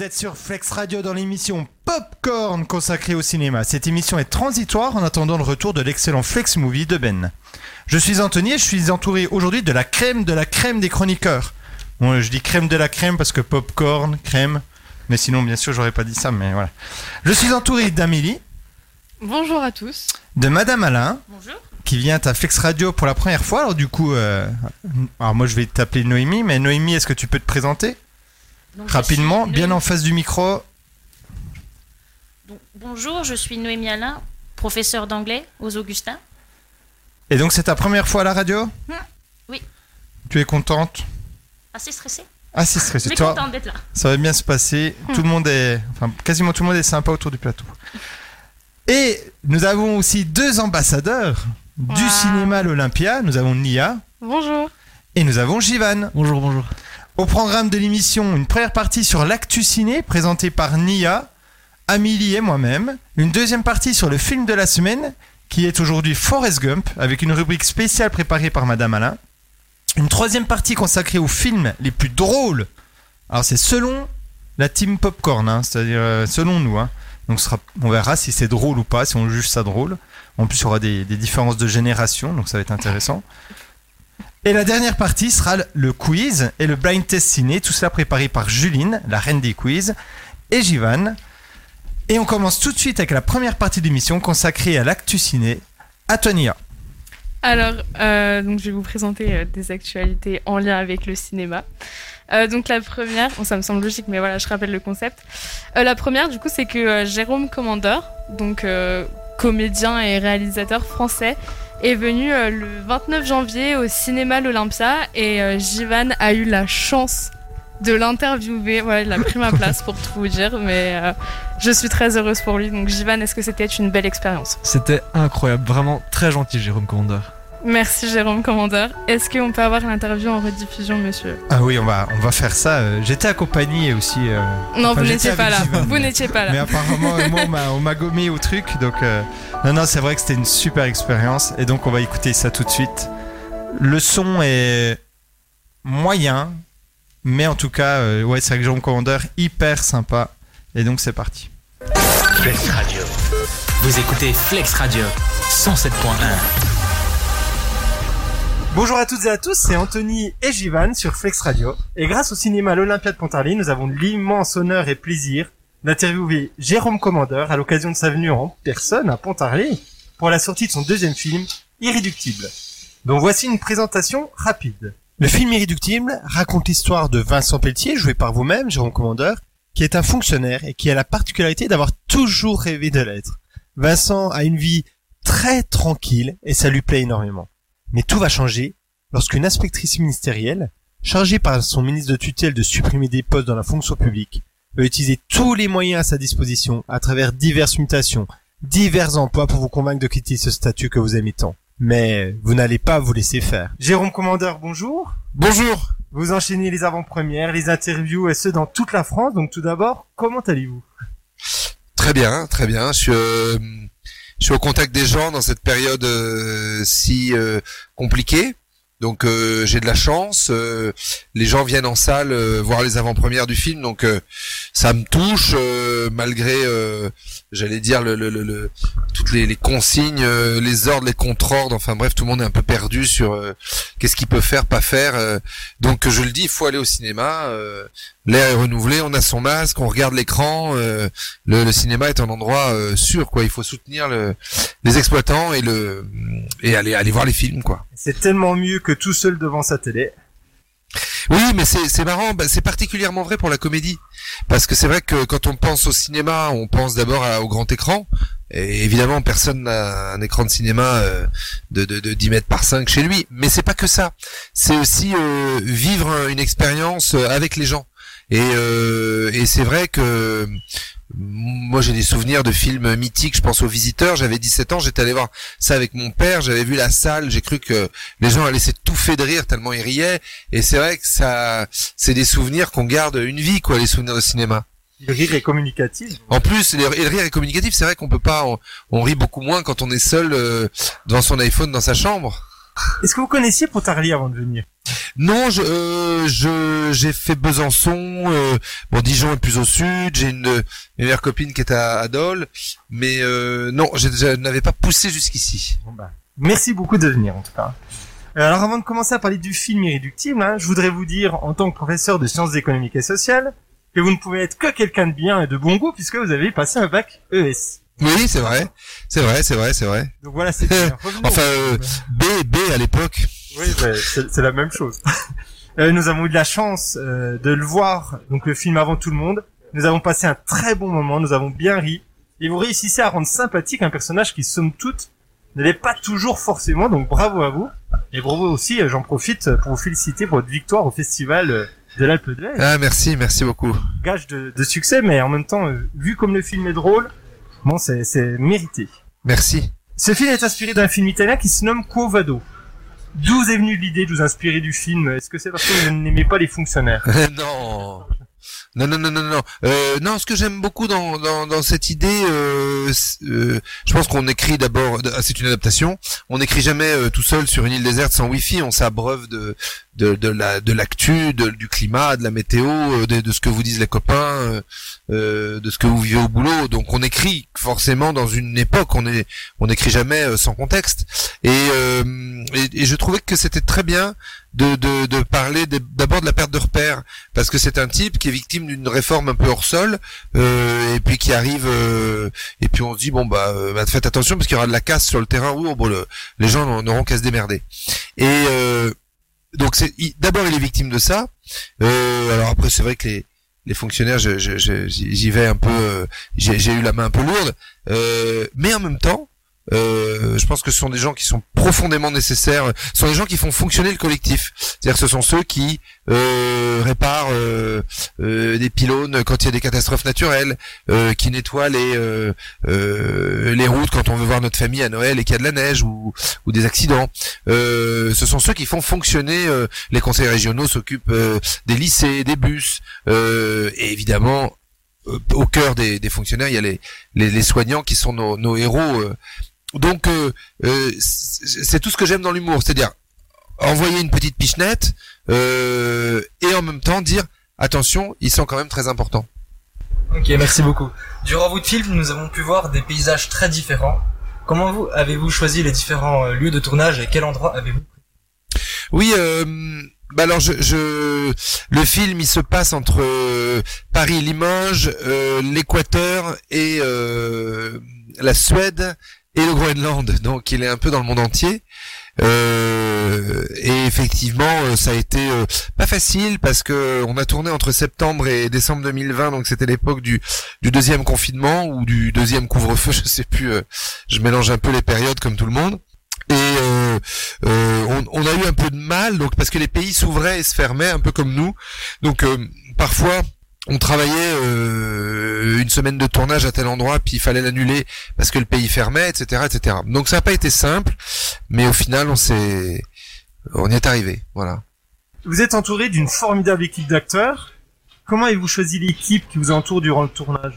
êtes sur Flex Radio dans l'émission Popcorn consacrée au cinéma. Cette émission est transitoire en attendant le retour de l'excellent Flex Movie de Ben. Je suis Anthony et je suis entouré aujourd'hui de la crème de la crème des chroniqueurs. Bon, je dis crème de la crème parce que popcorn, crème. Mais sinon, bien sûr, j'aurais pas dit ça, mais voilà. Je suis entouré d'Amélie, Bonjour à tous. de Madame Alain, Bonjour. qui vient à Flex Radio pour la première fois. Alors, du coup, euh, alors moi, je vais t'appeler Noémie, mais Noémie, est-ce que tu peux te présenter rapidement, bien en face du micro Donc, bonjour, je suis Noémie Alain, professeure d'anglais aux Augustins. Et donc c'est ta première fois à la radio Mmh. Oui. Tu es contente Assez stressée, Ah si, c'est mais toi. contente Mmh. d'être là. Ça va bien se passer. Tout le monde est, enfin quasiment tout le monde est sympa autour du plateau. Et nous avons aussi deux ambassadeurs du Wow. cinéma à l'Olympia. Nous avons Nia Bonjour. et nous avons Jivan. Bonjour, bonjour. Au programme de l'émission, une première partie sur l'actu ciné présentée par Nia, Amélie et moi-même. Une deuxième partie sur le film de la semaine qui est aujourd'hui Forrest Gump avec une rubrique spéciale préparée par Madame Alain. Une troisième partie consacrée aux films les plus drôles. Alors c'est selon la team Popcorn, hein, c'est-à-dire euh, selon nous. hein. Donc ce sera- on verra si c'est drôle ou pas, si on juge ça drôle. En plus, il y aura des, des différences de génération, donc ça va être intéressant. Et la dernière partie sera le- le quiz et le blind test ciné, tout cela préparé par Juline, la reine des quiz, et Jivan. Et on commence tout de suite avec la première partie de l'émission consacrée à l'actu ciné, à Tonia. Alors, euh, donc, je vais vous présenter euh, des actualités en lien avec le cinéma. Euh, donc la première, bon, ça me semble logique, mais voilà, je rappelle le concept. Euh, la première, du coup, c'est que euh, Jérôme Commandeur, donc euh, comédien et réalisateur français, est venu euh, le 29 janvier au cinéma l'Olympia et euh, Jivan a eu la chance de l'interviewer. Voilà, il a pris ma place pour tout vous dire, mais euh, je suis très heureuse pour lui. Donc Jivan, est-ce que c'était une belle expérience C'était incroyable, vraiment très gentil, Jérôme Commandeur. Merci Jérôme Commandeur. Est-ce qu'on peut avoir l'interview en rediffusion, monsieur Ah oui, on va, on va faire ça. euh, J'étais accompagné aussi. euh, Non, Enfin, vous j'étais n'étiez pas avec là. Jivan. Vous n'étiez pas Mais là. apparemment, euh, moi, on m'a- on m'a gommé au truc. Donc, euh, non, non, c'est vrai que c'était une super expérience. Et donc, on va écouter ça tout de suite. Le son est moyen, mais en tout cas, euh, ouais, c'est avec Jérôme Commandeur, hyper sympa. Et donc, c'est parti. Flex Radio. Vous écoutez Flex Radio 107.1. Bonjour à toutes et à tous, c'est Anthony et Jivan sur Flex Radio. Et grâce au cinéma L'Olympia de Pontarlier, nous avons l'immense honneur et plaisir d'interviewer Jérôme Commandeur à l'occasion de sa venue en personne à Pontarlier pour la sortie de son deuxième film, Irréductible. Donc voici une présentation rapide. Le film Irréductible raconte l'histoire de Vincent Pelletier, joué par vous-même, Jérôme Commandeur, qui est un fonctionnaire et qui a la particularité d'avoir toujours rêvé de l'être. Vincent a une vie très tranquille et ça lui plaît énormément. Mais tout va changer lorsqu'une inspectrice ministérielle, chargée par son ministre de tutelle de supprimer des postes dans la fonction publique, va utiliser tous les moyens à sa disposition à travers diverses mutations, divers emplois pour vous convaincre de quitter ce statut que vous aimez tant. Mais vous n'allez pas vous laisser faire. Jérôme Commandeur, bonjour. Bonjour. Vous enchaînez les avant-premières, les interviews et ce dans toute la France. Donc tout d'abord, comment allez-vous Très bien, très bien. Je suis, euh, je suis au contact des gens dans cette période euh, si euh, compliquée. Donc euh, j'ai de la chance. euh, les gens viennent en salle euh, voir les avant-premières du film, donc euh, ça me touche euh, malgré, euh, j'allais dire, le, le, le- le- toutes les, les consignes, euh, les ordres, les contre-ordres. Enfin bref, tout le monde est un peu perdu sur euh, qu'est-ce qu'il peut faire, pas faire. euh. donc je le dis, il faut aller au cinéma. euh, L'air est renouvelé, on a son masque, on regarde l'écran. euh, le, le cinéma est un endroit euh, sûr quoi il faut soutenir le, les exploitants et le et aller aller voir les films quoi C'est tellement mieux que tout seul devant sa télé. oui mais c'est c'est marrant bah, c'est particulièrement vrai pour la comédie parce que c'est vrai que quand on pense au cinéma on pense d'abord à- au grand écran et évidemment personne n'a un écran de cinéma euh, de, de, de 10 mètres par 5 chez lui mais c'est pas que ça c'est aussi euh, vivre un- une expérience euh, avec les gens et, euh, et c'est vrai que mm, moi j'ai des souvenirs de films mythiques, je pense aux visiteurs, j'avais 17 ans, j'étais allé voir ça avec mon père, j'avais vu la salle, j'ai cru que les gens allaient s'étouffer de rire tellement ils riaient, et c'est vrai que ça, c'est des souvenirs qu'on garde une vie quoi, les souvenirs de cinéma. Le rire est communicatif. En plus, le, et le rire est communicatif, c'est vrai qu'on peut pas, on, on rit beaucoup moins quand on est seul euh, devant son iPhone dans sa chambre. Est-ce que vous connaissiez Pontarlier avant de venir Non, je, euh, je j'ai fait Besançon, euh, bon Dijon est plus au sud. J'ai une, une meilleure copine qui est à, à Dole, mais euh, non, j'ai- je n'avais pas poussé jusqu'ici. Bon, bah, merci beaucoup de venir en tout cas. Euh, Alors avant de commencer à parler du film Irréductible, hein, je voudrais vous dire en tant que professeur de sciences économiques et sociales que vous ne pouvez être que quelqu'un de bien et de bon goût puisque vous avez passé un bac ES. Oui, c'est vrai, c'est vrai, c'est vrai, c'est vrai. Donc voilà, c'est bien. Revenons. Enfin, euh, B B à l'époque. Oui, bah, c'est c'est la même chose. Euh, nous avons eu de la chance euh, de le voir, donc le film avant tout le monde. Nous avons passé un très bon moment, nous avons bien ri. Et vous réussissez à rendre sympathique un personnage qui, somme toute, ne l'est pas toujours forcément, donc bravo à vous. Et bravo aussi, euh, j'en profite pour vous féliciter pour votre victoire au festival euh, de l'Alpe d'Huez. Ah merci, merci beaucoup. Gage de, de succès, mais en même temps, euh, vu comme le film est drôle, bon, c'est c'est mérité. Merci. Ce film est inspiré d'un film italien qui se nomme Quo Vado. D'où est venue l'idée de vous inspirer du film Est-ce que c'est parce que vous n'aimez pas les fonctionnaires non. Non, non, non, non, non. Euh, non, ce que j'aime beaucoup dans, dans, dans cette idée, euh, c'est- euh, je pense qu'on écrit d'abord, ah, c'est une adaptation, on n'écrit jamais euh, tout seul sur une île déserte sans wifi, on s'abreuve de, de, de, la, de l'actu, de- du climat, de la météo, euh, de, de ce que vous disent les copains, euh, euh, de ce que vous vivez au boulot. Donc on écrit forcément dans une époque, on est on n'écrit jamais euh, sans contexte. Et, euh, et, et je trouvais que c'était très bien de, de, de parler des- d'abord de la perte de repères parce que c'est un type qui est victime d'une réforme un peu hors sol euh, et puis qui arrive euh, et puis on se dit bon bah, euh, bah, faites attention parce qu'il y aura de la casse sur le terrain où bon, le- les gens n'en- n'auront qu'à se démerder et euh, donc c'est il- d'abord il est victime de ça Euh, alors après c'est vrai que les les fonctionnaires je- je- je- j'y j'y vais un peu euh, j'ai j'ai eu la main un peu lourde Euh, mais en même temps euh, je pense que ce sont des gens qui sont profondément nécessaires. Ce sont des gens qui font fonctionner le collectif. C'est-à-dire, que ce sont ceux qui euh, répare euh, euh, des pylônes quand il y a des catastrophes naturelles, euh, qui nettoie les euh, euh, les routes quand on veut voir notre famille à Noël et qu'il y a de la neige ou, ou des accidents. Euh, ce sont ceux qui font fonctionner. euh, les conseils régionaux s'occupent euh, des lycées, des bus, euh, et évidemment. euh, Au cœur des, des fonctionnaires, il y a les, les, les soignants qui sont nos, nos héros. euh. Donc, euh, euh, c'est c'est tout ce que j'aime dans l'humour, c'est-à-dire envoyer une petite pichenette, euh, et en même temps dire attention, ils sont quand même très importants. Ok, merci beaucoup. Durant votre film, nous avons pu voir des paysages très différents. Comment vous avez-vous choisi les différents euh, lieux de tournage et quel endroit avez-vous Oui, euh, bah alors je, je le film il se passe entre euh, Paris, Limoges, euh, l'Équateur et euh, la Suède et le Groenland. Donc il est un peu dans le monde entier. Euh, et effectivement, euh, ça a été euh, pas facile parce que euh, on a tourné entre septembre et décembre 2020, donc c'était l'époque du, du deuxième confinement ou du deuxième couvre-feu, je sais plus. euh, je mélange un peu les périodes comme tout le monde. Et euh, euh, on, on a eu un peu de mal, donc parce que les pays s'ouvraient et se fermaient, un peu comme nous. Donc euh, parfois on travaillait euh, une semaine de tournage à tel endroit, puis il fallait l'annuler parce que le pays fermait, etc., etc. Donc ça n'a pas été simple, mais au final on s'est, on y est arrivé, voilà. Vous êtes entouré d'une formidable équipe d'acteurs. Comment avez-vous choisi l'équipe qui vous entoure durant le tournage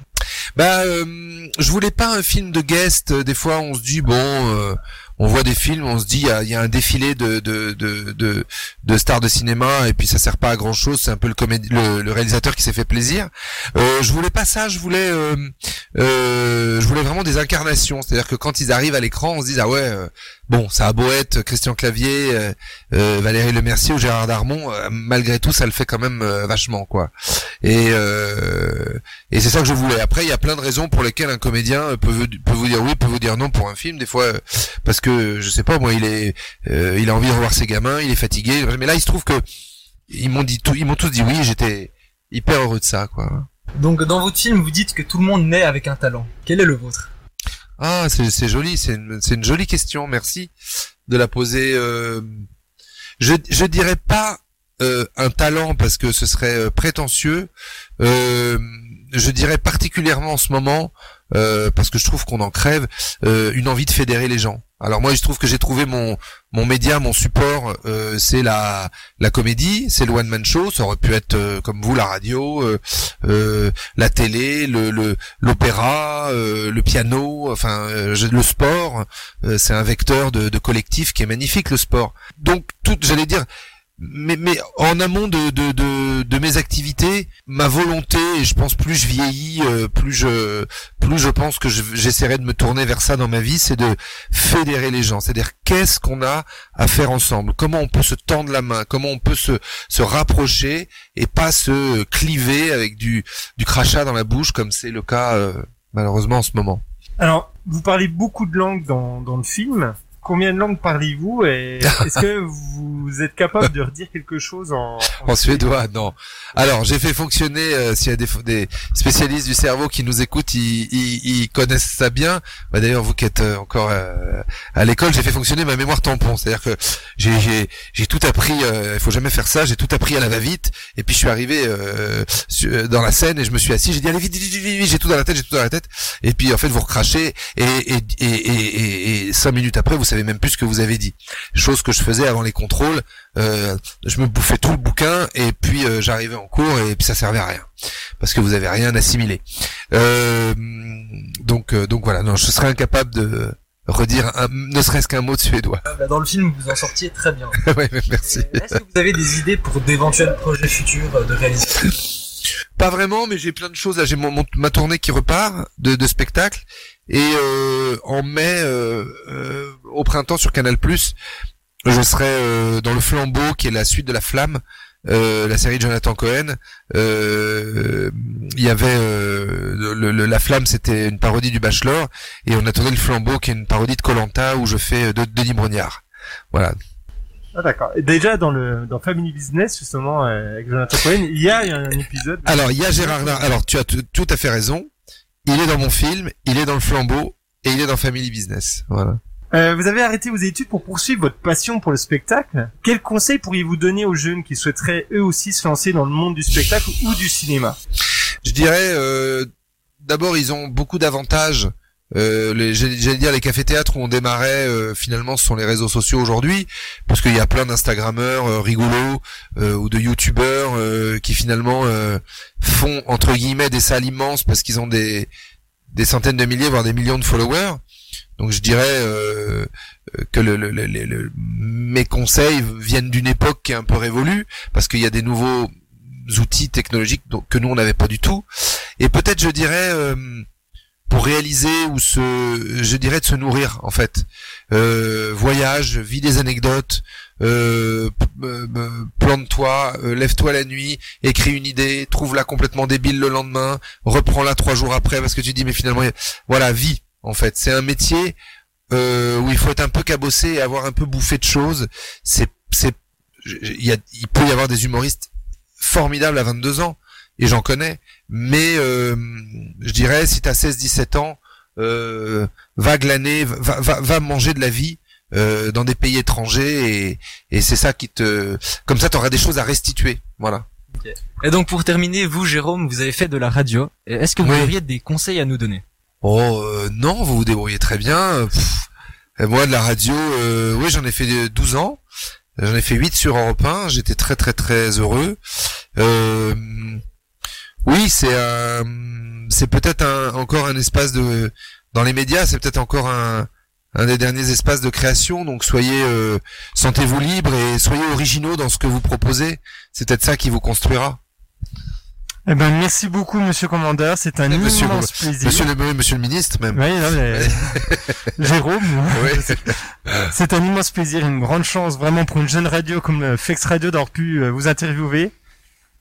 Bah, euh, je voulais pas un film de guest. Des fois, on se dit bon, euh, on voit des films, on se dit il y a, il y a un défilé de de, de de de stars de cinéma et puis ça sert pas à grand chose. C'est un peu le comédie, le, le réalisateur qui s'est fait plaisir. Euh, je voulais pas ça. Je voulais euh, euh, je voulais vraiment des incarnations. C'est-à-dire que quand ils arrivent à l'écran, on se dit ah ouais. euh, Bon, ça a beau être Christian Clavier, euh, euh, Valérie Lemercier ou Gérard Darmon, euh, malgré tout, ça le fait quand même euh, vachement, quoi. Et euh, et c'est ça que je voulais. Après, il y a plein de raisons pour lesquelles un comédien euh, peut, vous- peut vous dire oui, peut vous dire non pour un film. Des fois, euh, parce que je sais pas, moi, il est, euh, il a envie de revoir ses gamins, il est fatigué. Mais là, il se trouve que ils m'ont dit tout, ils m'ont tous dit oui. J'étais hyper heureux de ça, quoi. Donc dans votre film, vous dites que tout le monde naît avec un talent. Quel est le vôtre Ah, c'est c'est joli, c'est une, c'est une jolie question. Merci de la poser. euh, je je dirais pas euh, un talent parce que ce serait euh, prétentieux. Euh, je dirais particulièrement en ce moment euh, parce que je trouve qu'on en crève euh, une envie de fédérer les gens. Alors moi, je trouve que j'ai trouvé mon mon média, mon support, euh, c'est la la comédie, c'est le one man show. Ça aurait pu être euh, comme vous la radio, euh, euh, la télé, le, le l'opéra, euh, le piano, enfin euh, je- le sport, euh, c'est un vecteur de, de collectif qui est magnifique le sport. Donc tout, j'allais dire, mais, mais en amont de, de, de, de mes activités, ma volonté, et je pense plus je vieillis, euh, plus je plus je pense que je- j'essaierai de me tourner vers ça dans ma vie, c'est de fédérer les gens. C'est-à-dire qu'est-ce qu'on a à faire ensemble, comment on peut se tendre la main, comment on peut se, se rapprocher et pas se cliver avec du, du crachat dans la bouche comme c'est le cas euh, malheureusement en ce moment. Alors, vous parlez beaucoup de langues dans, dans le film. Combien de langues parlez-vous et est-ce que vous êtes capable de redire quelque chose en, En suédois, non. Alors, j'ai fait fonctionner, euh, s'il y a des, fo- des spécialistes du cerveau qui nous écoutent, ils, ils- ils connaissent ça bien. Bah, D'ailleurs, vous qui êtes euh, encore euh, à l'école, j'ai fait fonctionner ma mémoire tampon. C'est-à-dire que j'ai- j'ai j'ai tout appris, euh, il faut jamais faire ça, j'ai tout appris à la va-vite. Et puis, je suis arrivé euh, su- euh, dans la scène et je me suis assis, j'ai dit, allez, vite, vite, vite, vite, vite, j'ai tout dans la tête, j'ai tout dans la tête. Et puis, en fait, vous recrachez et, et, et, et, et cinq minutes après, vous savez même plus ce que vous avez dit. Chose que je faisais avant les contrôles. Euh, je me bouffais tout le bouquin et puis euh, j'arrivais en cours et puis ça servait à rien parce que vous avez rien assimilé. Euh, donc euh, donc voilà, non, je serais incapable de redire un- ne serait-ce qu'un mot de suédois. Bah, Dans le film, vous en sortiez très bien. ouais, merci. Et Est-ce que vous avez des idées pour d'éventuels projets futurs euh, de réalisation Pas vraiment, mais j'ai plein de choses. Là, j'ai mon, mon- ma tournée qui repart de, de spectacle et euh, en mai, euh, euh, au printemps sur Canal+, je serai euh, dans le flambeau qui est la suite de la flamme, euh, la série de Jonathan Cohen. Euh, Il y avait euh, le- le- la flamme, c'était une parodie du Bachelor et on a tourné le flambeau qui est une parodie de Colanta où je fais euh, de, Denis Brognard. Voilà. Ah d'accord. Et Déjà dans le dans Family Business justement euh, avec Jonathan Cohen, il y a un épisode. Alors, il y a Gérard Nar- Alors, tu as tout tout à fait raison. Il est dans mon film, il est dans le flambeau et il est dans Family Business. Voilà. Euh, vous avez arrêté vos études pour poursuivre votre passion pour le spectacle. Quels conseils pourriez-vous donner aux jeunes qui souhaiteraient eux aussi se lancer dans le monde du spectacle ou du cinéma Je dirais, euh, d'abord, ils ont beaucoup d'avantages. Euh, les- J'allais j'allais dire les cafés-théâtres où on démarrait, euh, finalement, ce sont les réseaux sociaux aujourd'hui, parce qu'il y a plein d'Instagrammeurs euh, rigolos euh, ou de YouTubeurs euh, qui finalement euh, font entre guillemets des salles immenses parce qu'ils ont des des centaines de milliers, voire des millions de followers. Donc je dirais euh, euh, que le, le- le- le- le- mes conseils viennent d'une époque qui est un peu révolue, parce qu'il y a des nouveaux outils technologiques dont- que nous on n'avait pas du tout. Et peut-être je dirais euh, pour réaliser ou se, je dirais de se nourrir en fait. Euh, voyage, vis des anecdotes, euh, p- euh, euh, plante-toi, euh, lève-toi la nuit, écris une idée, trouve-la complètement débile le lendemain, reprends-la trois jours après parce que tu dis mais finalement y a- voilà vie en fait. C'est un métier euh, où il faut être un peu cabossé et avoir un peu bouffé de choses. C'est c'est je- je- il y a- il peut y avoir des humoristes formidables à 22 ans et j'en connais mais euh, je dirais si t'as 16 17 ans euh, va glaner va, va, va manger de la vie euh, dans des pays étrangers et, et c'est ça qui te comme ça t'auras des choses à restituer voilà Et donc pour terminer, vous Jérôme, vous avez fait de la radio. Et Est-ce que vous Oui. auriez des conseils à nous donner Oh euh, non, vous vous débrouillez très bien. Euh, pff. Euh, Moi de la radio, euh, oui j'en ai fait euh, 12 ans. Euh, J'en ai fait 8 sur Europe 1. J'étais très très très heureux. Euh, oui, c'est un- c'est peut-être un- encore un espace de dans les médias, c'est peut-être encore un un des derniers espaces de création. Donc soyez euh, sentez-vous libre et soyez originaux dans ce que vous proposez. C'est peut-être ça qui vous construira. Eh ben merci beaucoup Monsieur Commandeur, c'est un Eh, monsieur immense plaisir. Monsieur le monsieur le ministre même. Oui, non, mais... Jérôme, Oui. c'est un immense plaisir, une grande chance vraiment pour une jeune radio comme euh, Flex Radio d'avoir pu euh, vous interviewer.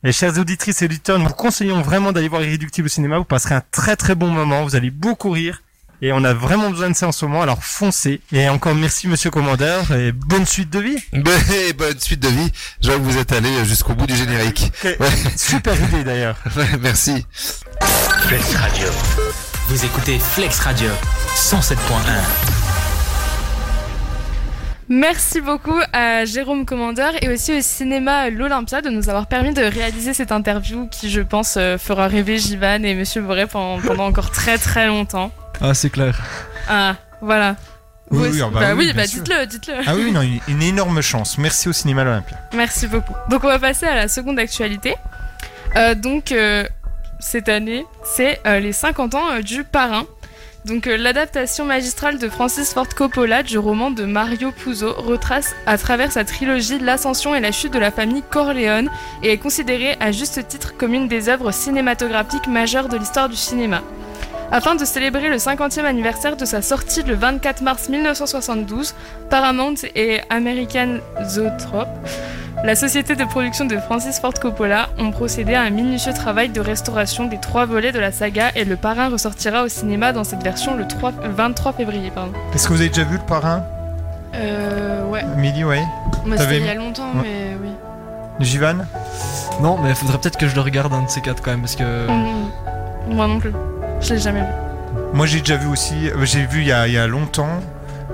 Et chères auditrices et auditeurs, nous vous conseillons vraiment d'aller voir Irréductible au cinéma. Vous passerez un très très bon moment, vous allez beaucoup rire. Et on a vraiment besoin de ça en ce moment, alors foncez. Et encore merci Monsieur Commandeur et bonne suite de vie. Ben, bonne suite de vie. Je vois que vous êtes allé euh, jusqu'au bout du générique. Super idée d'ailleurs. Ouais, Merci. Flex Radio. Vous écoutez Flex Radio 107.1. Merci beaucoup à Jérôme Commandeur et aussi au cinéma L'Olympia de nous avoir permis de réaliser cette interview qui, je pense, euh, fera rêver Givan et Monsieur Boré pendant, pendant encore très très longtemps. Ah, c'est clair. Ah, voilà. Oui, Vous oui, aussi- ah bah oui, bien bah sûr. dites-le, dites-le. Ah oui, non, une, une énorme chance. Merci au cinéma l'Olympia. Merci beaucoup. Donc on va passer à la seconde actualité. Euh, donc euh, cette année, c'est euh, les 50 ans euh, du parrain. Donc euh, l'adaptation magistrale de Francis Ford Coppola du roman de Mario Puzo retrace à travers sa trilogie l'ascension et la chute de la famille Corleone et est considérée à juste titre comme une des œuvres cinématographiques majeures de l'histoire du cinéma. Afin de célébrer le 50e anniversaire de sa sortie le 24 mars 1972, Paramount et American Zoetrope, la société de production de Francis Ford Coppola, ont procédé à un minutieux travail de restauration des trois volets de la saga et Le Parrain ressortira au cinéma dans cette version le 3 euh, 23 février. Pardon. Est-ce que vous avez déjà vu le parrain Euh, ouais. Midi, ouais. Moi, T'avais c'était il y mis- a longtemps, Ouais. mais oui. Jivan Non, mais faudrait peut-être que je le regarde un de ces quatre quand même, parce que. Euh. Mm, Moi non plus. Je l'ai jamais vu. Moi j'ai déjà vu aussi, euh, j'ai vu il y a, il y a longtemps.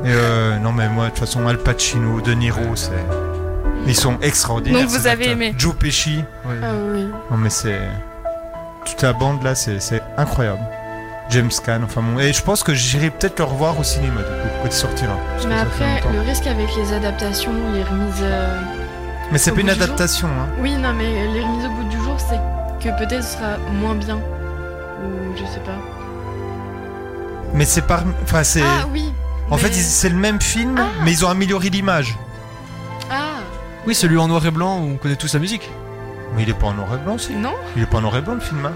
Et euh, non mais moi de toute façon Al Pacino, De Niro, c'est... Ils sont extraordinaires. Donc, vous ces avez acteurs. aimé. Joe Pesci. ouais. Ah oui. Non mais c'est... Toute la bande là, c'est c'est incroyable. James Caan, enfin bon... Et je pense que j'irai peut-être le revoir au cinéma du coup, quand il sortira. parce que Mais ça fait après, longtemps. le risque avec les adaptations, les remises. euh, Mais c'est au pas une bout du jour- adaptation, hein. Oui, non, mais les remises au bout du jour, c'est que peut-être ce sera moins bien. Ou je sais pas. Mais c'est par... Enfin c'est... Ah oui En mais- fait, ils- c'est le même film, Ah. mais ils ont amélioré l'image. Ah Oui, celui en noir et blanc où on connaît tous la musique. Mais il est pas en noir et blanc, si. Non Il est pas en noir et blanc, le film. Hein.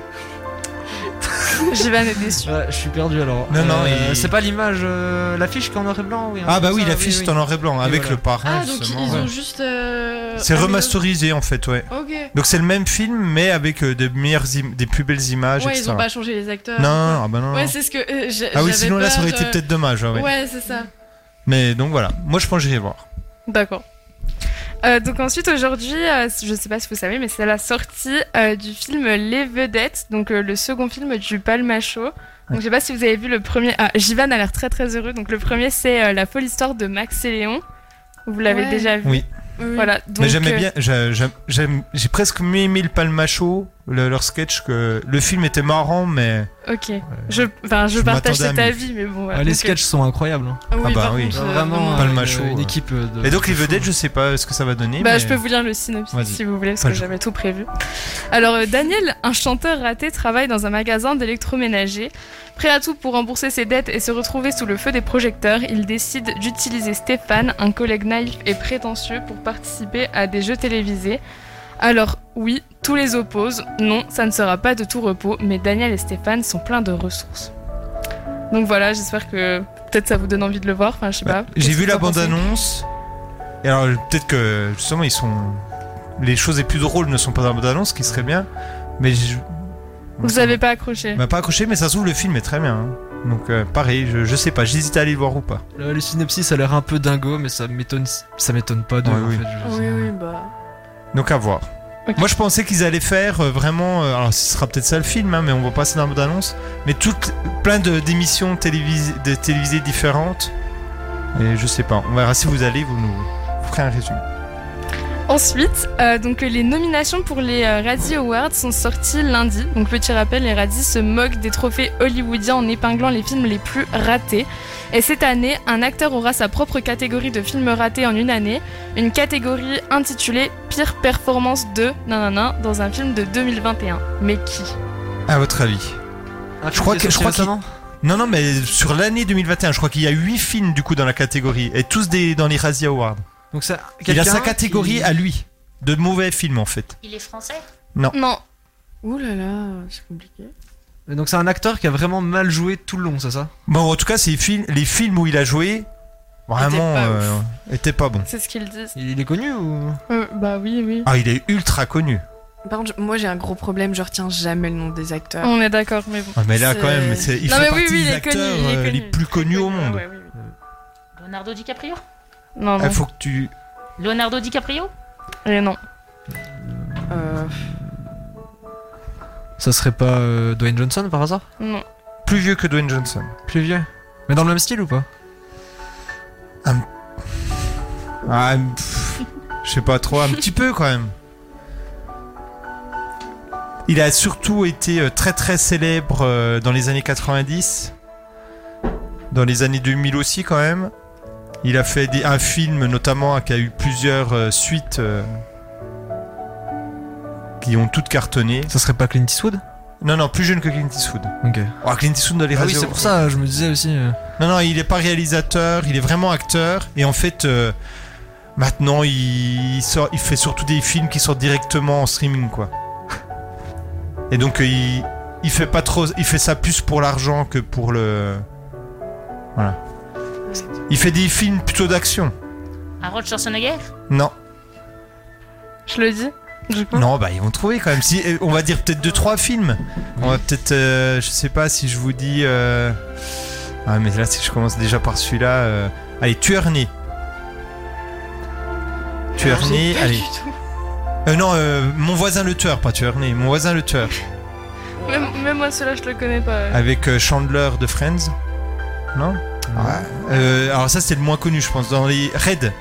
Jivan est déçu. Ouais, Euh, je suis perdu alors. Non, non, il- c'est pas l'image, euh, l'affiche qui est en noir et blanc, oui. un Ah truc bah comme oui, ça, l'affiche est oui. en noir et blanc, Et avec voilà. le parrain, Ah, donc ils justement. ils ouais. ont juste. euh, C'est Ah, amélioré- remasterisé, en fait, ouais. Ok. Ouais, Donc c'est le même film, mais avec euh, des meilleures, im- des plus belles images, ils etc. ont pas changé les acteurs. Non, non, non, ah bah non, Ouais, non. c'est ce que. euh, j'a- Ah oui, j'avais sinon là, ça aurait peur, été euh, peut-être dommage, ah ouais, ouais. Ouais, c'est ça. Mais donc voilà, moi je pense que j'irai voir. D'accord. Euh, donc ensuite aujourd'hui, euh, je sais pas si vous savez, mais c'est la sortie euh, du film Les Vedettes, donc euh, le second film du Palmacho. Donc je sais pas si vous avez vu le premier. Ah, Jivan a l'air très très heureux. Donc le premier c'est euh, La folle histoire de Max et Léon. Vous l'avez Ouais. déjà vu. Oui. Oui. Voilà. Donc, mais j'aimais euh, bien, j'a- j'a- j'aime- j'ai presque mieux aimé le Palmacho, le- leur sketch, que le film était marrant, mais... Ok. Je, enfin, je, Euh, Je partage m'attendais à cet mieux. avis, mais bon. Ah, Voilà. les Donc, euh, sketchs sont incroyables. hein. Ah oui, Ah bah par oui. contre, euh, Vraiment, Palma euh, une, Show, ouais. équipe euh, de. Et donc les de fous. vedettes, je sais pas ce que ça va donner, Bah, mais... je peux vous lire le synopsis Eh ben, Vas-y. si vous voulez, parce Pas que le j'avais tout prévu. Alors, euh, Daniel, un chanteur raté, travaille dans un magasin d'électroménager. Prêt à tout pour rembourser ses dettes et se retrouver sous le feu des projecteurs, il décide d'utiliser Stéphane, un collègue naïf et prétentieux, pour participer à des jeux télévisés. Alors, oui, tous les opposent. Non, ça ne sera pas de tout repos, mais Daniel et Stéphane sont pleins de ressources. Donc voilà, j'espère que peut-être ça vous donne envie de le voir. Enfin, je sais Bah, pas. J'ai Qu'est-ce vu que la vous en pensez bande-annonce. Et alors peut-être que justement ils sont les choses les plus drôles ne sont pas dans la bande-annonce, ce qui serait bien. Mais je... Vous avez pas accroché. m'a pas accroché, mais ça se trouve le film est très bien. hein. Donc euh, pareil, je, je sais pas, j'hésite à aller le voir ou pas. Le, le Euh, synopsis a l'air un peu dingo, mais ça m'étonne, ça m'étonne pas de. Ouais, en oui. fait, je- Oui, oui, bah. Donc à voir. Ok. Moi je pensais qu'ils allaient faire euh, vraiment, euh, alors ce sera peut-être ça le film, hein, mais on voit pas ça dans la bande-annonce. Mais toutes plein de d'émissions télévisées, de télévisées différentes. Et je sais pas, on verra si vous allez, vous nous vous ferez un résumé. Ensuite, euh, donc les nominations pour les euh, Razzie Awards sont sorties lundi. Donc petit rappel, les Razzie se moquent des trophées hollywoodiens en épinglant les films les plus ratés. Et cette année, un acteur aura sa propre catégorie de films ratés en une année, une catégorie intitulée Pire performance de nanana dans un film de 2021. Mais qui À votre avis Ah, Je crois que- je crois qu'il- récemment Non, non, mais sur l'année 2021, je crois qu'il y a 8 films du coup dans la catégorie, et tous des, dans les Razzie Awards. Donc ça. Il a quelqu'un sa catégorie qui- à lui, de mauvais films en fait. Il est français Non, Ouh là là, c'est compliqué. Donc c'est un acteur qui a vraiment mal joué tout le long, c'est ça Bon, en tout cas, ces films, les films où il a joué, vraiment, Étaient pas euh, étaient pas bons. c'est ce qu'ils disent. Il il est connu ou Euh, bah oui, oui. Ah, il est ultra connu. Par contre, je- moi j'ai un gros problème, je retiens jamais le nom des acteurs. On est d'accord, mais bon. Ah, mais là, C'est- quand même, c'est- il Non, fait mais oui, partie oui, il des est connu, acteurs il est euh, connu. les plus connus au monde. Ouais, ouais, oui. Leonardo DiCaprio Non, Il non. Ah, faut que tu. Leonardo DiCaprio Et non. Euh, Ça serait pas euh, Dwayne Johnson par hasard Non. Plus vieux que Dwayne Johnson. Plus vieux Mais dans le même style ou pas Ah, pff, je sais pas trop, un petit peu quand même. Il a surtout été euh, très très célèbre euh, dans les années 90, dans les années 2000 aussi quand même. Il a fait des- un film notamment hein, qui a eu plusieurs euh, suites euh, qui ont toutes cartonné. Ça serait pas Clint Eastwood Non, non, plus jeune que Clint Eastwood. Ok. Oh, Clint Eastwood dans les Ah oui, radios. c'est pour ça, je me disais aussi. euh, Non, non, il est pas réalisateur, il est vraiment acteur. Et en fait, euh, maintenant, il, sort, il fait surtout des films qui sortent directement en streaming, quoi. Et donc, euh, il, il fait pas trop, il fait ça plus pour l'argent que pour le. Voilà. Il fait des films plutôt d'action. Harold Schwarzenegger Non, Je le dis, du coup. non, bah ils vont trouver quand même. Si, euh, on va dire peut-être deux trois films. On va peut-être, euh, je sais pas si je vous dis. euh, Ah mais là, si je commence déjà par celui-là, euh, allez, Tuerny. Tuerny, Ah, Pas allez. du tout. Euh, non, euh, mon voisin le tueur, pas Tuerny, mon voisin le tueur, Même, même moi, celui-là, je le connais pas. avec euh, Chandler de Friends. Non. Euh, alors ça, c'est le moins connu, je pense. Dans les Raid,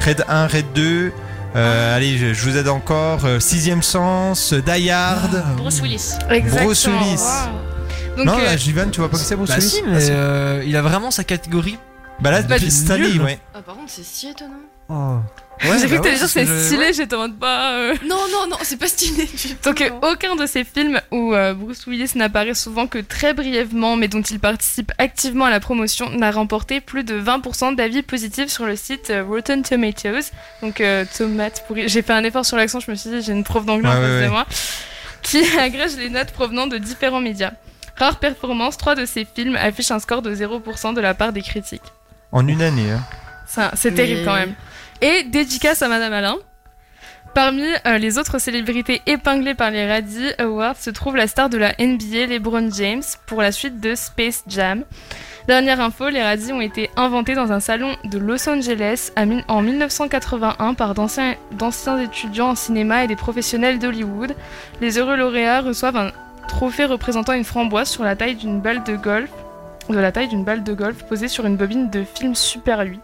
Raid 1, Raid 2. euh, Allez, je, je vous aide encore. euh, Sixième Sens, euh, Die Hard. Bruce Willis. Exactement. Bruce Willis. Waouh. Donc, non, euh, là, Jivan, tu vois pas que c'est Bruce Bah Willis si, Ah, mais si. euh, il a vraiment sa catégorie. Bah là, Bah, depuis du Stanley, nul. ouais. Ah, par contre, c'est si étonnant. Oh. j'ai bah cru que t'allais ouais, dire c'est c'est ce que je- stylé, j'étais en mode pas. euh. Non, non, non, c'est pas stylé. du tout, Donc, euh, non. aucun de ces films où euh, Bruce Willis n'apparaît souvent que très brièvement, mais dont il participe activement à la promotion, n'a remporté plus de 20% d'avis positifs sur le site euh, Rotten Tomatoes. Donc, euh, tomates pourries. J'ai fait un effort sur l'accent, je me suis dit, j'ai une prof d'anglais Ah, en face ouais, de ouais. moi, qui agrège les notes provenant de différents médias. Rare performance, trois de ces films affichent un score de 0% de la part des critiques. En une année. Hein. Ça, C'est terrible Mais- quand même. Et dédicace à Madame Alain. Parmi euh, les autres célébrités épinglées par les Radis Awards se trouve la star de la NBA, LeBron James, pour la suite de Space Jam. Dernière info, les Radis ont été inventés dans un salon de Los Angeles à mille- en 1981 par d'anciens d'anciens étudiants en cinéma et des professionnels d'Hollywood. Les heureux lauréats reçoivent un trophée représentant une framboise sur la taille d'une balle de golf, de la taille d'une balle de golf posée sur une bobine de film Super 8.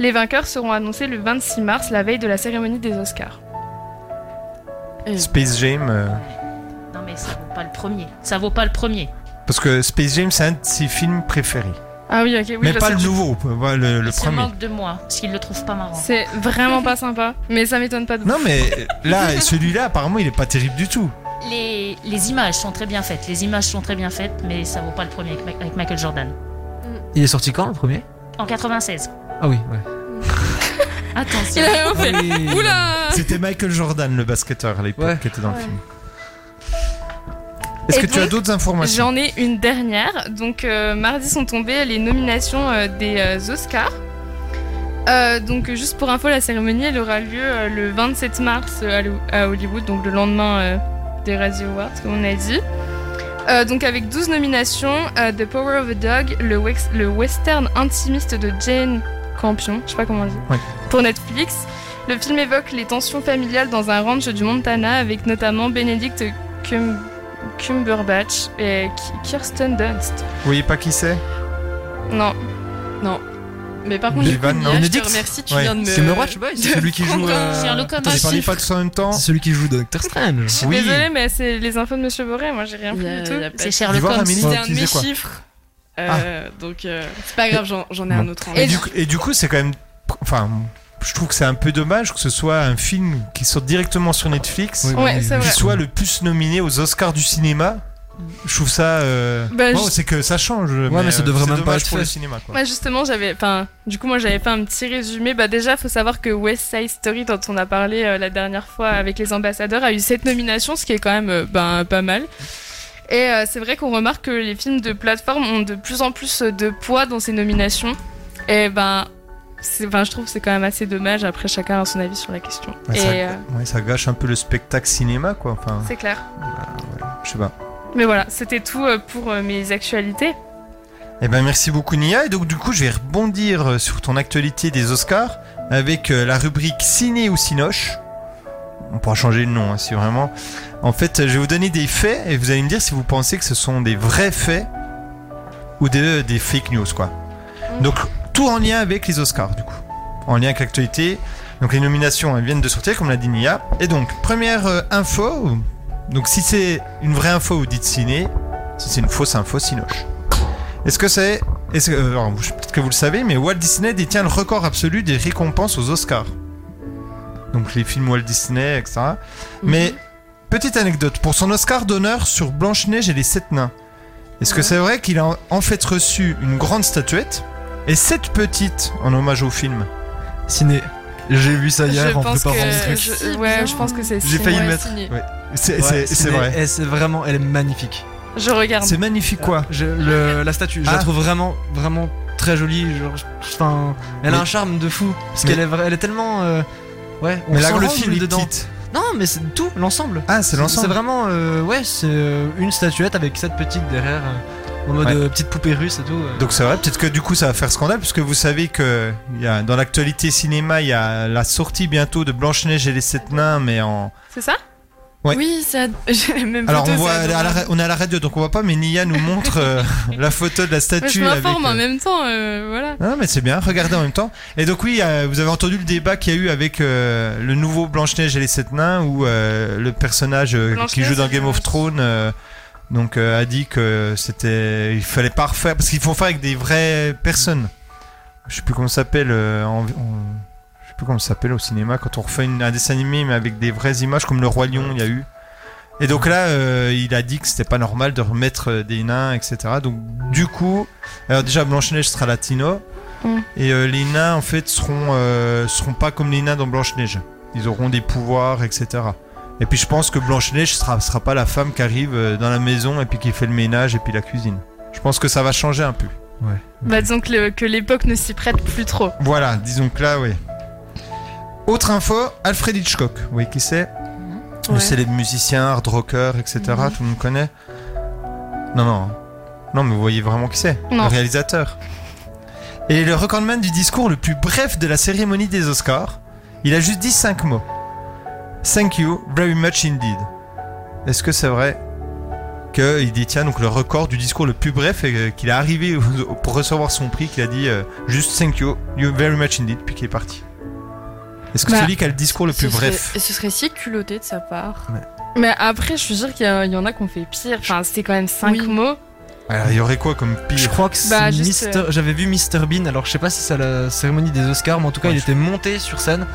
Les vainqueurs seront annoncés le 26 mars, la veille de la cérémonie des Oscars. Space Jam. euh, Non mais ça vaut pas le premier. Ça vaut pas le premier. Parce que Space Jam, c'est un de ses films préférés. Ah oui, ok, oui, mais je pas sais. le nouveau, euh, le, le Il se premier. manque de moi parce qu'il le trouve pas marrant. C'est vraiment pas sympa, mais ça m'étonne pas de vous. Non, mais euh, là, celui-là, apparemment, il est pas terrible du tout. Les, les images sont très bien faites. Les images sont très bien faites, mais ça vaut pas le premier avec, Ma- avec Michael Jordan. Il est sorti quand le premier En 96. Ah oui, ouais. Attention. Il a vraiment fait. Oui. Oula C'était Michael Jordan, le basketteur, à l'époque, Ouais. qui était dans le film. Et Est-ce que tu donc, as d'autres informations J'en ai une dernière. Donc, euh, mardi sont tombées les nominations euh, des euh, Oscars. Euh, donc, euh, juste pour info, la cérémonie elle aura lieu euh, le 27 mars euh, à Lo- à Hollywood, donc le lendemain euh, des Razzie Awards, comme on a dit. Euh, donc, avec 12 nominations, euh, The Power of a Dog, le, wex- le western intimiste de Jane Campion, je sais pas comment on dit, Ouais. pour Netflix. Le film évoque les tensions familiales dans un ranch du Montana avec notamment Benedict Cum- Cumberbatch et Ki- Kirsten Dunst. Vous voyez pas qui c'est Non, Mais par contre, Des du coup, vannes, Nia, non. je te Benedict remercie, tu Ouais. viens de me. C'est Mirage, je sais pas, de c'est celui qui joue. prendre un- euh, Sherlock Holmes. Attendez, Massif. parlez pas tous en même temps. C'est celui qui joue Doctor Strange. je suis Oui. désolée, mais c'est les infos de Monsieur Boré, moi j'ai rien Il y a- vu du il y tout. a pas- C'est C'était Sherlock Dis voir, Holmes. Amélie. un de Tu disais mes quoi Ah. chiffres. Euh, Donc, euh, c'est pas grave, j'en j'en ai un autre en Et tête. du, et du coup, c'est quand même. Enfin, je trouve que c'est un peu dommage que ce soit un film qui sort directement sur Netflix, Oui, Ouais, c'est oui. vrai. qui soit le plus nominé aux Oscars du cinéma. Je trouve ça. euh, Bah, wow, je- c'est que ça change. Ouais, mais ça devrait même pas être pour le fait. cinéma. Quoi. Moi justement j'avais, enfin du coup moi j'avais fait un petit résumé. Bah déjà faut savoir que West Side Story dont on a parlé euh, la dernière fois avec les ambassadeurs a eu sept nominations, ce qui est quand même euh, ben pas mal. Et euh, c'est vrai qu'on remarque que les films de plateforme ont de plus en plus de poids dans ces nominations. Et ben, c'est, ben je trouve que c'est quand même assez dommage. Après chacun a son avis sur la question. Ouais, Et ça- euh, Ouais, ça gâche un peu le spectacle cinéma, quoi. Enfin, c'est clair. je sais pas. Mais voilà, c'était tout euh, pour euh, mes actualités. Eh ben merci beaucoup Nia. Et donc du coup je vais rebondir euh, sur ton actualité des Oscars avec euh, la rubrique ciné ou cinoche. On pourra changer le nom hein, si vraiment. En fait euh, je vais vous donner des faits et vous allez me dire si vous pensez que ce sont des vrais faits ou des, des fake news quoi. Donc tout en lien avec les Oscars du coup. En lien avec l'actualité. Donc les nominations elles viennent de sortir comme l'a dit Nia. Et donc première euh, info. Donc si c'est une vraie info vous dites ciné. Si c'est une fausse info cinoche. Est-ce que c'est. Est-ce que, euh, alors, je- peut-être que vous le savez, mais Walt Disney détient le record absolu des Mhm. récompenses aux Oscars. Donc les films Walt Disney, etc. Mais Petite anecdote, pour son Oscar d'honneur sur Blanche-Neige et les Sept Nains, est-ce que c'est vrai qu'il a en fait reçu une grande statuette et sept petites en hommage au film Ciné. J'ai vu ça hier je en pense que préparant ce truc. je- ouais, je pense que c'est si, J'ai failli ouais. le mettre. signé. C'est Ouais, c'est- c'est ciné. vrai. Et c'est vraiment, elle est magnifique. Je regarde. C'est magnifique quoi Je- le- la statue, je Ah. la trouve vraiment, vraiment très jolie. Genre, je- enfin, elle a Mais- un charme de fou. Parce Mais- qu'elle est, vra- elle est tellement. euh, ouais, on Mais là, s'en le rend film est dedans. petit. Non, mais c'est tout, l'ensemble. Ah, c'est C'est l'ensemble. vraiment, euh, ouais, c'est euh, une statuette avec cette petite derrière, euh, en mode Ouais. euh, petite poupée russe et tout. euh. Donc c'est vrai, peut-être que du coup ça va faire scandale, puisque vous savez que il y a, dans l'actualité cinéma, il y a la sortie bientôt de Blanche-Neige et les Sept Nains, mais en... C'est ça Ouais. Oui, ça. J'ai la même Alors on, photo, voit, c'est à la adorable. ra- on est à la radio, donc on voit pas, mais Nia nous montre euh, la photo de la Ouais, Je statue. avec, m'informe hein, en euh, même temps, euh, voilà. Non, mais c'est bien, regardez en même temps. Et donc oui, euh, vous avez entendu le débat qu'il y a eu avec euh, le nouveau Blanche-Neige et les Sept Nains, où euh, le personnage euh, qui Blanche-Neige, joue dans Game of c'est- Thrones euh, donc, euh, a dit que c'était, il fallait pas refaire, parce qu'il faut faire avec des vraies personnes. Je sais plus comment ça s'appelle, euh, en- en- je sais plus comment ça s'appelle au cinéma, quand on refait une- un dessin animé, mais avec des vraies images, comme le Roi Lion, il y a eu. Et donc là, euh, il a dit que c'était pas normal de remettre euh, des nains, etc. Donc du coup, alors déjà Blanche-Neige sera latino Mm. et euh, les nains en fait seront euh, seront pas comme les nains dans Blanche-Neige. Ils auront des pouvoirs, etc. Et puis je pense que Blanche-Neige sera sera pas la femme qui arrive euh, dans la maison et puis qui fait le ménage et puis la cuisine. Je pense que ça va changer un peu. Bah disons que le- que l'époque ne s'y prête plus trop. Voilà, disons que là, oui. Autre info, Alfred Hitchcock. Vous voyez qui c'est Le Ouais. célèbre musicien, hard rocker, etc. Tout le monde connaît Non, non. Non, mais vous voyez vraiment qui c'est Le Non. réalisateur. Et le recordman du discours le plus bref de la cérémonie des Oscars, il a juste dit cinq mots. Thank you very much indeed. Est-ce que c'est vrai qu'il détient donc le record du discours le plus bref et euh, qu'il est arrivé au- pour recevoir son prix, qu'il a dit euh, juste thank you, you very much indeed, puis qu'il est parti. Est-ce que Bah, celui qui a le discours le plus Ce serait- bref Ce serait si culotté de sa part. Mais après, je suis sûre qu'il y, a- il y en a qu'on fait pire. Enfin, c'était quand même 5 Oui. mots. Alors, il y aurait quoi comme Je pire crois que c'est Bah, juste, Mr. J'avais vu Mr Bean, alors je sais pas si c'est à la cérémonie des Oscars, mais en tout cas, Ouais, il je- était monté sur scène,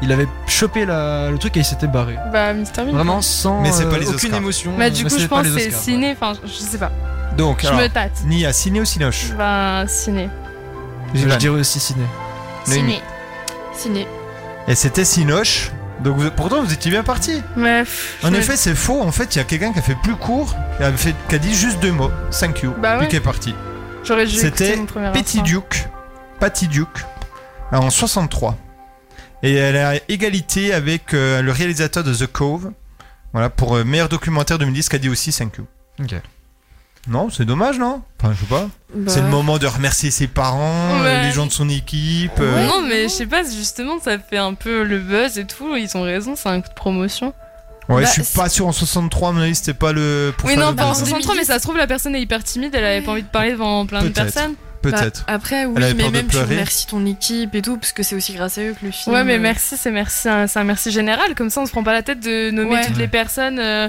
il avait chopé la- le truc et il s'était barré. Bah, Mr. Bean. Vraiment sans Mais c'est pas euh, les aucune Oscars. émotion. euh, Bah, du coup, c'est je pas pense les que c'est Oscars, ouais. ciné. Enfin, je je sais pas. Donc, Je alors, me tâte. ni à ciné ou cinoche Bah, ciné. Je Ivan. dirais aussi ciné. Ciné. Ciné. Et c'était cinoche. Donc vous- pourtant vous étiez bien parti. Mais. pff, je En me- effet, c'est faux. En fait, il y a quelqu'un qui a fait plus court, qui a, fait- qui a dit juste deux mots, thank you, Bah puis ouais. Ah, qui est parti. J'aurais dû C'était écouter mon premier Petit instinct. Duke, Patty Duke, en 63. Et elle est à égalité avec euh, le réalisateur de The Cove, voilà, pour euh, meilleur documentaire 2010, qui a dit aussi thank you. Ok. Non, c'est dommage, non Enfin, je sais pas. Bah, C'est le moment de remercier ses parents, euh, Bah Ouais. les gens de son équipe. euh, Non, mais je sais pas, justement, ça fait un peu le buzz et tout. Ils ont raison, c'est un coup de promotion. Ouais, Bah, je suis c'est- pas sûr en 63, à mon avis, c'était pas le. pour Oui, faire non, le pas en buzz, hein. 63, mais ça se trouve, la personne est hyper timide, elle avait pas envie de parler devant plein de Peut-être. personnes. Peut-être. Bah, après, oui, Elle avait mais peur de même tu pleurer. remercies ton équipe et tout, parce que c'est aussi grâce à eux que le film. Ouais, mais euh, merci, c'est merci, hein, c'est un merci général. Comme ça, on se prend pas la tête de nommer Ouais. toutes les personnes. euh,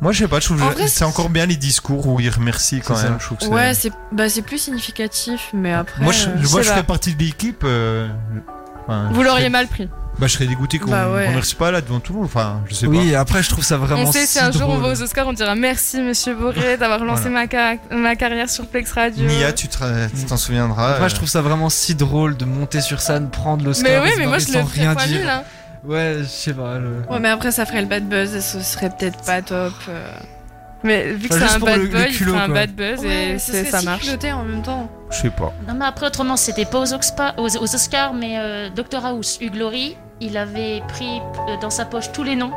Moi, je sais pas, je trouve En que vrai, c'est encore bien les discours où ils remercient quand C'est ça. même. Je trouve que c'est- Ouais, c'est bah, c'est plus significatif, mais après. Moi, je, euh, moi, sais je pas. ferais partie de l'équipe. euh, enfin, Vous je l'auriez serais- mal pris. Bah, je serais dégoûté qu'on Bah ouais. qu'on remercie pas là devant tout le monde. Enfin, je sais Oui, et après, je trouve ça vraiment. on sait, si si un jour on drôle. va aux Oscars, on dira merci, monsieur Boré, d'avoir lancé ma, ca- ma carrière sur Plex pas. Radio. Nia, tu te- tu t'en souviendras. Moi, euh, je trouve ça vraiment si drôle de monter sur scène, prendre l'Oscar. Mais et ouais, se mais moi, barrer je sans le ferais rien fois mille. dire. hein. Ouais, je sais pas. le- Ouais, mais après, ça ferait le bad buzz et ce serait peut-être pas top. euh. Mais vu que Enfin, c'est juste un pour bad le- le buzz, il culot, ferait un quoi. bad buzz et Ouais, ce c'est- serait ça si marche. culotté en même temps. je sais pas. Non, mais après, autrement, c'était pas aux, Oxpa- aux, aux Oscars, mais euh, Dr. House, Hugh Laurie, il avait pris euh, dans sa poche tous les noms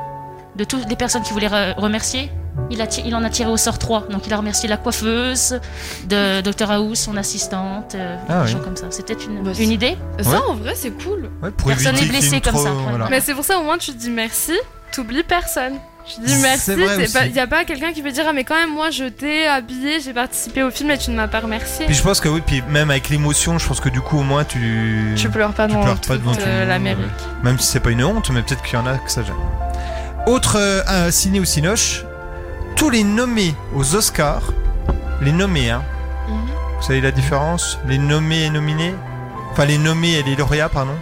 de toutes les personnes qu'il voulait re- remercier. Il, a ti- il en a tiré au sort trois. Donc, il a remercié la coiffeuse de Dr. House, son assistante, euh, Ah des oui. gens comme ça. C'était une, Bah, une idée. Ça, en vrai, c'est cool. Ouais, pour éviter Personne n'est qu'il y ait une blessé comme trop- ça. voilà. Mais c'est pour ça, au moins, tu te dis merci, t'oublies personne. Tu dis C'est merci, vrai c'est aussi. pas- y a pas quelqu'un qui peut dire Ah, mais quand même, moi, je t'ai habillé, j'ai participé au film et tu ne m'as pas remercié. Puis je pense que oui, puis même avec l'émotion, je pense que du coup, au moins, tu. Tu pleures pas tu devant pleures pas toute, devant tout le euh, monde, l'Amérique. Même si c'est pas une honte, mais peut-être qu'il y en a que ça gêne. Autre euh, un ciné ou cinoche, tous les nommés aux Oscars, les nommés, hein. Mhm. Vous savez la différence Les nommés et nominés Enfin, les nommés et les lauréats, pardon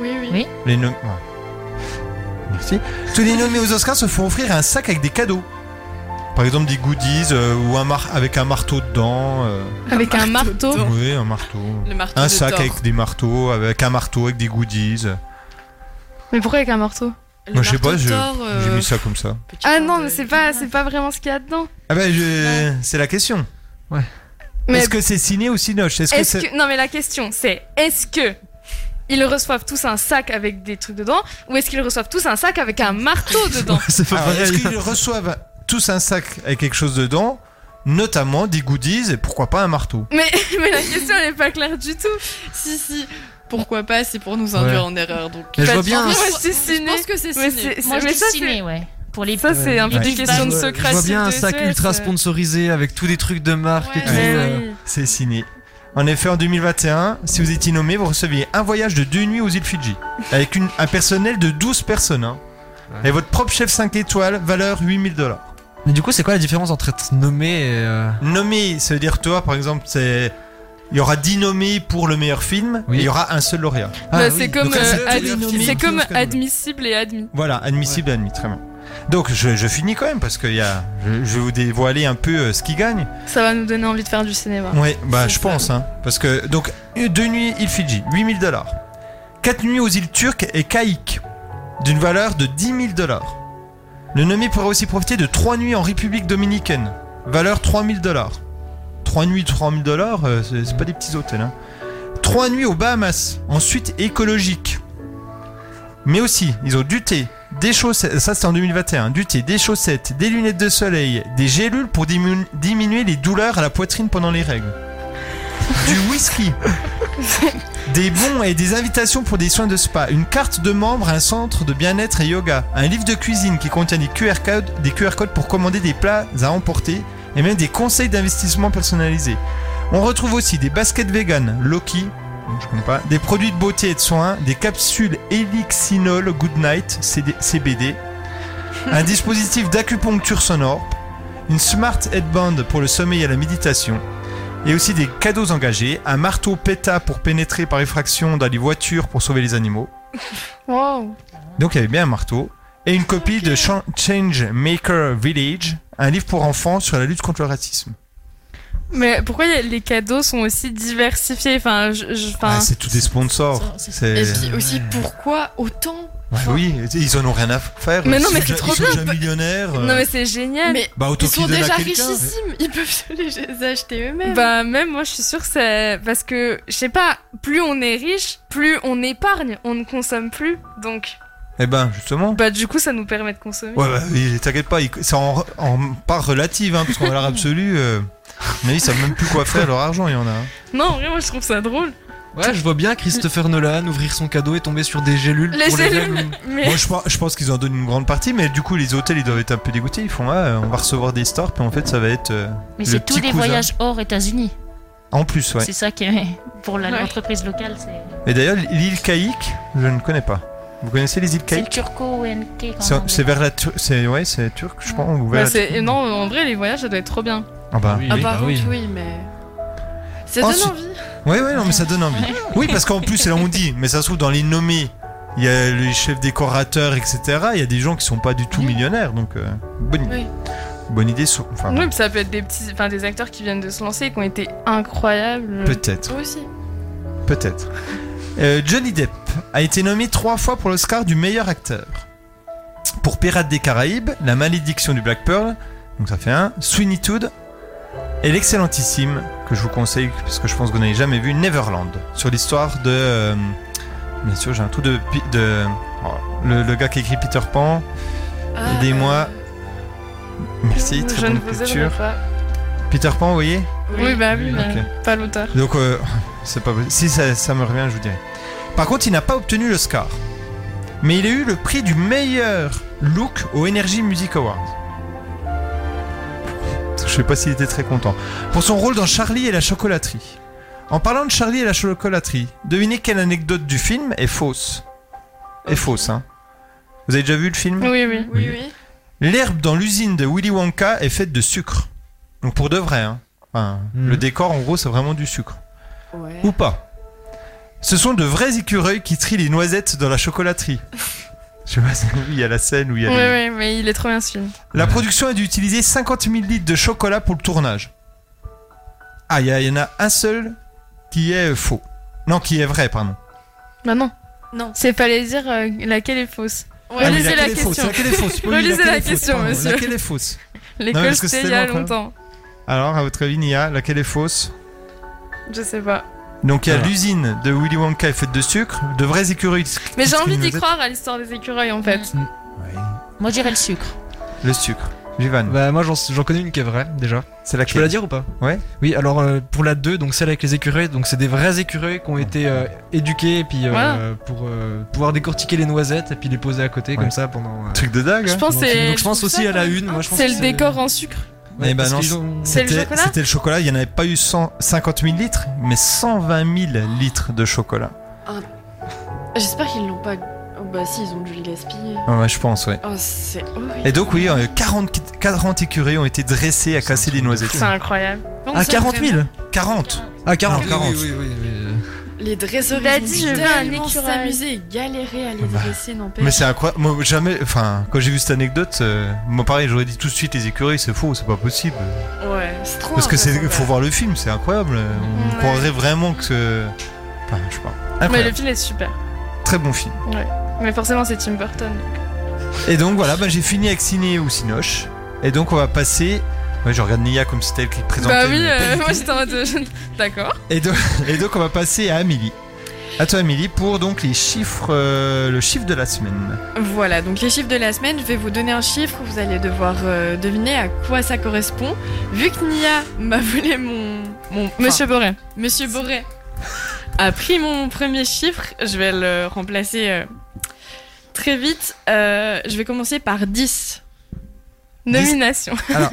Oui, oui. Oui. Les nom- ouais. merci. Tous les nommés aux Oscars se font offrir un sac avec des cadeaux. Par exemple des goodies euh, ou un mar avec un marteau dedans. euh, Avec un marteau. oui, un marteau. Le marteau Un de sac Thor. avec des marteaux, avec un marteau avec des goodies. Mais pourquoi avec un marteau Le Moi je sais marteau pas, de je- Thor, euh, j'ai mis ça comme ça. petit Ah coin non, de- mais c'est pas, c'est pas vraiment ce qu'il y a dedans. Ah ben je... c'est la question. Mais Est-ce que c'est ciné ou cinoche Est-ce que Est-ce c'est que... Non, mais la question, c'est est-ce que ils reçoivent tous un sac avec des trucs dedans ou est-ce qu'ils reçoivent tous un sac avec un marteau dedans C'est pas Alors, est-ce pareil. qu'ils reçoivent tous un sac avec quelque chose dedans, notamment des goodies et pourquoi pas un marteau mais, mais la question, elle est pas claire du tout. Si, si. Pourquoi pas C'est pour nous induire en erreur. Donc. Mais je vois Bah, bien. Moi, un- je suis Je ciné. pense que c'est Mais ciné. c'est- Moi, je mais dis ça, ciné, ouais. Pour les. c'est- ça, c'est un peu Ouais. des Je questions de vois- Je vois Socrates. bien un de sac Suez, ultra euh. sponsorisé avec tous les trucs de marque et Ouais. tout. Mais euh, oui. C'est ciné. En effet, en 2021, si vous étiez nommé, vous receviez un voyage de deux nuits aux îles Fidji, avec une- un personnel de 12 personnes. hein. Ouais. Et votre propre chef 5 étoiles, valeur 8000 dollars. Mais du coup, c'est quoi la différence entre être nommé et. euh, Nommé, ça veut dire toi, par exemple, c'est... Il y aura 10 nommés pour le meilleur film, Oui. et il y aura un seul lauréat. Bah, ah, c'est oui. comme, Donc, euh, c'est- admi- nommé c'est qui comme au Scandale. admissible et admis. Voilà, admissible, admis, très bien. Donc je, je finis quand même parce que y a, je, je vais vous dévoiler un peu euh, ce qui gagne. Ça va nous donner envie de faire du cinéma. Ouais, bah C'est je ça. pense, hein. Parce que, donc, une- deux nuits île Fidji, 8000 dollars. Quatre nuits aux îles Turques et Caïques, d'une valeur de 10 000 dollars. Le nommé pourrait aussi profiter de trois nuits en République dominicaine, valeur 3000 dollars. Trois nuits, 3000 dollars, euh, c'est c'est pas des petits hôtels, hein. Trois nuits aux Bahamas, ensuite écologique. Mais aussi, ils ont du thé, des chaussettes, ça c'est en 2021, du thé, des chaussettes, des lunettes de soleil, des gélules pour diminu- diminuer les douleurs à la poitrine pendant les règles. Du whisky, des bons et des invitations pour des soins de spa, une carte de membre à un centre de bien-être et yoga, un livre de cuisine qui contient des QR codes, des QR codes pour commander des plats à emporter et même des conseils d'investissement personnalisés. On retrouve aussi des baskets vegan, Loki, donc je connais pas, des produits de beauté et de soins, des capsules Elixinol Goodnight CD CBD, un dispositif d'acupuncture sonore, une smart headband pour le sommeil et la méditation, et aussi des cadeaux engagés, un marteau PETA pour pénétrer par effraction dans les voitures pour sauver les animaux. Wow. Donc il y avait bien un marteau. Et une copie de Chan- Change Maker Village, un livre pour enfants sur la lutte contre le racisme. Mais pourquoi y a- les cadeaux sont aussi diversifiés Enfin, je, je- enfin, Ah, c'est tous des sponsors. C'est- C'est... Et puis aussi, pourquoi autant Ouais, oui, ils en ont rien à faire. Mais Ils non, mais sont c'est déjà- trop ils sont bien. déjà millionnaires. euh, euh, non mais c'est génial. Mais Bah, autant ils qu'ils sont donnent à déjà quelqu'un. richissimes. Ils peuvent se les acheter eux-mêmes. Bah même moi je suis sûre que c'est parce que je sais pas, plus on est riche, plus on épargne, on ne consomme plus. Donc Eh ben, justement. bah du coup ça nous permet de consommer. Ouais, bah, oui, t'inquiète pas, ils- c'est en, en part relative, hein, parce qu'en valeur absolue, euh, mais ils savent même plus quoi faire, leur argent, il y en a. hein. Non, vraiment je trouve ça drôle. Ouais, je vois bien Christopher Nolan ouvrir son cadeau et tomber sur des gélules. Les pour gélules. règles. Mais Moi, je, pense- je pense qu'ils en donnent une grande partie, mais du coup, les hôtels, ils doivent être un peu dégoûtés. Ils font, ah, euh, on va recevoir des stars, puis en fait, ça va être. euh, Mais le c'est tous petit des cousin. voyages hors États-Unis. En plus, ouais. C'est ça qui est. Pour la- Ouais. l'entreprise locale, c'est. Et d'ailleurs, l'île Caïque, je ne connais pas. Vous connaissez les îles C'est le Caïques Turco NK quand C'est même. c'est vers la Tur- c'est Ouais, c'est turc, je pense. ou vers hein. Bah, la c'est Tur- non, en vrai les voyages ça doit être trop bien. Ah bah. Oui, Ah, oui, par bah oui. contre, oui, mais. Ça Ensuite- donne envie. Ouais, ouais, non, mais ça donne envie. Oui, parce qu'en plus, là, on dit, mais ça se trouve, dans les nommés, il y a les chefs décorateurs, etc. Il y a des gens qui sont pas du tout millionnaires, donc euh, bonne idée. Oui. Bonne idée, so- enfin, Oui, puis ça peut être des petits enfin des acteurs qui viennent de se lancer et qui ont été incroyables. peut-être, Toi aussi. peut-être. Euh, Johnny Depp a été nommé trois fois pour l'Oscar du meilleur acteur. Pour Pirates des Caraïbes, La Malédiction du Black Pearl, donc ça fait un, Sweeney Todd, et l'excellentissime, que je vous conseille, parce que je pense que vous n'avez jamais vu, Neverland, sur l'histoire de... euh, bien sûr, j'ai un trou de... pi- de oh, le, le gars qui écrit Peter Pan, Ah, aidez-moi. Merci, euh, Je très ne bonne vous aiderai culture. pas. Peter Pan, vous voyez euh, Oui, bah oui, oui, mais pas l'auteur. Donc, euh, c'est pas possible. Si ça, ça me revient, je vous dirai. Par contre, il n'a pas obtenu l'Oscar. Mais il a eu le prix du meilleur look au Energy Music Awards. Je sais pas s'il était très content. Pour son rôle dans Charlie et la chocolaterie. En parlant de Charlie et la chocolaterie, devinez quelle anecdote du film est fausse. Est fausse, hein. Vous avez déjà vu le film Oui oui. Oui, oui. L'herbe dans l'usine de Willy Wonka est faite de sucre. Donc pour de vrai, hein. Enfin, Mhm. Le décor, en gros, c'est vraiment du sucre. Ouais. Ou pas. Ce sont de vrais écureuils qui trient les noisettes dans la chocolaterie. Je sais pas, si- oui, il y a la scène où il y a. Ouais, les- ouais, mais il est trop bien ce film. La production a dû utiliser 50 000 litres de chocolat pour le tournage. Ah, il y, a- il y en a un seul qui est faux. Non, qui est vrai, pardon. Bah non. Non. C'est fallait dire euh, laquelle est fausse. Ah oui, Relisez la, laquelle est question. fausse, laquelle est fausse. Oui, Relisez laquelle la est fausse, question, pardon, monsieur. laquelle est fausse. Non, L'école, parce que c'était c'était il y a long, quand même. longtemps. Alors, à votre avis, Nia, laquelle est fausse Je sais pas. Donc, il y a Ah. Voilà. l'usine de Willy Wonka est faite de sucre, de vraies écuries. Mais j'ai envie d'y criminalisatrices- croire à l'histoire des écureuils en fait. Moi, je dirais le sucre. Le sucre. Givan. Bah moi j'en j'en connais une qui est vraie déjà. C'est la Je peux la dire ou pas Ouais. Oui, alors euh, pour la 2, donc celle avec les écureuils, donc c'est des vrais écureuils qui ont été euh, éduqués et puis euh, Voilà. pour euh, pouvoir décortiquer les noisettes et puis les poser à côté Ouais. comme ça pendant. euh, Truc de dingue. Je hein. pense Donc, c'est- donc, je pense aussi à la une, moi, je pense C'est que le c'est- décor en sucre. Ouais, Eh ben parce non, qu'ils ont- C'est le c'était- chocolat C'était le chocolat, il n'y en avait pas eu 150 000 litres, mais 120 000 litres de chocolat. J'espère qu'ils l'ont pas. Oh, bah si, ils ont dû le gaspiller. Ah ouais, je pense, ouais. Oh, c'est horrible. Et donc, oui, euh, 40, 40 écureuils ont été dressés à casser des noisettes. C'est incroyable. Ah, À 40 000 40 À 40 Ah, 40. Oui, oui, oui, oui. Les dresseurs, Il a ils dit, Bah, ont je veux un tellement écureuil. s'amuser et galérer à les Bah, dresser, n'empêche. Mais c'est incroyable. Moi, jamais. Enfin, quand j'ai vu cette anecdote, euh, moi pareil, j'aurais dit tout de suite les écureuils, c'est faux, c'est pas possible. Ouais, c'est trop Parce que c'est. impressionnant. Faut voir le film, c'est incroyable. On Ouais. croirait vraiment que. ce- Enfin, je sais pas. Mais Incroyable. le film est super. Très bon film. Ouais. Mais forcément, c'est Tim Burton. Et donc voilà, ben, j'ai fini avec Ciné ou Cinoche. Et donc on va passer. Ouais, je regarde Nia comme c'était elle qui présentait. Bah oui, mais- euh, moi j'étais en mode. D'accord. Et donc, et donc, on va passer à Amélie. À toi Amélie pour donc les chiffres, euh, le chiffre de la semaine. Voilà, donc les chiffres de la semaine, je vais vous donner un chiffre, vous allez devoir euh, deviner à quoi ça correspond. Vu que Nia m'a volé mon... mon enfin, Monsieur Boré. Monsieur Boré a pris mon premier chiffre, je vais le remplacer euh, très vite. Euh, je vais commencer par 10. Nomination. Alors,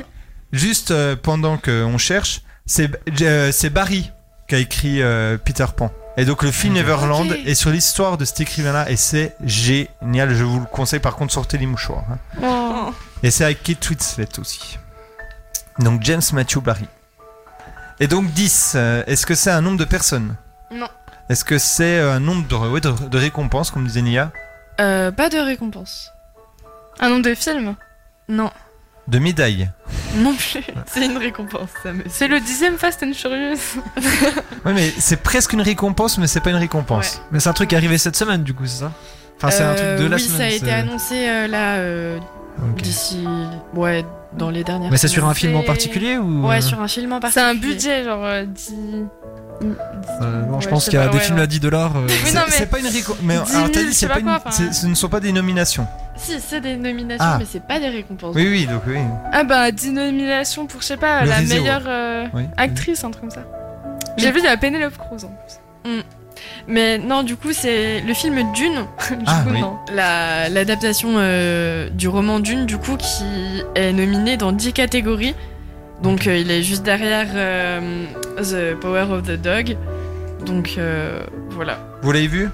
juste euh, pendant qu'on cherche, c'est euh, c'est Barry qui a écrit euh, Peter Pan. Et donc le film Neverland Ok. est sur l'histoire de cet écrivain-là et c'est génial. Je vous le conseille. Par contre, sortez les mouchoirs. hein. Oh. Et c'est avec Kate Winslet aussi. Donc James Matthew Barry. Et donc 10, euh, est-ce que c'est un nombre de personnes Non. Est-ce que c'est euh, un nombre de, ouais, de, de récompenses, comme disait Nia Euh, pas de récompense. Un nom de film Non, De médailles non plus. C'est une récompense, ça me... C'est le dixième Fast and Furious. Oui, mais c'est presque une récompense, mais c'est pas une récompense. Mais c'est un truc arrivé cette semaine du coup, c'est ça Enfin, Ah, c'est un Euh, truc de la oui, semaine. ça a été c'est- annoncé euh, là, euh, Ok. d'ici... Ouais, dans les dernières Mais c'est sur semaines. un film en C'est- particulier ou euh, Ouais, sur un film en C'est particulier. un budget, genre. euh, dix- euh, non, je Ouais, pense sais qu'il y a pas, des ouais, films non. à 10 dollars. euh, Oui, C'est- non, mais- C'est pas une récompense. Mais 10 alors, t'as 000, dit, c'est je sais pas pas une- quoi, enfin. c'est- ce ne sont pas des nominations. Si, c'est des nominations, Ah. mais c'est pas des récompenses. Oui, oui, donc oui. Ah bah, 10 nominations pour, je sais pas, Le la Rizzo. meilleure euh, Oui. actrice, un truc comme ça. J'ai vu, il y a Penelope Cruz hein. en plus. Mais non, du coup, c'est le film Dune, Du Ah, coup, oui. non. la- l'adaptation euh, du roman Dune, du coup, qui est nominé dans 10 catégories. Donc, euh, il est juste derrière euh, The Power of the Dog. Donc, euh, voilà. Vous l'avez vu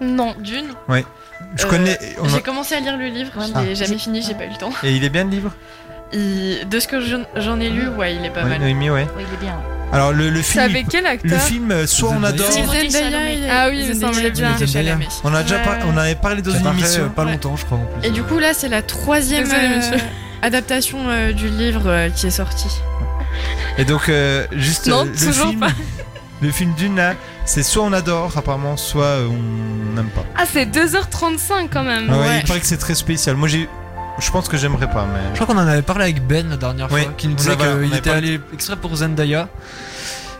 Non. Dune, Je Euh, connais. on a- j'ai commencé à lire le livre, je Ah. l'ai jamais fini, j'ai pas eu le temps. Et il est bien le livre Il- De ce que j'en j'en ai lu, ouais, il est pas Oui, mal. Noémie, ouais. Oui, il est bien. Alors, le, le C'est film. avec quel Le acteur film, euh, soit on The adore. Night. Timothée Zendaya, Chalamet. il est- Ah oui, il me Zendaya, semblait bien. Timothée Chalamet. On, a déjà par- on avait parlé dans ça une paraît, émission. euh, pas Ouais. longtemps, je crois en plus. Et du coup, là, c'est la troisième Désolée, euh, monsieur. adaptation euh, du livre euh, qui est sorti. Et donc, euh, juste Non, euh, le, toujours film, pas. le film Dune, là, c'est soit on adore, apparemment, soit euh, on n'aime pas. Ah, c'est 2h35 quand même. Ah ouais, ouais. Il paraît que c'est très spécial. Moi, j'ai, je pense que j'aimerais pas, mais. Je crois qu'on en avait parlé avec Ben la dernière Oui, fois, qui nous on disait avait- on qu'il avait était parlé. allé exprès pour Zendaya.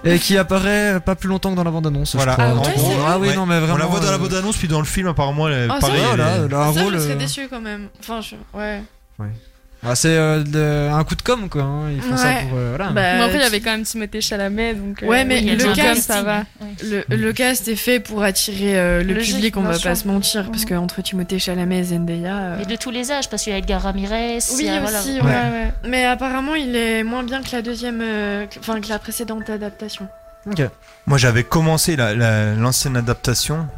Et qui apparaît pas plus longtemps que dans la bande-annonce. je Voilà. crois. Ah En ouais, gros, c'est vrai ah oui, Ouais. non, mais vraiment. on la voit dans la euh, bande annonce, puis dans le film, apparemment, elle est Ah, ça, pareil. Voilà, elle est- elle a un ça, rôle. je serais euh, déçue quand même. Enfin, je... ouais. bah, c'est euh, de- un coup de com quoi. hein, Ils font ça Ouais. pour. euh, voilà. Bah, Bon, après, il y avait quand même Timothée Chalamet, donc. euh, Ouais, mais oui, il y a le James casting. Gunn, ça va. le, le cast est fait pour attirer euh, le Logique, public, on bien va sûr. pas se mentir, parce que entre Timothée Chalamet et Zendaya. euh, Mais de tous les âges, parce qu'il y a Edgar Ramirez. il Oui, y a, voilà. aussi, ouais. Ouais, ouais. Mais apparemment, il est moins bien que la deuxième, euh, que- enfin que la précédente adaptation. Ok. Moi, j'avais commencé la- la- l'ancienne adaptation.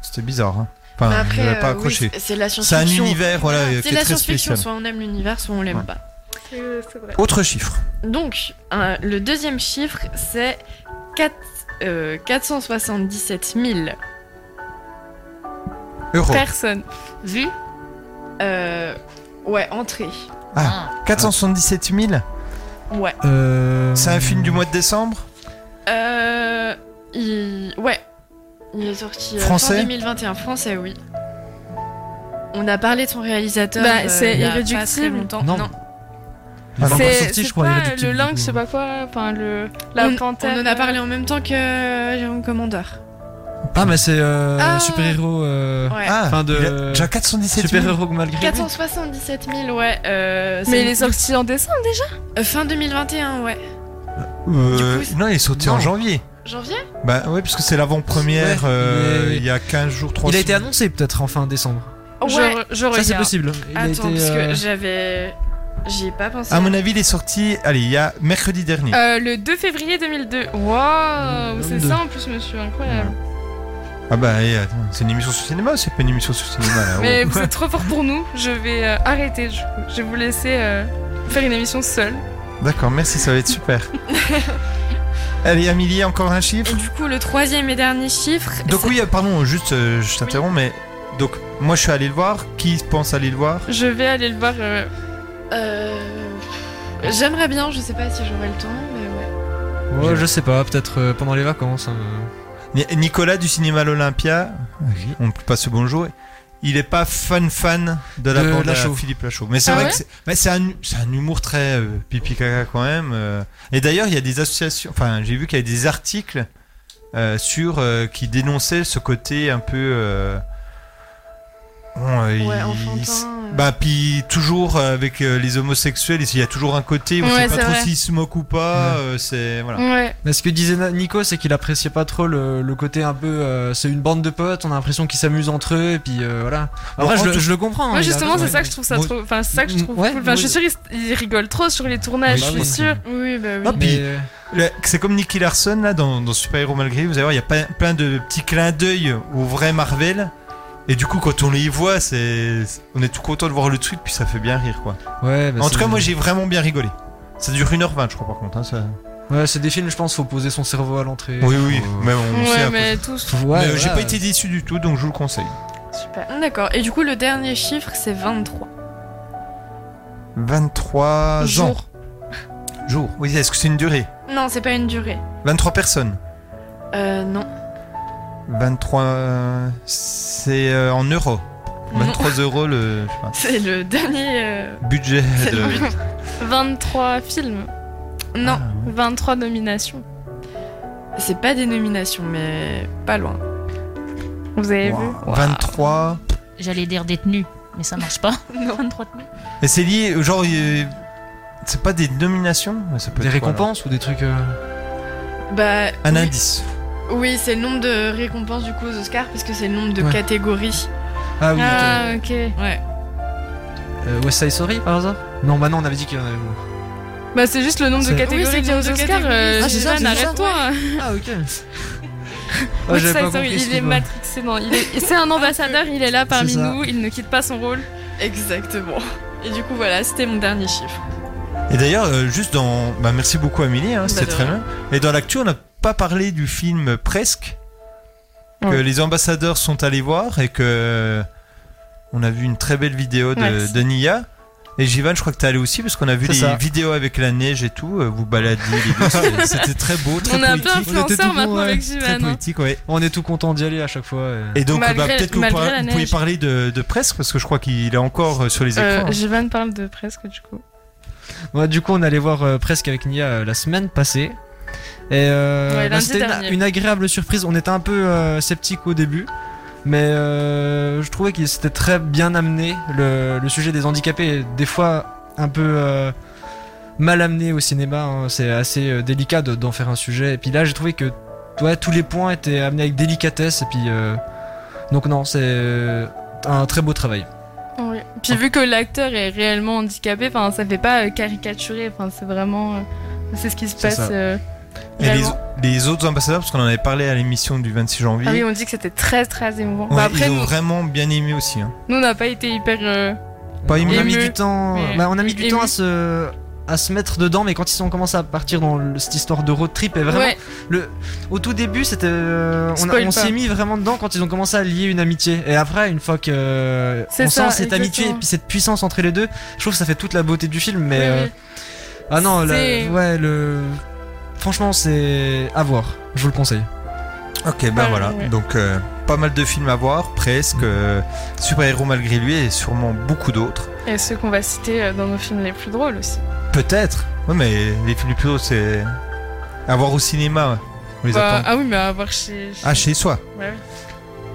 C'était bizarre. hein. Enfin, Mais après, j'avais pas euh, oui, accroché. c'est- c'est la c'est un science-fiction. univers, voilà, euh, qui C'est est la très science-fiction, spécial. soit on aime l'univers, soit on l'aime Ouais. pas. Euh, C'est vrai. Autre chiffre. Donc, un- le deuxième chiffre, c'est quatre- euh, 477 000. Euro. Personne. Vu Euh, ouais, entrée. Ah, 477 000 Ouais. Euh, C'est un film du mois de décembre Euh, il... Ouais. Il est sorti euh, Français fin 2021. Français, oui. On a parlé de son réalisateur. Bah, euh, c'est il y a Pas très irréductible. longtemps. Non. Il est Ah, pas encore C'est sorti, c'est je crois, quoi, Irréductible, le lynx, du je sais pas quoi, enfin le la on, panthère. on en a parlé en même temps que euh, Jérôme Commandeur. Ah, mais c'est euh, Ah. super héros. Euh, Ouais. ah, fin de. il a déjà 417 000. Super héros malgré tout. 477 000, ouais. euh, Mais c'est il une- est sorti en décembre déjà Euh, Fin 2021, ouais. Euh, non, il est sorti en janvier. Janvier Bah ouais, parce que c'est l'avant-première Ouais, euh, il est- il y a 15 jours, 3 Il a été annoncé peut-être en fin décembre. Ouais. Je- je Ça, c'est regarde. possible. Il a Attends, été, parce euh, que j'avais. J'y ai pas pensé. À mon avis, il est sorti, allez, il y a mercredi dernier. Euh, le 2 février 2002. Waouh, c'est 22. ça en plus, monsieur, incroyable. Ah bah, et, attends, c'est une émission sur le cinéma ou c'est pas une émission sur le Ah cinéma là Mais ouais. vous êtes trop fort pour nous. Je vais euh, arrêter. du coup. Je vais vous laisser euh, faire une émission seule. D'accord, merci, ça va être super. allez, Amélie, encore un chiffre Et du coup, le troisième et dernier chiffre. Donc oui, euh, pardon, juste, euh, je t'interromps, mais... Donc, moi, je suis allé le voir. Qui pense aller le voir Je vais aller le voir. euh, Euh, J'aimerais bien, je sais pas si j'aurai le temps, mais ouais. Ouais, je sais pas, peut-être euh, pendant les vacances. hein. Ni- Nicolas du cinéma l'Olympia, on ne peut pas se bonjour. Il est pas fan fan de la De bande à Lachaud. Philippe Lachaud. Mais c'est Ah vrai ouais que c'est- mais c'est un, c'est un humour très euh, pipi caca quand même. euh. Et d'ailleurs, il y a des associations. Enfin, j'ai vu qu'il y a des articles euh, sur euh, qui dénonçaient ce côté un peu. euh, bon, euh, Ouais, il- enfantin, euh. Bah puis toujours euh, avec euh, les homosexuels, il y a toujours un côté où on Ouais, sait pas c'est trop vrai. s'ils se moquent ou pas. euh, c'est voilà. Ouais. Mais ce que disait Na- Nico, c'est qu'il appréciait pas trop le, le côté un peu. euh, c'est une bande de potes, on a l'impression qu'ils s'amusent entre eux, et puis euh, voilà. Bon, Après, en je, le- tout- je le comprends. hein, Moi Ah, il a justement, raison, c'est ça ouais. que je trouve ça Moi- mm, trop. Enfin, c'est ça que je trouve Ouais, cool. Enfin, je moi- suis sûre ils- ils rigolent trop sur les tournages. Oui, je bah suis oui. sûre. Oui, bah oui. Ah, puis, Mais- le- c'est comme Nicky Larson là dans, dans Super Hero Malgré, vous allez voir, il y a plein, plein de petits clins d'œil au vrai Marvel. Et du coup, quand on les voit, c'est, on est tout content de voir le truc, puis ça fait bien rire quoi. Ouais, bah, en tout c'est- cas, moi j'ai vraiment bien rigolé. Ça dure 1h20, je crois, par contre. hein, ça... Ouais, c'est des films, je pense, faut poser son cerveau à l'entrée. Oui, oui, Faut- Euh, mais on sait à Ouais, mais cause- tous. Ouais, Mais, euh, J'ai voilà. pas été déçu du tout, donc je vous le conseille. Super. D'accord. Et du coup, le dernier chiffre, c'est 23. 23 ans. Jour. Jour. Oui, est-ce que c'est une durée Non, c'est pas une durée. 23 personnes. Euh, non. 23. euh, C'est euh, en euros. 23 euros le je sais pas, C'est le dernier. euh, budget C'est de. le 23 films. Ah, Non. 23 nominations. C'est pas des nominations, mais pas loin. Vous avez vu Ah Wow. 23. J'allais dire détenu, mais ça marche pas. Non. 23 détenus. Mais c'est lié, genre, il- c'est pas des nominations, mais ça peut Des être quoi, récompenses ou des trucs. euh, Bah. alors Un oui. indice. Oui, c'est le nombre de récompenses du coup aux Oscars, parce que c'est le nombre de Ouais. catégories. Ah oui, Ah, ok. Ouais. attends. Euh, West Side Story par hasard Non, bah non, on avait dit qu'il y en avait moins. Bah, c'est juste le nombre de C'est- catégories Oui, c'est le qu'il y a nombre aux de Oscars. catégories. euh, Ah, c'est ça, Dylan, c'est ça, arrête-toi. Ah, ok. Ouais, Ah, ça, j'avais pas ça, oui, compris, il est excuse-moi. Ah, matrixé. Non, il est- C'est un ambassadeur, il est là parmi C'est ça. nous, il ne quitte pas son rôle. Exactement. Et du coup, voilà, c'était mon dernier chiffre. Et d'ailleurs, euh, juste dans. Bah, merci beaucoup, Amélie, hein, Bah, c'était de très rien. bien. Et dans l'actu, on n'a pas parlé du film Presque, que Ouais. les ambassadeurs sont allés voir et que. euh, On a vu une très belle vidéo de, Merci. de Nia. Et Jivan, je crois que t'es allé aussi parce qu'on a vu C'est des ça. vidéos avec la neige et tout. euh, Vous baladiez les deux. c'était- C'était très beau, très On hein. est un peu poétique. influenceur tout maintenant bon, ouais. avec Très Jivan. hein. poétique, ouais. On est tout content d'y aller à chaque fois. et- Et donc, Malgré- bah, peut-être que vous, malgré par- la vous pouvez neige. parler de, de presque, parce que je crois qu'il est encore euh, sur les Euh, écrans. Jivan parle de presque du coup. Ouais, du coup, on allait voir euh, presque avec Nia euh, la semaine passée. Et euh, Ouais, lundi c'était une, dernier. une agréable surprise. On était un peu sceptique au début, mais euh, je trouvais que c'était très bien amené. Le, le sujet des handicapés est des fois un peu euh, mal amené au cinéma. hein. C'est assez euh, délicat de- d'en faire un sujet. Et puis là, j'ai trouvé que ouais, tous les points étaient amenés avec délicatesse. Et puis euh, donc non, c'est euh, un très beau travail. Oui. Puis vu que l'acteur est réellement handicapé, enfin ça fait pas euh, caricaturer, enfin c'est vraiment euh, c'est ce qui se C'est ça. passe. euh, Et les, réellement. les autres ambassadeurs, parce qu'on en avait parlé à l'émission du 26 janvier, Ah oui, on dit que c'était très très émouvant. ouais, Bah, après ils ont nous, vraiment bien aimé aussi. hein. nous, on n'a pas été hyper euh, Pas on ému. Bah, a mis Ému. du temps. Mais- bah, on a mis du Ému. temps à se à se mettre dedans, mais quand ils ont commencé à partir dans le- cette histoire de road trip, et vraiment, Ouais. le, au tout début, c'était, euh, on, a- Spoil on pas. s'est mis vraiment dedans quand ils ont commencé à lier une amitié. Et après, une fois que euh, C'est on ça, sent cette amitié et exactement. puis cette puissance entre les deux, je trouve que ça fait toute la beauté du film. Mais Oui, euh, oui. ah non, la- C'est- ouais, le, franchement, c'est à voir. Je vous le conseille. Ok, ben voilà. Donc, euh, pas mal de films à voir, presque. euh, Super Héros malgré lui et sûrement beaucoup d'autres. Et ceux qu'on va citer euh, dans nos films les plus drôles aussi. Peut-être. Ouais, mais les films plutôt, c'est. À voir au cinéma. ouais. On les Bah, attend. ah oui, mais à voir chez. Ah, chez soi. Ouais.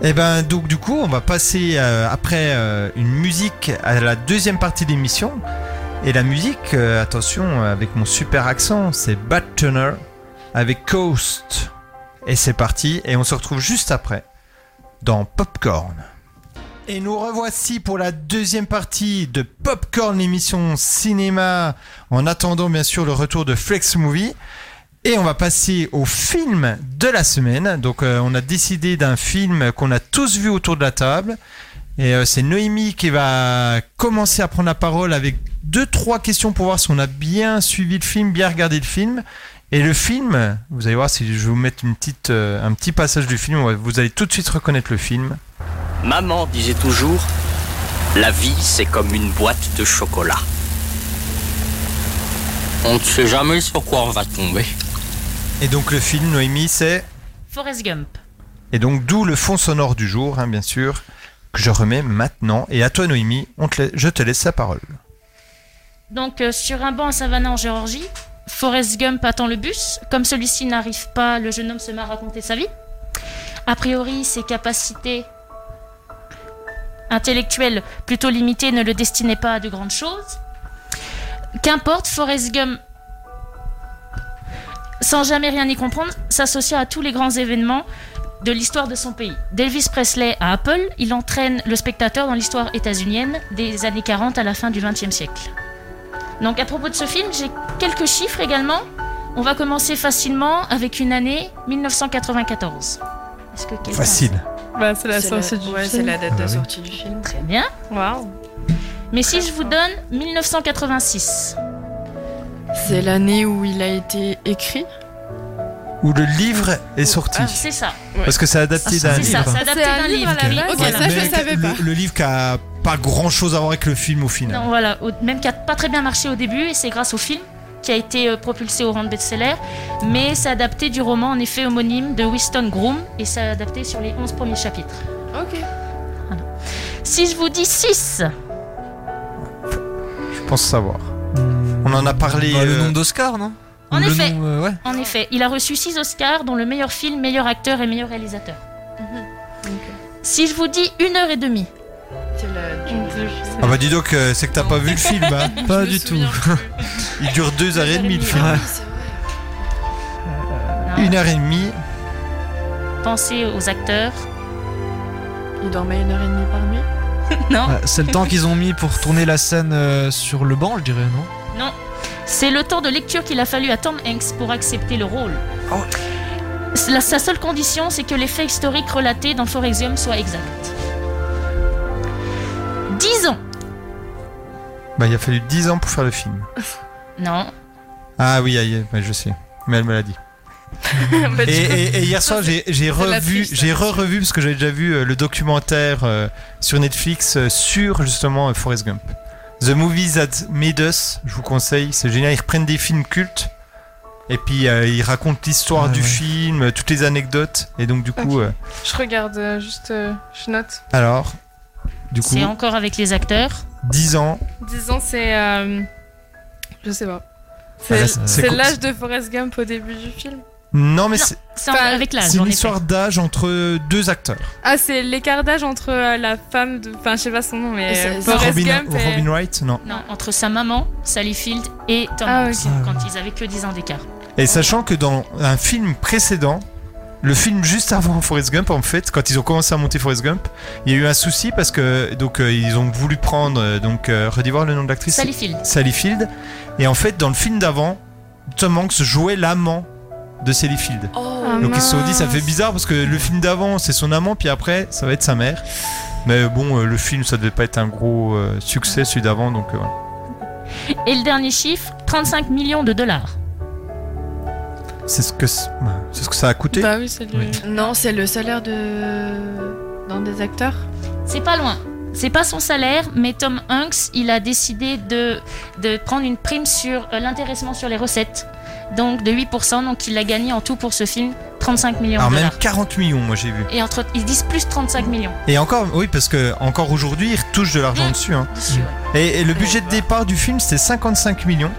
Et ben, donc, du coup, on va passer euh, après euh, une musique à la deuxième partie de l'émission. Et la musique, euh, attention, avec mon super accent, c'est Bad Turner avec Coast. Et c'est parti. Et on se retrouve juste après dans Popcorn. Et nous revoici pour la deuxième partie de Popcorn, l'émission cinéma, en attendant bien sûr le retour de Flex Movie. Et on va passer au film de la semaine. Donc euh, on a décidé d'un film qu'on a tous vu autour de la table. Et euh, c'est Noémie qui va commencer à prendre la parole avec deux, trois questions pour voir si on a bien suivi le film, bien regardé le film. Et le film, vous allez voir si je vais vous mettre une petite, euh, un petit passage du film, vous allez tout de suite reconnaître le film. Maman disait toujours, la vie c'est comme une boîte de chocolat. On ne sait jamais sur quoi on va tomber. Et donc le film, Noémie, c'est... Forrest Gump. Et donc d'où le fond sonore du jour, hein, bien sûr, que je remets maintenant. Et à toi Noémie, on te la- je te laisse la parole. Donc, euh, sur un banc à Savannah en Géorgie, Forrest Gump attend le bus. Comme celui-ci n'arrive pas, le jeune homme se met à raconter sa vie. A priori, ses capacités intellectuelles plutôt limitées ne le destinaient pas à de grandes choses. Qu'importe, Forrest Gump, sans jamais rien y comprendre, s'associa à tous les grands événements de l'histoire de son pays. D'Elvis Presley à Apple, il entraîne le spectateur dans l'histoire états-unienne des années 40 à la fin du XXe siècle. Donc à propos de ce film, j'ai quelques chiffres également. On va commencer facilement avec une année 1994. Est-ce que quelqu'un- Facile. Bah, c'est la C'est sortie la- du ouais, film. c'est la date de Ah bah oui. sortie du film. Très bien. Waouh. Mais si je vous donne 1986. C'est l'année où il a été écrit. Où le livre est sorti. Ah, c'est ça. Parce que c'est adapté d'un C'est ça, livre. c'est adapté Ah, C'est un d'un livre livre. à la base. Oui, Ok, voilà. ça, je le savais Le, le livre qui a pas grand chose à voir avec le film au final. Non, voilà, au- même qui a pas très bien marché au début, et c'est grâce au film qui a été euh, propulsé au rang de best-seller, mais c'est adapté du roman en effet homonyme de Winston Groom, et c'est adapté sur les 11 premiers chapitres. Ok. Si je vous dis 6, Je pense savoir. On en a parlé. euh, Bah, le nombre d'Oscars, non En effet. nom, euh, en effet, il a reçu 6 Oscars, dont le meilleur film, meilleur acteur et meilleur réalisateur. Mhm. Si je vous dis une heure et demie, C'est la du- Ah bah dis donc, euh, c'est que t'as pas vu le film, hein Pas du tout. Il dure deux heures et demie le film. Une heure et demie. pensez aux acteurs. Il dormait une heure et demie par nuit. Non, Ouais, c'est le temps qu'ils ont mis pour tourner la scène euh, sur le banc, je dirais, non non. C'est le temps de lecture qu'il a fallu à Tom Hanks pour accepter le rôle. La- sa seule condition, c'est que les faits historiques relatés dans Forrest Gump soient exacts. 10 ans Bah il a fallu 10 ans pour faire le film. Non. Ah oui, aïe, aïe, ouais, je sais. Mais elle me l'a dit. Bah, et, et- et hier soir, j'ai j'ai c'est de la revu, triche, ça. j'ai re-revu parce que j'avais déjà vu euh, le documentaire euh, sur Netflix euh, sur justement euh, Forrest Gump. The Movies That Made Us, je vous conseille, c'est génial. Ils reprennent des films cultes et puis euh, ils racontent l'histoire Ah, du ouais. film, euh, toutes les anecdotes. Et donc, du coup, euh, Je regarde euh, juste, euh, je note. alors, du coup, C'est encore avec les acteurs. 10 ans. 10 ans, c'est. euh, je sais pas. Ah, C'est là, c'est- c'est c'est- l'âge de Forrest Gump au début du film. Non, mais c'est C'est en- Enfin, avec l'âge. c'est en une effet. histoire d'âge entre deux acteurs. Ah, c'est l'écart d'âge entre euh, la femme de. Enfin, je sais pas son nom, mais. Ah, C'est- euh, c'est- Forrest Robin, Gump. et- Ah, Robin Wright, non. Non, entre sa maman, Sally Field, et Tom Ah, ok. Hanks, Ah, quand ils avaient que 10 ans d'écart. Et sachant que dans un film précédent, le film juste avant Forrest Gump, en fait, quand ils ont commencé à monter Forrest Gump, il y a eu un souci parce que donc euh, ils ont voulu prendre euh, donc euh, redis voir le nom de l'actrice Sally Field. Sally Field. Et en fait, dans le film d'avant, Tom Hanks jouait l'amant de Sally Field. Oh. Ah, donc ils se sont dit ça mince. fait bizarre parce que le film d'avant c'est son amant puis après ça va être sa mère. Mais bon, euh, le film ça devait pas être un gros euh, succès celui d'avant donc euh, voilà. Et le dernier chiffre, 35 millions de dollars. C'est ce que c'est c'est ce que ça a coûté. Bah oui, c'est le- Non, c'est le salaire de. d'un des acteurs. C'est pas loin. C'est pas son salaire, mais Tom Hanks, il a décidé de, de prendre une prime sur euh, l'intéressement sur les recettes, donc de 8%. Donc il a gagné en tout pour ce film 35 millions Alors de même dollars. 40 millions, moi j'ai vu. Et entre, ils disent plus 35 millions. Et encore, oui, parce que encore aujourd'hui, ils retouchent de l'argent dessus. hein. Et, et le budget de départ du film, c'était 55 millions.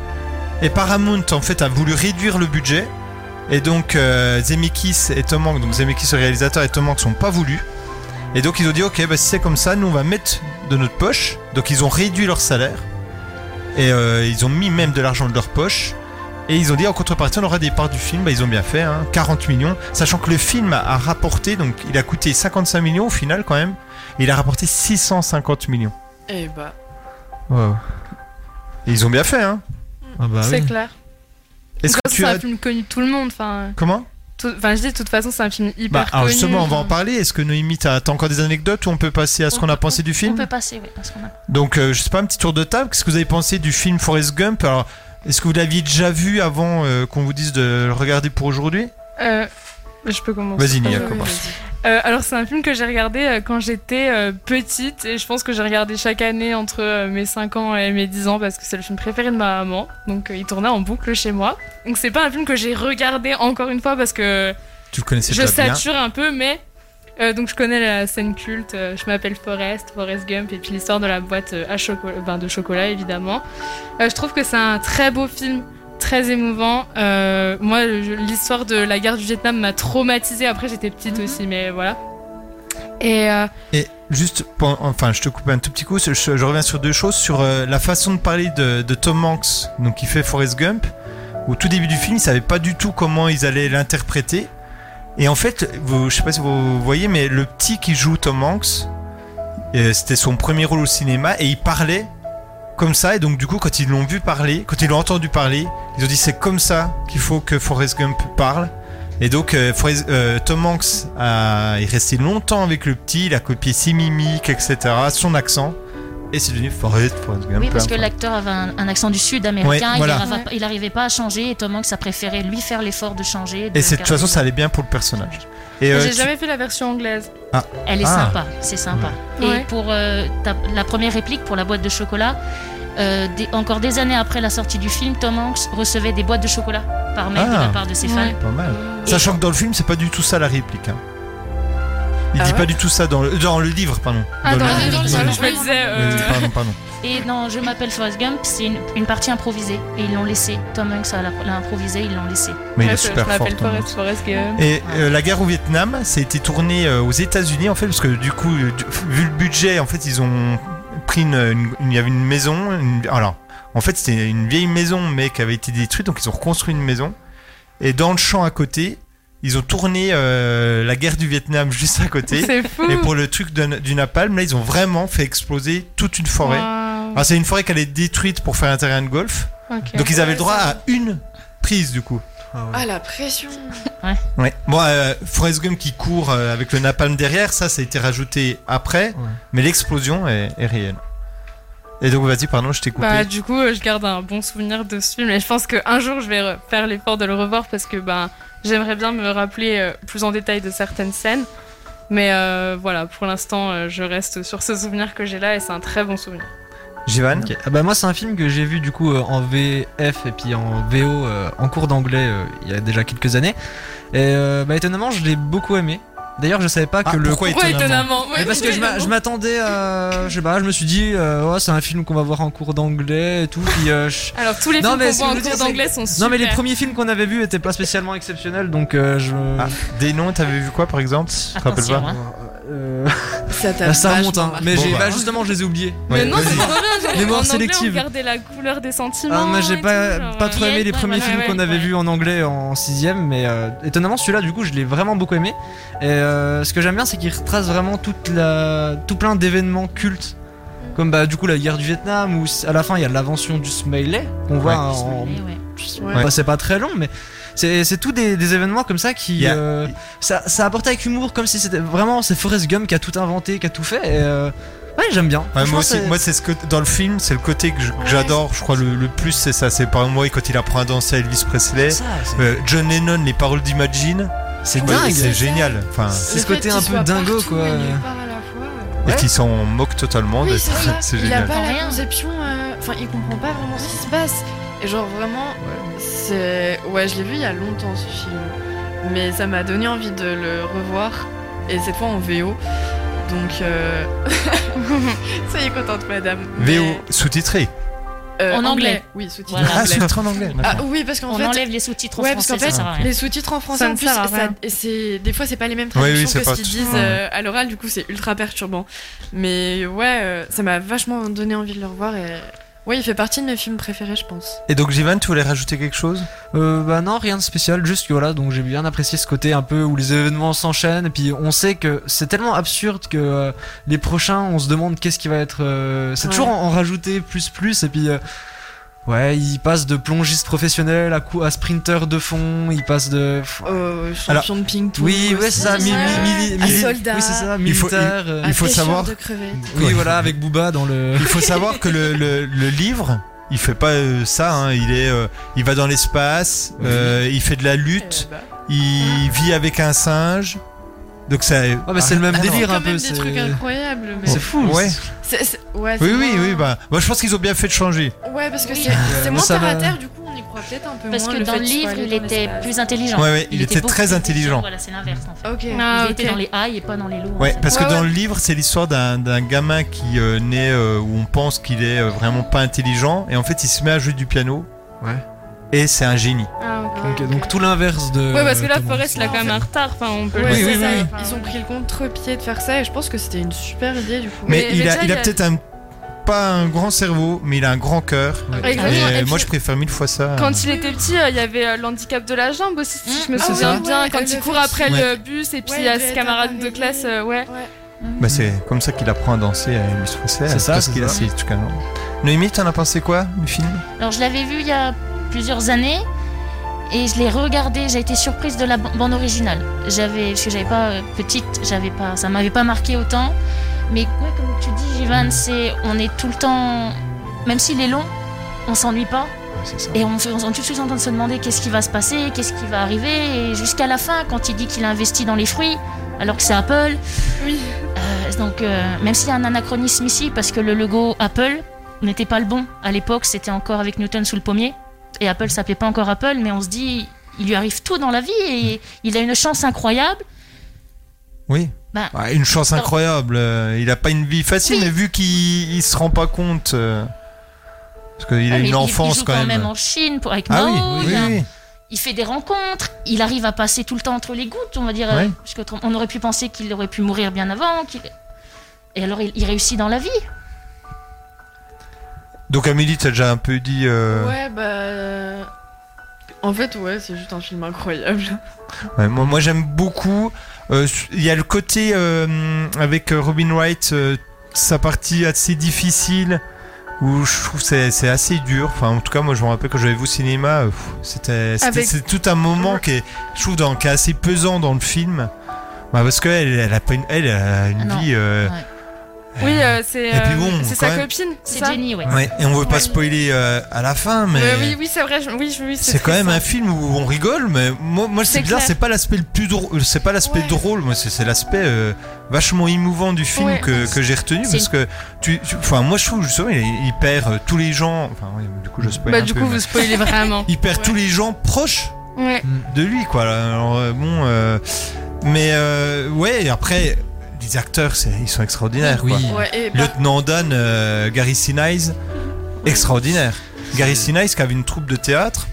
Et Paramount, en fait, a voulu réduire le budget. Et donc, euh, Zemeckis et Tom Hanks, donc Zemeckis le réalisateur et Tom Hanks, sont pas voulu. Et donc, ils ont dit, ok, bah, si c'est comme ça, nous, on va mettre de notre poche. Donc, ils ont réduit leur salaire. Et euh, ils ont mis même de l'argent de leur poche. Et ils ont dit en contrepartie, on aura des parts du film. Bah, ils ont bien fait, hein, 40 millions. Sachant que le film a rapporté, donc il a coûté 55 millions au final quand même. Et il a rapporté 650 millions. Eh bah. Waouh. Et ils ont bien fait, hein. Ah bah c'est clair. Est-ce De toute que façon, tu c'est as. un film connu de tout le monde. Enfin, Comment tout- enfin, je dis de toute façon, c'est un film hyper Bah, alors connu. justement, on va en parler. Est-ce que Noémie, t'as t'as encore des anecdotes ou on peut passer à ce qu'on a pensé du On film peut passer, oui, parce qu'on a. Donc, euh, je sais pas, un petit tour de table. Qu'est-ce que vous avez pensé du film Forrest Gump Alors, est-ce que vous l'aviez déjà vu avant euh, qu'on vous dise de le regarder pour aujourd'hui Euh, je peux commencer. Vas-y, Nia, Ah oui, commence. vas-y. Euh, alors, c'est un film que j'ai regardé euh, quand j'étais euh, petite et je pense que j'ai regardé chaque année entre euh, mes 5 ans et mes 10 ans parce que c'est le film préféré de ma maman. Donc, euh, il tournait en boucle chez moi. Donc, c'est pas un film que j'ai regardé encore une fois parce que Tu le connaissais je pas bien. sature un peu, mais. euh, donc, je connais la scène culte. euh, je m'appelle Forrest, Forrest Gump, et puis l'histoire de la boîte euh, à chocolat, ben, de chocolat, évidemment. Euh, je trouve que c'est un très beau film, très émouvant. Euh, moi, je- l'histoire de la guerre du Vietnam m'a traumatisée. Après, j'étais petite aussi, mais voilà. Et. euh, Et juste, pour- enfin, je te coupe un tout petit coup, je, je reviens sur deux choses. Sur euh, la façon de parler de, de Tom Hanks, donc qui fait Forrest Gump, au tout début du film, ils savaient pas du tout comment ils allaient l'interpréter. Et en fait, vous, je sais pas si vous voyez, mais le petit qui joue Tom Hanks, euh, c'était son premier rôle au cinéma et il parlait comme ça. Et donc, du coup, quand ils l'ont vu parler, quand ils l'ont entendu parler, ils ont dit c'est comme ça qu'il faut que Forrest Gump parle. Et donc, euh, Forrest- euh, Tom Hanks a- est resté longtemps avec le petit, il a copié ses mimiques, etc., son accent. Et c'est devenu Forrest, Forrest Gump. Oui, parce peu que importe. l'acteur avait un, un accent du sud américain, Ouais, voilà. il, arriva- il arrivait pas à changer, et Tom Hanks a préféré lui faire l'effort de changer. Et c'est- de toute façon, ça garder- allait bien pour le personnage. Et, euh, j'ai tu- jamais fait la version anglaise. Ah. Elle est Ah. sympa, c'est sympa. Ouais. Ouais. Et pour euh, ta- la première réplique pour la boîte de chocolat, euh, des- encore des années après la sortie du film, Tom Hanks recevait des boîtes de chocolat par mail de Ah. la part de ses fans. Pas mal. Sachant que dans le film, c'est pas du tout ça la réplique. hein. Il Ah dit ouais pas du tout ça dans le, dans le livre, pardon. Ah, dans le- livre, dans le- pardon. je me disais, euh, Oui, Pardon, pardon. Et non, je m'appelle Forrest Gump, c'est une, une partie improvisée. Et ils l'ont laissé. Tom Hanks a- l'a improvisé, ils l'ont laissé. Mais il est super fort. ton mec. Et euh, la guerre au Vietnam, ça a été tourné euh, aux États-Unis en fait, parce que du coup, euh, du- vu le budget, en fait, ils ont pris une, une- une- il y avait une maison. une- alors, en fait, c'était une vieille maison, mais qui avait été détruite, donc ils ont reconstruit une maison. Et dans le champ à côté, ils ont tourné euh, la guerre du Vietnam juste à côté. C'est fou. Et pour le truc de- du napalm, là, ils ont vraiment fait exploser toute une forêt. Waouh. Alors, c'est une forêt qui allait être détruite pour faire un terrain de golf. Ok. Ah, Donc ils avaient Ouais, le droit ça- à une prise du coup. Ah, la pression Ouais. Bon, euh, Forrest Gump qui court euh, avec le napalm derrière, ça, ça a été rajouté après, mais l'explosion est, est réelle. Et donc, vas-y, pardon, je t'ai coupé. Bah, du coup, euh, je garde un bon souvenir de ce film et je pense qu'un jour je vais re- faire l'effort de le revoir parce que bah, j'aimerais bien me rappeler euh, plus en détail de certaines scènes. Mais euh, voilà, pour l'instant, euh, je reste sur ce souvenir que j'ai là et c'est un très bon souvenir. Jivan Ok. Ah bah moi c'est un film que j'ai vu du coup euh, en VF et puis en VO euh, en cours d'anglais euh, il y a déjà quelques années. Et euh, bah étonnamment je l'ai beaucoup aimé. D'ailleurs je savais pas que Ah, le pourquoi Pourquoi étonnamment Mais parce que je m'a- je m'attendais à je sais pas je me suis dit euh, ouais, c'est un film qu'on va voir en cours d'anglais et tout puis euh, je- Alors, tous les films Non, mais qu'on ce voit que en je veux cours dire, c'est- d'anglais sont Oh, super. Non mais les premiers films qu'on avait vus étaient pas spécialement exceptionnels donc euh, je Des noms, t'avais vu quoi par exemple Je te rappelle hein. pas. Euh, Ça t'a bah, ça remonte vachement hein. Mais Bon, j'ai bah. bah, justement je les ai oubliés. Mais non, vas-y. c'est Trop bien, j'avais vu en Mémoire anglais, sélective. On gardait la couleur des sentiments. Ah, moi j'ai et pas, tout, genre, pas trop ouais. aimé les Ouais, premiers ouais, films ouais, qu'on avait ouais. vus en anglais en 6ème, mais euh, étonnamment celui-là du coup je l'ai vraiment beaucoup aimé. Et euh, ce que j'aime bien c'est qu'il retrace vraiment toute la, tout plein d'événements cultes. Mm. Comme bah, du coup la guerre du Vietnam, où à la fin il y a l'invention du smiley qu'on voit Ouais. Oh. en. Smiley, ouais. Bah, c'est pas très long, mais c'est c'est tout des, des événements comme ça qui. Y a- euh, ça, ça apporte avec humour, comme si c'était vraiment. C'est Forrest Gump qui a tout inventé, qui a tout fait. Et, euh, Ouais, j'aime bien. Ouais, Franchement, moi aussi, c'est- moi c'est ce que dans le film, c'est le côté que je- que j'adore, je crois le, le plus, c'est ça. C'est par exemple moi quand il apprend à danser à Elvis Presley, Ça, c'est- euh, John Lennon, les paroles d'Imagine, c'est dingue. c'est génial. Enfin, C'est ce côté un peu dingo, quoi. Oh, bah, et qui s'en moque totalement. de Oui, ça, c'est ça. c'est il a génial. pas la conception. euh, Enfin, il comprend pas vraiment ce qui se passe. Et genre vraiment, C'est. Ouais, je l'ai vu il y a longtemps ce film. Mais ça m'a donné envie de le revoir. Et cette fois en VO. Donc. euh, Soyez contente, madame. VO sous-titré. Euh, En anglais. Oui, sous-titres. Voilà. Ah, sous-titré en anglais. Ah, d'accord. oui, parce qu'en On fait- enlève les sous-titres en ouais, français, parce qu'en fait, ça sert à rien. les sous-titres en français, Ça en ne plus, sert à ça- rien. et c'est des fois c'est pas les mêmes Oui, oui, traductions c'est que pas ce tout- qu'ils disent ouais. euh, à l'oral. Du coup, c'est ultra perturbant. Mais ouais, euh, ça m'a vachement donné envie de le revoir. Et ouais, il fait partie de mes films préférés, je pense. Et donc Jivan, tu voulais rajouter quelque chose Euh, bah non, rien de spécial, juste que voilà, donc j'ai bien apprécié ce côté un peu où les événements s'enchaînent, et puis on sait que c'est tellement absurde que euh, les prochains, on se demande qu'est-ce qui va être. euh, c'est Ouais. toujours en, en rajouter plus plus, et puis. euh, ouais, il passe de plongiste professionnel à, cou- à sprinter de fond, il passe de. Euh, champion Alors- de ping-pong. Oui, ouais, c'est ça, mi- mi- mi- Un mi- soldat. oui, c'est ça, Il faut- il- militaire. euh, il faut savoir- de crevettes. Oui, voilà, avec Booba dans le. Il faut savoir que le, le- le livre, il fait pas euh, ça. hein. Il est, euh, il va dans l'espace, euh, il fait de la lutte, Ah. il vit avec un singe. Donc ça. Ah, mais c'est le même non. délire, Quand un peu, même des c'est- trucs incroyables. mais- C'est fou, Ouais. C'est- c'est- ouais, Oui, c'est oui, moins- oui. Bah, moi, je pense qu'ils ont bien fait de changer. Ouais, parce que Oui. c'est c'est Euh, moins ça terre va. à terre, du coup, on y croit peut-être un peu Parce moins. que le dans fait le qu'il soit livre, allé il dans était l'espace. plus intelligent. Ouais, ouais, il était beaucoup très plus intelligent. Voilà, c'est l'inverse en fait. Ok. Ah, il était ok. dans les high et pas dans les hein, low. en Ouais, fait. parce Ouais, que dans ouais. le livre, c'est l'histoire d'un d'un gamin qui euh, naît euh, où on pense qu'il est euh, vraiment pas intelligent et en fait, il se met à jouer du piano. Ouais. Et c'est un génie. Ah, ok. Donc, donc tout l'inverse de. Ouais, parce que là, Tom Hanks. Forest, il a quand même un retard. Enfin, on peut Ouais, le c'est dire. ça, oui. Ils ont pris le contre-pied de faire ça et je pense que c'était une super idée du coup. Mais, il a, il a peut-être un pas un grand cerveau, mais il a un grand cœur. Ouais, Et, exactement. Et puis- moi, je préfère mille fois ça. Quand il était petit, euh, il y avait euh, l'handicap de la jambe aussi, si je me Ah ouais, souviens ouais, bien. elle quand le il court fait après aussi. le bus et puis Ouais, il y a il ses devait camarades être de classe, euh, ouais. Bah, c'est comme ça qu'il apprend à danser à Elvis Presley. hein, C'est ça, Parce c'est qu'il a ça. ces trucs là. Noémie, t'en as pensé quoi du film Alors je l'avais vu il y a plusieurs années et je l'ai regardé. J'ai été surprise de la ban- bande originale. J'avais, parce que j'avais pas euh, petite, j'avais pas, ça m'avait pas marqué autant. Mais ouais, comme tu dis, Jivan, c'est on est tout le temps, même s'il est long, on s'ennuie pas. Et on, se- on, est tout de suite en train de se demander qu'est-ce qui va se passer, qu'est-ce qui va arriver, et jusqu'à la fin, quand il dit qu'il a investi dans les fruits, alors que c'est Apple. Oui. Euh, donc, euh, même s'il y a un anachronisme ici, parce que le logo Apple n'était pas le bon. À l'époque, c'était encore avec Newton sous le pommier, et Apple s'appelait pas encore Apple, mais on se dit, il lui arrive tout dans la vie, et il a une chance incroyable. Oui. Bah, Ouais, une chance Non. incroyable. euh, Il a pas une vie facile, Oui. mais vu qu'il il se rend pas compte. euh, Parce qu'il a Ah, mais une il- il enfance joue quand même. en Chine pour, avec Ah Mao. oui, il oui, a- oui. il fait des rencontres, il arrive à passer tout le temps entre les gouttes, on va dire. Ouais. euh, Parce que autrement- on aurait pu penser qu'il aurait pu mourir bien avant. qu'il- Et alors il, il réussit dans la vie. Donc Amélie, t'as déjà un peu dit. euh, Ouais, bah. euh, En fait, ouais, c'est juste un film incroyable. Ouais, moi, moi, j'aime beaucoup. Euh, Il y a le côté euh, avec euh, Robin Wright, euh, sa partie assez difficile où je trouve que c'est c'est assez dur. Enfin, en tout cas, moi je me rappelle que j'avais vu au cinéma, euh, pff, c'était c'était- Avec- c'est tout un moment qui est, je trouve, dans- qui est assez pesant dans le film. Bah, parce qu'elle, elle a pas une, elle a une Ah non. vie. euh, Ouais. Oui, euh, c'est Et puis euh, bon, c'est quand sa même. copine, c'est C'est ça Jenny, ouais. ouais, et on veut pas spoiler euh, à la fin, mais. Euh, Oui, oui, c'est vrai. je- Oui, je- oui, C'est quand triste, même hein. un film où on rigole, mais moi, moi C'est c'est bizarre, clair. c'est pas l'aspect le plus drôle, euh, c'est pas l'aspect Ouais. drôle, moi c'est c'est l'aspect euh, vachement émouvant du film Ouais. que, que j'ai retenu C'est parce que tu, tu- enfin moi je trouve justement il, il perd euh, tous les gens, enfin oui, du coup je spoil Bah, un du peu, coup, mais vous spoilez vraiment. il perd tous les gens proches Ouais. de lui quoi. Alors euh, bon, euh, mais euh, ouais et après les acteurs c'est- ils sont Ah extraordinaires quoi. Ouais, et bah, par- Lieutenant Dan, euh, Gary Sinise, extraordinaire. Gary Sinise qui avait une troupe de théâtre,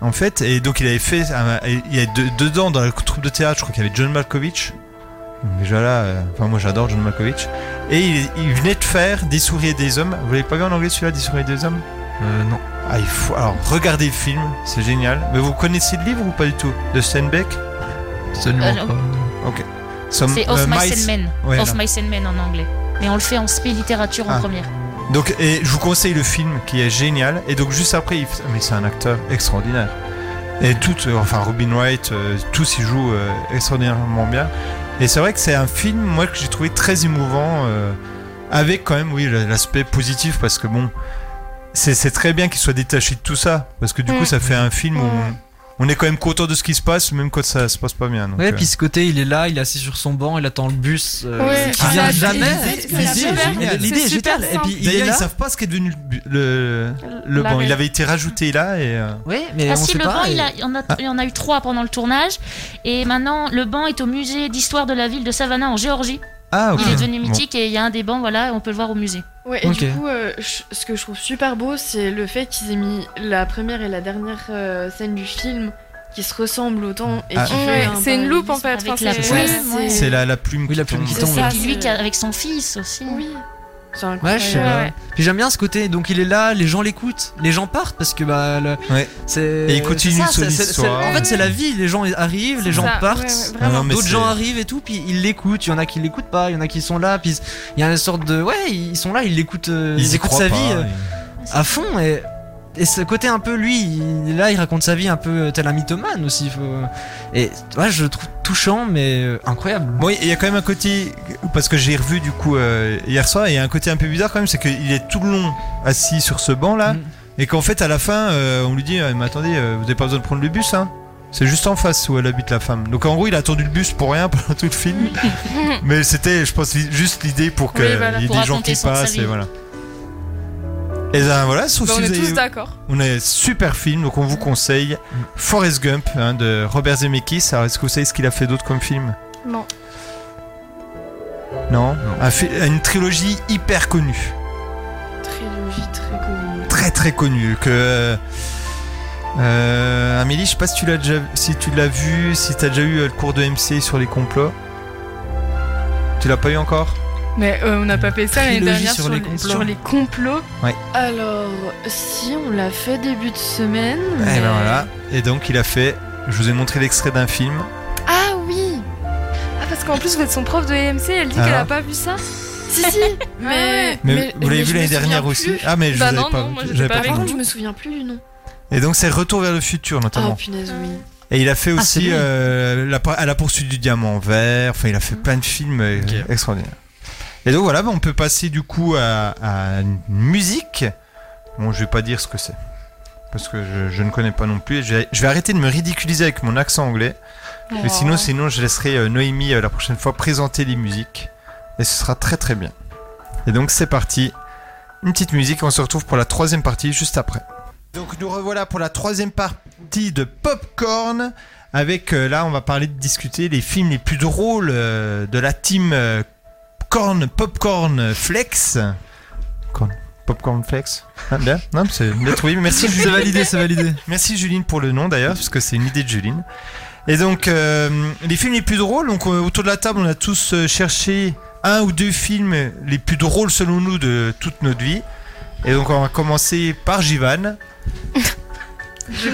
en fait, et donc il avait fait. un- il y a de- dedans, dans la troupe de théâtre, je crois qu'il y avait John Malkovich. Donc Déjà là, euh, enfin moi j'adore John Malkovich. Et il, il venait de faire Des souris et des hommes. Vous l'avez pas vu en anglais celui-là, Des souris et des hommes Euh, non. Ah, il faut. Alors regardez le film, c'est génial. Mais vous connaissez le livre ou pas du tout De Steinbeck Absolument Alors- pas. Ok. Some- Euh, C'est Off euh, Mice Mice- and Men. Ouais, Off là. Mice and Men en anglais. Mais on le fait en spé littérature Ah. en première. Donc, et je vous conseille le film qui est génial. Et donc, juste après, il fait- mais c'est un acteur extraordinaire. Et tout, euh, enfin, Robin Wright, euh, tous ils jouent euh, extraordinairement bien. Et c'est vrai que c'est un film, moi, que j'ai trouvé très émouvant. euh, Avec quand même, oui, le- l'aspect positif parce que bon, c'est c'est très bien qu'il soit détaché de tout ça parce que du coup, Mm. ça fait un film où Mm. on, on est quand même content de ce qui se passe, même quand ça se passe pas bien. donc, Ouais, euh, puis ce côté, il est là, il est assis sur son banc, il attend le bus euh, Ouais, qui ah, vient la- jamais. l'idée- L'idée est l'idée- l'idée géniale. L'idée est est géniale. géniale. Et puis il est d'ailleurs, ils là. savent pas ce qu'est devenu le bu- le, le La banc. Il ré- avait été rajouté là et. euh, Oui, mais ah on si, sait le pas, euh, banc, et- il, a, il y en Ah. a, il y en a eu trois pendant le tournage. Et maintenant, le banc est au musée d'histoire de la ville de Savannah en Géorgie. Ah, ok. Il est devenu Bon. mythique et il y a un des bancs, voilà, on peut le voir au musée. Ouais, et Ok. du coup, euh, je- ce que je trouve super beau, c'est le fait qu'ils aient mis la première et la dernière euh, scène du film qui se ressemblent autant et Ah. qui Ouais, fait un c'est une parallélisme loupe, en fait. avec Enfin, la c'est- plume. Ouais, C'est la, la plume qui tombe. qui tombe. C'est lui qui a- avec son fils aussi. Oui. C'est Ouais, je sais pas. Puis j'aime bien ce côté, donc il est là, les gens l'écoutent, les gens partent parce que bah. le- C'est. Et il continue c'est ça, son c'est- c'est- histoire. c'est- En fait, c'est la vie, les gens arrivent, les gens ça, partent, ouais, ouais, vraiment. Non, mais d'autres c'est- gens arrivent et tout, puis ils l'écoutent. Il y en a qui l'écoutent pas, il y en a qui sont là, puis il y a une sorte de. Ouais, ils sont là, ils l'écoutent, euh, Ils ils y écoutent croient sa pas, hein. vie euh, et- à fond et. Et ce côté un peu lui, il est là, il raconte sa vie un peu euh, tel un mythomane aussi. faut- euh, Et ouais, je le trouve touchant, mais euh, incroyable. Bon, il y a quand même un côté, parce que j'ai revu du coup euh, hier soir, et il y a un côté un peu bizarre quand même, c'est qu'il est tout le long assis sur ce banc là, et qu'en fait à la fin, euh, on lui dit euh, Mais attendez, euh, vous n'avez pas besoin de prendre le bus, hein C'est juste en face où elle habite la femme. Donc en gros, il a attendu le bus pour rien pendant tout le film, mais c'était, je pense, li- juste l'idée pour qu'il Oui, voilà, y ait pour des gens raconter qui son- sa passent, vie. et voilà. Et ben voilà, sauf Bah, si on vous est tous avez- d'accord. on est super film, donc on vous conseille Forrest Gump hein, de Robert Zemeckis. Alors est-ce que vous savez ce qu'il a fait d'autre comme film Non. Non, Un fi- Une trilogie hyper connue, Trilogie très connue. très très connue. Que euh, Amélie, je sais pas si tu l'as déjà, si tu l'as vu, si t'as déjà eu euh, le cours de MC sur les complots. Tu l'as pas eu encore Mais euh, on n'a pas fait ça l'année Trilogie dernière sur sur, les les complots. sur les complots. Ouais. Alors, si on l'a fait début de semaine. Et mais- ben voilà. Et donc il a fait. Je vous ai montré l'extrait d'un film. Ah oui Ah parce qu'en plus vous êtes son prof de EMC, elle dit Ah. qu'elle a pas vu ça Si si Mais, Mais vous l'avez vu l'année dernière aussi Ah, mais je bah vous avais non, pas- non, moi, j'avais j'étais pas pas. Par vu. contre, je me souviens plus du nom. Et donc c'est Retour vers le futur notamment. Oh punaise, oui. Et il a fait Ah, c'est aussi lui. euh, la, à la poursuite du diamant vert. Enfin, il a fait Ah. plein de films euh, extraordinaires. Et donc voilà, bah, on peut passer du coup à, à une musique. Bon, je vais pas dire ce que c'est parce que je, je ne connais pas non plus. Et Je vais, je vais arrêter de me ridiculiser avec mon accent anglais. Mais Oh. sinon, sinon, je laisserai euh, Noémie euh, la prochaine fois présenter les musiques et ce sera très très bien. Et donc c'est parti. Une petite musique. On se retrouve pour la troisième partie juste après. Donc nous revoilà pour la troisième partie de Popcorn. Avec euh, là, on va parler de discuter les films les plus drôles euh, de la team euh, Corn Popcorn euh, Flex. Corn, popcorn Flex. Ah, bien. Non, c'est bien trouvé. Merci. C'est Juline. validé, c'est validé. Merci Juline pour le nom d'ailleurs, parce que c'est une idée de Juline. Et donc euh, les films les plus drôles. Donc euh, autour de la table, on a tous euh, cherché un ou deux films les plus drôles selon nous de toute notre vie. Et donc on va commencer par Jivan.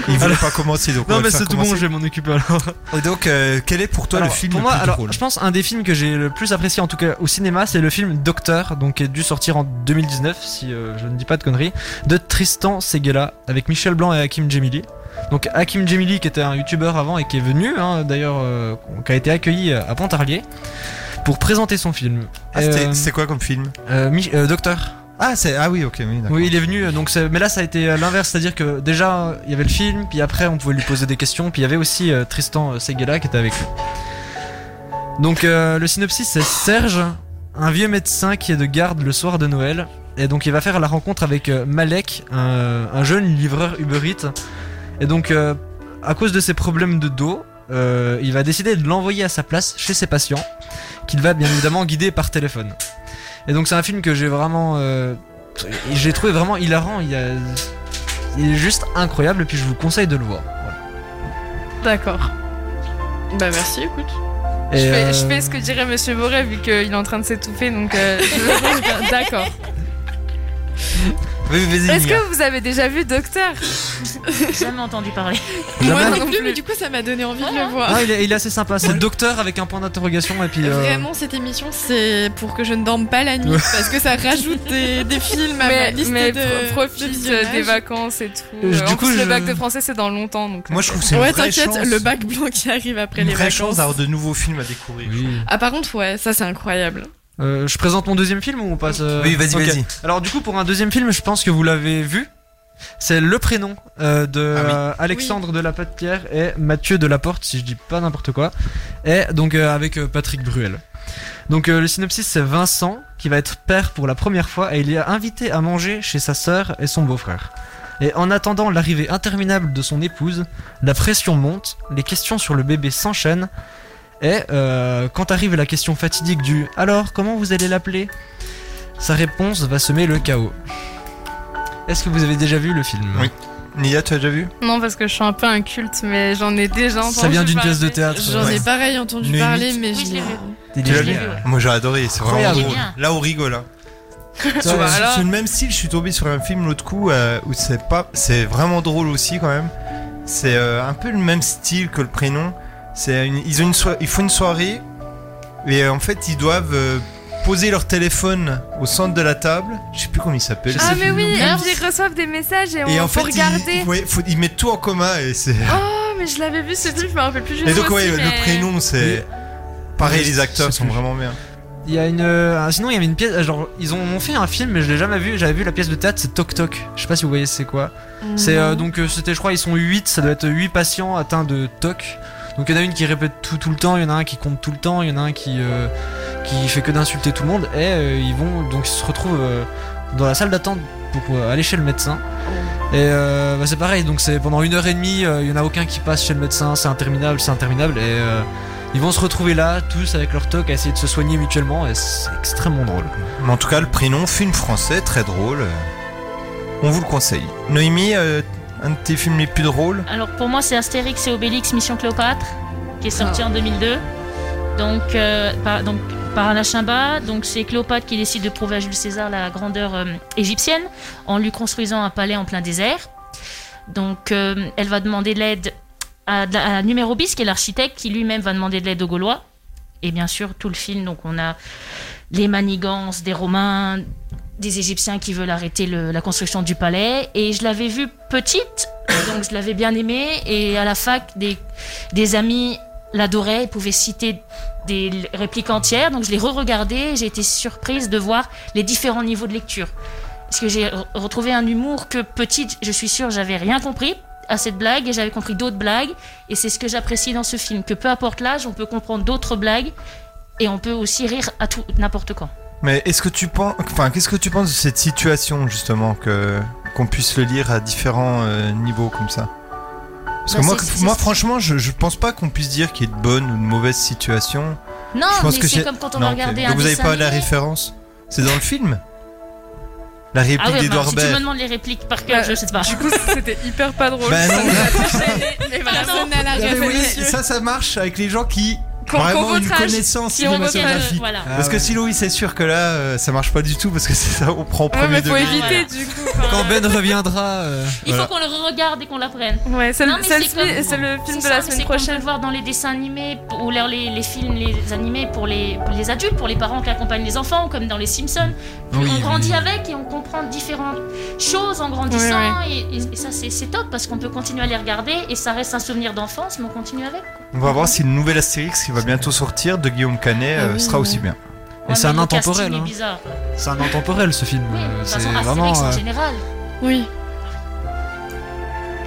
Il voulait pas commencer donc. on Non va mais le faire c'est tout bon, commencer. je vais m'en occuper alors. Et donc, euh, quel est pour toi Alors, le film pour le moi, plus alors, drôle Je pense un des films que j'ai le plus apprécié en tout cas au cinéma, c'est le film Docteur, donc qui est dû sortir en 2019 si euh, je ne dis pas de conneries, de Tristan Seguela avec Michel Blanc et Hakim Djemili. Donc Hakim Djemili qui était un youtubeur avant et qui est venu hein, d'ailleurs, euh, qui a été accueilli euh, à Pontarlier pour présenter son film. Ah, c'était- Euh, c'était quoi comme film euh, Mi- euh, Docteur. Ah, c'est ah oui, ok, oui, d'accord. Oui, il est venu. euh, Donc, c'est- mais là, ça a été euh, l'inverse, c'est-à-dire que déjà euh, il y avait le film, puis après on pouvait lui poser des questions, puis il y avait aussi euh, Tristan euh, Seguela qui était avec lui. Donc, euh, le synopsis, c'est Serge, un vieux médecin qui est de garde le soir de Noël, et donc il va faire la rencontre avec euh, Malek, un, un jeune livreur Uber Eats, et donc euh, à cause de ses problèmes de dos. euh, il va décider de l'envoyer à sa place chez ses patients, qu'il va bien évidemment guider par téléphone. Et donc c'est un film que j'ai vraiment, euh, j'ai trouvé vraiment hilarant. Il, y a- il est juste incroyable. Et puis je vous conseille de le voir. Voilà. D'accord. Bah merci, écoute. Et, Je fais, euh, je fais ce que dirait Monsieur Boré vu qu'il est en train de s'étouffer donc euh, je- D'accord. Oui, vas-y, Est-ce Mia. que vous avez déjà vu Docteur Jamais entendu parler. Moi Jamais. non plus, mais du coup, ça m'a donné envie de le voir. Ah, il, est, il est assez sympa. C'est le docteur avec un point d'interrogation et puis. euh, Vraiment, cette émission, c'est pour que je ne dorme pas la nuit Ouais. parce que ça rajoute des, des films à Ah, ma Mais, liste mais de. pro- de profite euh, visionnage. des vacances et tout. Euh, en du coup, plus, le je- bac de français c'est dans longtemps donc. euh. Moi, je trouve que c'est une ouais, vraie t'inquiète, chance. le bac blanc qui arrive après une les vraie vacances. chance d'avoir de nouveaux films à découvrir. Ah, par contre, ouais, ça c'est incroyable. Euh, je présente mon deuxième film ou on passe euh, Oui, vas-y, ok. vas-y. Alors du coup, pour un deuxième film, je pense que vous l'avez vu. C'est le prénom euh, de euh, Alexandre de la Pâtière et Mathieu de la Porte, si je dis pas n'importe quoi. Et donc euh, avec euh, Patrick Bruel. Donc euh, le synopsis, c'est Vincent qui va être père pour la première fois et il est invité à manger chez sa sœur et son beau-frère. Et en attendant l'arrivée interminable de son épouse, la pression monte, les questions sur le bébé s'enchaînent et euh, quand arrive la question fatidique du Alors, comment vous allez l'appeler Sa réponse va semer le chaos. Est-ce que vous avez déjà vu le film Oui. Nia, tu as déjà vu Non, parce que je suis un peu inculte, mais j'en ai déjà entendu. Ça vient d'une parler. pièce de théâtre. bah, J'en ai Ouais. pareil entendu Nuit. parler, mais Oui, je je l'ai l'ai vu, Tu Je l'as l'ai vu vu, ouais. Moi j'ai adoré, c'est vraiment Incroyable. drôle. Bien. Là on rigole. Hein. Ça sur, va, alors sur le même style, je suis tombé sur un film l'autre coup euh, où c'est pas, c'est vraiment drôle aussi quand même. C'est euh, un peu le même style que le prénom. C'est une- ils ont une soi- ils font une soirée et euh, en fait ils doivent euh, poser leur téléphone au centre de la table. Je sais plus comment il s'appelle. Ah, ce mais film. oui, et puis ils reçoivent des messages et, Et on en fait faut regarder. ils, ouais, faut- ils mettent tout en commun et c'est. Oh, mais je l'avais vu ce truc, je me rappelle plus du et nom donc ouais, aussi, le- mais- le prénom c'est pareil, les acteurs sont vraiment bien. Il y a une. euh, sinon, il y avait une pièce. euh, Genre, ils ont, ont fait un film, mais je l'ai jamais vu. J'avais vu la pièce de théâtre, c'est Toc Toc. Je sais pas si vous voyez c'est quoi. C'est Mhm. euh, Non. donc euh, c'était, je crois, ils sont 8 Ça doit être 8 patients atteints de Toc. Donc il y en a une qui répète tout tout le temps, il y en a un qui compte tout le temps, il y en a un qui euh, qui fait que d'insulter tout le monde. Et euh, ils vont donc ils se retrouvent euh, dans la salle d'attente pour euh, aller chez le médecin. Oh. Et euh, bah, c'est pareil, donc c'est pendant une heure et demie, euh, il y en a aucun qui passe chez le médecin, c'est interminable, c'est interminable, et euh, ils vont se retrouver là, tous avec leur toc, à essayer de se soigner mutuellement, et c'est extrêmement drôle. Mais en tout cas, le prénom, film français, très drôle. euh, On vous le conseille. Noémie, euh, un de tes films les plus drôles Alors pour moi, c'est Astérix et Obélix Mission Cléopâtre, qui est sorti en 2002. Donc, euh, par, donc par Alain Chabat. Donc c'est Cléopâtre qui décide de prouver à Jules César la grandeur euh, égyptienne en lui construisant un palais en plein désert. Donc euh, elle va demander de l'aide à, à Numérobis, qui est l'architecte, qui lui-même va demander de l'aide aux Gaulois. Et bien sûr, tout le film, donc on a les manigances des Romains, des Égyptiens qui veulent arrêter le- la construction du palais. Et je l'avais vu petite, donc je l'avais bien aimé. Et à la fac, des, des amis l'adoraient, ils pouvaient citer des l- répliques entières. Donc je l'ai re-regardé et j'ai été surprise de voir les différents niveaux de lecture. Parce que j'ai re- retrouvé un humour que petite, je suis sûre, j'avais rien compris à cette blague et j'avais compris d'autres blagues. Et c'est ce que j'apprécie dans ce film, que peu importe l'âge, on peut comprendre d'autres blagues et on peut aussi rire à tout n'importe quand. Mais est-ce que tu penses, enfin, qu'est-ce que tu penses de cette situation justement que qu'on puisse le lire à différents euh, niveaux comme ça Parce Bah, que moi, c'est- que- c'est- moi, franchement, je, je pense pas qu'on puisse dire qu'il y ait de bonne ou de mauvaise situation. Non, je pense mais que c'est comme quand on Non, va ok. regarder un Donc vous avez dessin pas la animé. référence C'est dans le film. La réplique Ah ouais, bah, d'Edouard si tu Baird. me demandes les répliques par cœur, je sais pas. Du coup, c'était hyper pas drôle. Bah non. Mais voilà, personne n'a la Ah, mais oui, référence. ça, ça marche avec les gens qui Qu'on- ont vraiment qu'on une votre âge, connaissance qui ont bah, euh, votre âge, cinématographique. voilà. Ah Parce que ouais. si Louis, c'est sûr que là, euh, ça marche pas du tout parce que c'est ça, on prend au Ouais, premier Ah, mais faut degré. éviter du coup. Quand Ben reviendra. euh, Il faut qu'on le regarde et qu'on l'apprenne. Ouais, c'est Non, le- mais c'est le comme- smi- c'est le film c'est de ça, la mais semaine c'est qu'on peut le voir dans les dessins animés p- ou les, les, les films, les animés pour les, pour les adultes, pour les parents qui accompagnent les enfants, comme dans les Simpsons. Ah Plus Oui, on oui. grandit avec et on comprend différentes choses en grandissant. Et, et- et ça, c'est c'est top parce qu'on peut continuer à les regarder et ça reste un souvenir d'enfance, mais on continue avec. On va voir si le nouvel Astérix qui va bientôt sortir de Guillaume Canet euh, Ah oui, sera oui. aussi bien. Et c'est un Le casting intemporel. est hein. bizarre. C'est un intemporel ce film. Oui, euh, de toute c'est façon, Astérix vraiment. en euh, général. Oui.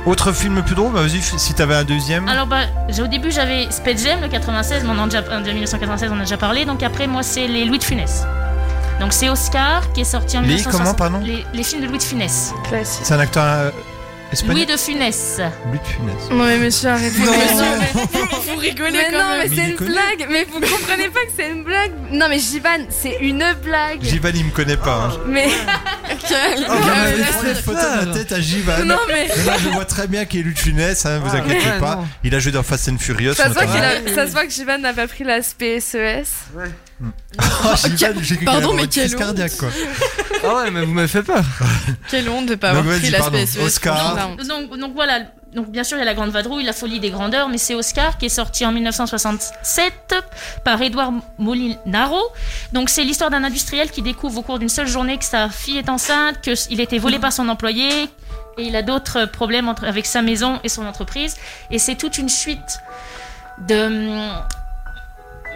Autre film le plus drôle, bah, vas-y, si t'avais un deuxième. Alors bah, j'ai- au début j'avais Space Jam le 96, mais on en a déjà, euh, de 1996 on en a déjà parlé. Donc après moi c'est les Louis de Funès. Donc c'est Oscar qui est sorti en Les 1960. comment, pardon les, les films de Louis de Funès. C'est un acteur euh, espagnol. Louis de Funès. Louis de Funès. Non mais monsieur arrêtez. Non, mais non. vous, vous rigolez Mais quand non, même. mais Mais c'est il une connaît. blague. Mais vous comprenez pas que c'est une blague. Non mais Jivan, c'est une blague. Jivan, il me connaît pas. hein. Mais Oh, vous m'avez laissé la photo de Ah, la tête à Jivan. Non, mais- là, je vois très bien qu'il est Louis de Funès, hein, vous Ah, inquiétez mais- pas. Ouais, non. Il a joué dans Fast and Furious. ça se voit notamment. qu'il a- ça se voit que Jivan n'a pas pris la SPSES. Ah, Jivan, j'ai cru qu'il Pardon, avait mais une crise quelle honte. cardiaque, quoi. Ah ouais, mais vous m'avez fait peur. Quelle honte de pas Donc, avoir pris vas-y, la pardon. SPSES. Oscar. franchement. Donc, donc- donc voilà, donc bien sûr il y a la Grande Vadrouille, la folie des grandeurs, mais c'est Oscar qui est sorti en 1967 par Édouard Molinaro. Donc c'est l'histoire d'un industriel qui découvre au cours d'une seule journée que sa fille est enceinte, qu'il a été volé par son employé et il a d'autres euh, problèmes entre- avec sa maison et son entreprise. Et c'est toute une suite de hum,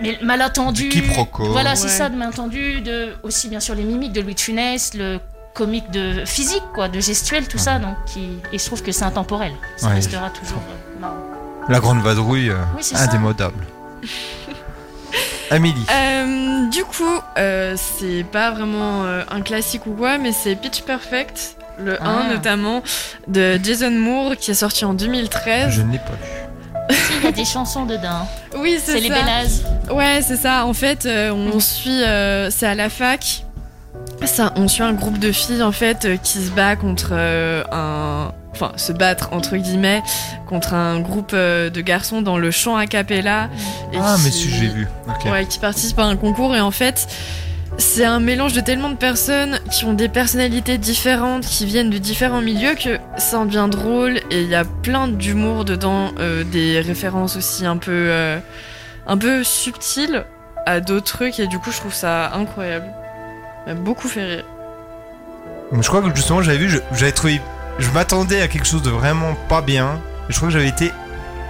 mais malentendu. Du quiproquo. Voilà, c'est Ouais. ça, de malentendu, de aussi bien sûr les mimiques de Louis de Funès, le comique de physique, quoi, de gestuelle, tout ça. Donc, qui- et je trouve que c'est intemporel. Ça Ouais. restera toujours euh, marrant. La grande vadrouille, euh, Oui, c'est ça. indémodable. Amélie. Euh, du coup, euh, c'est pas vraiment euh, un classique ou quoi, mais c'est Pitch Perfect, le Ah. 1 notamment, de Jason Moore, qui est sorti en 2013. Je ne l'ai pas lu. Il y a des chansons dedans. Oui, c'est ça. C'est les Bellazes. Ouais, c'est ça. En fait, euh, on suit. euh, c'est à la fac. Ça, on suit un groupe de filles en fait euh, qui se bat contre euh, un. Enfin, se battre entre guillemets contre un groupe euh, de garçons dans le chant a cappella. et Ah, mais qui- si, j'ai vu. Ok. Ouais, qui participent à un concours et en fait. C'est un mélange de tellement de personnes qui ont des personnalités différentes, qui viennent de différents milieux, que ça en devient drôle et il y a plein d'humour dedans, euh, des références aussi un peu, euh, un peu subtiles à d'autres trucs et du coup je trouve ça incroyable. Ça m'a beaucoup fait rire. Mais Je crois que justement, j'avais vu, je- j'avais trouvé. Je m'attendais à quelque chose de vraiment pas bien. Et je crois que j'avais été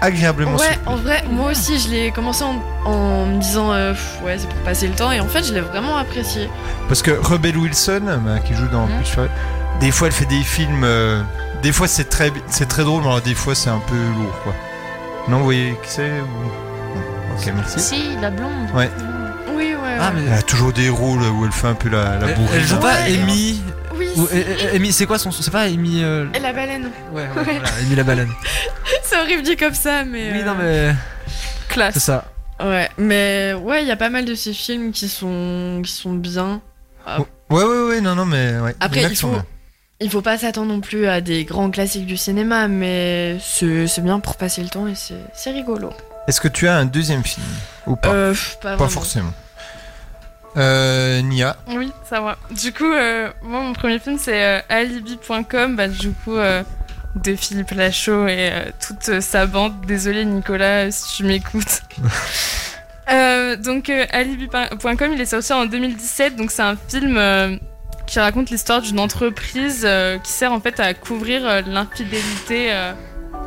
agréablement Ouais, surpris. en vrai, moi aussi je l'ai commencé en, en me disant euh, pff, ouais c'est pour passer le temps et en fait je l'ai vraiment apprécié. Parce que Rebel Wilson, bah, qui joue Mhm. dans Pitch Perfect, des fois elle fait des films. euh, des fois c'est très, c'est très drôle, mais alors des fois c'est un peu lourd quoi. Non, vous voyez qui c'est ou- Non. Ok, merci. Si, la blonde. Ouais. Oui, ouais. Ah, Elle a toujours des rôles où elle fait un peu la, la Elle- bourrine. Elle joue pas Amy. Oui, Ou- eh, eh, Amy, c'est quoi son. C'est pas Amy. euh, Et la baleine. Ouais, ouais, voilà, Amy la baleine. c'est horrible dit comme ça, mais. Oui, euh, non, mais. Classe. C'est ça. Ouais, mais ouais, il y a pas mal de ces films qui sont, qui sont bien. Ouais, ouais, ouais, non, non, mais. Ouais. Après, Il y en a il qui sont faut- bien. Il faut pas s'attendre non plus à des grands classiques du cinéma, mais c'est c'est bien pour passer le temps et c'est c'est rigolo. Est-ce que tu as un deuxième film Ou pas Euh, pff, Pas pas vraiment. forcément. Euh, Nia. Oui, ça va. Du coup, euh, moi, mon premier film, c'est euh, Alibi.com, bah, du coup, euh, de Philippe Lachaud et euh, toute euh, sa bande. Désolé, Nicolas, euh, si tu m'écoutes. Euh, donc, euh, Alibi.com, il est sorti en 2017, donc c'est un film euh, qui raconte l'histoire d'une entreprise euh, qui sert en fait à couvrir euh, l'infidélité. euh,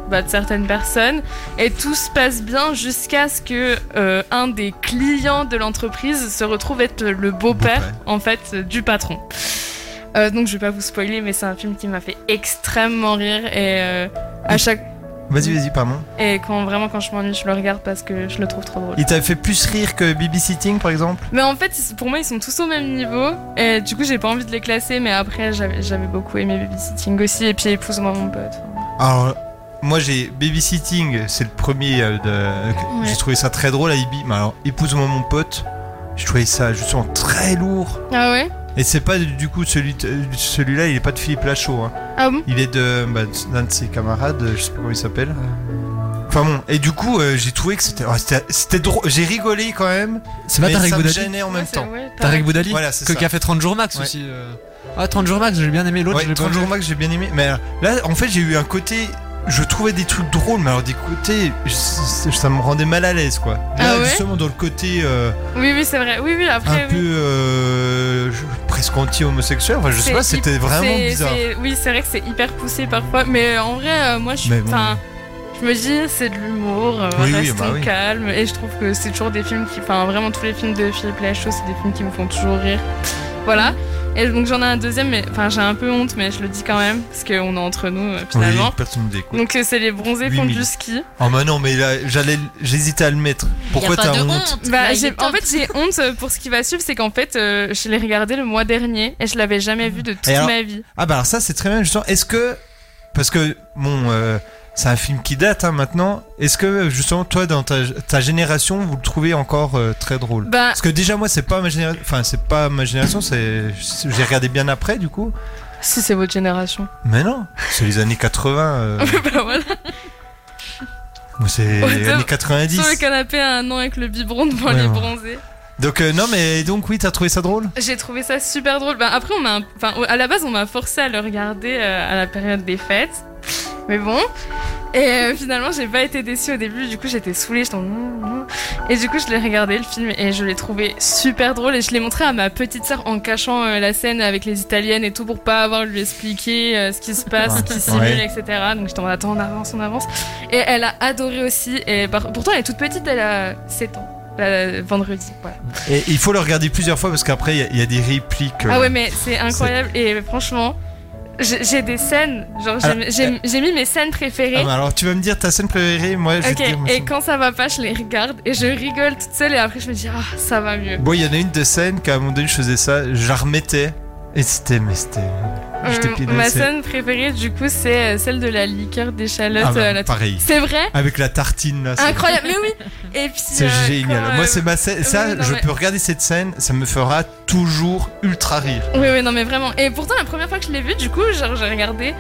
bah, de certaines personnes et tout se passe bien jusqu'à ce que euh, un des clients de l'entreprise se retrouve être le beau-père en fait euh, du patron. Euh, donc je vais pas vous spoiler mais c'est un film qui m'a fait extrêmement rire et euh, à chaque Vas-y, vas-y, pardon. et quand vraiment quand je m'ennuie je le regarde parce que je le trouve trop drôle. Il t'a fait plus rire que Babysitting par exemple Mais en fait, ils- pour moi, ils sont tous au même niveau. Et du coup, j'ai pas envie de les classer. Mais après, j'avais j'avais beaucoup aimé Babysitting aussi. Et puis, épouse-moi mon pote. Alors, moi j'ai Babysitting, c'est le premier. euh, de- que- Ouais. J'ai trouvé ça très drôle à Ibi. Mais alors, épouse-moi mon pote, je trouvais ça justement très lourd. Ah ouais Et c'est pas du du coup celui, euh, celui-là, il est pas de Philippe Lachaud. hein. Ah bon Il est de bah, d'un de ses camarades, euh, je sais pas comment il s'appelle. Enfin bon, et du coup, euh, j'ai trouvé que c'était, oh, c'était, c'était drôle. J'ai rigolé quand même. C'est pas mais Tarek ça me Boudali gênait en même c'est- temps. ouais, Tarek Boudali Voilà, c'est Que- ça. qui a fait 30 jours max Ouais. aussi. euh. Ah, 30 jours max, j'ai bien aimé l'autre. Ouais, je l'ai pas 30 jours vu. max, j'ai bien aimé. Mais euh, là, en fait, j'ai eu un côté. Je trouvais des trucs drôles, mais alors des côtés. je- ça me rendait mal à l'aise, quoi. Là, Ah ouais justement, dans le côté euh, Oui, oui, c'est vrai. Oui, oui, un après, oui. peu. euh, je- presque anti-homosexuel. Enfin, je sais C'est pas, hip- c'était vraiment c'est- bizarre. c'est- Oui, c'est vrai que c'est hyper poussé parfois, mais euh, en vrai, euh, moi, je suis. Mais bon. Enfin, je me dis, c'est de l'humour, euh, Oui, oui, restons bah oui. calmes. Et je trouve que c'est toujours des films qui. Enfin, vraiment, tous les films de Philippe Lachaud, c'est des films qui me font toujours rire. Voilà. Et donc, j'en ai un deuxième, mais. Enfin, j'ai un peu honte, mais je le dis quand même, parce qu'on est entre nous, euh, Oui, finalement. personne ne découvre. donc, euh, c'est les bronzés font 8000. du ski. Oh, bah non, mais là, j'allais, j'hésitais à le mettre. Pourquoi t'as honte, Bah, j'ai- En fait, j'ai honte euh, pour ce qui va suivre, c'est qu'en fait, euh, je l'ai regardé le mois dernier et je l'avais jamais vu de toute Et alors- ma vie. Ah bah alors ça c'est très bien justement. Est-ce que parce que bon euh, c'est un film qui date hein, maintenant. Est-ce que justement toi dans ta, ta génération vous le trouvez encore euh, très drôle Bah- Parce que déjà moi c'est pas ma génération. Enfin c'est pas ma génération. C'est c'est- j'ai regardé bien après du coup. Si c'est votre génération. Mais non, c'est les années 80. euh, bah voilà. moi, c'est Ouais, les sur- années 90. Sur le canapé à un an avec le biberon devant Ouais, les ouais. bronzés. Donc euh, non mais donc oui t'as trouvé ça drôle J'ai trouvé ça super drôle. Bah, après, on m'a, enfin, à la base, on m'a forcé à le regarder euh, à la période des fêtes. Mais bon. Et euh, finalement, j'ai pas été déçue au début. Du coup, j'étais saoulée. J'étais en... Et du coup, je l'ai regardé le film et je l'ai trouvé super drôle. Et je l'ai montré à ma petite sœur en cachant euh, la scène avec les Italiennes et tout pour pas avoir à lui expliquer euh, ce qui se passe, ce qui simule, Ouais. etc. Donc j'étais en mode, attends, on avance, on avance. Et elle a adoré aussi. Et par- pourtant, elle est toute petite. Elle a 7 ans. la- vendredi. Voilà. Et il faut le regarder plusieurs fois parce qu'après, il y a- il y, a des répliques. euh, Ah ouais, mais c'est incroyable. Et franchement, j'ai j'ai des scènes. Genre, j'ai- Alors, j'ai j'ai mis mes scènes Ah préférées. bah alors, tu vas me dire ta scène préférée, moi, je vais Ok, te dire. ma et scène. quand ça va pas, je les regarde et je rigole toute seule et après je me dis ah ça va mieux. Bon, il y en a une de scène qu'à un moment donné, je faisais ça, je la remettais. Et c'était, mais c'était. j'étais Euh, peiné, ma c'est- scène préférée du coup c'est euh, celle de la liqueur d'échalote. Ah bah, euh, la- pareil. C'est vrai Avec la tartine là. c'est- Incroyable, mais oui. Et puis C'est euh, génial. quand, euh, Moi, c'est ma scène. Ça, oui, non, je mais- peux regarder cette scène, ça me fera toujours ultra rire. Oui, oui, non, mais vraiment. Et pourtant, la première fois que je l'ai vu, du coup, genre, j'ai regardé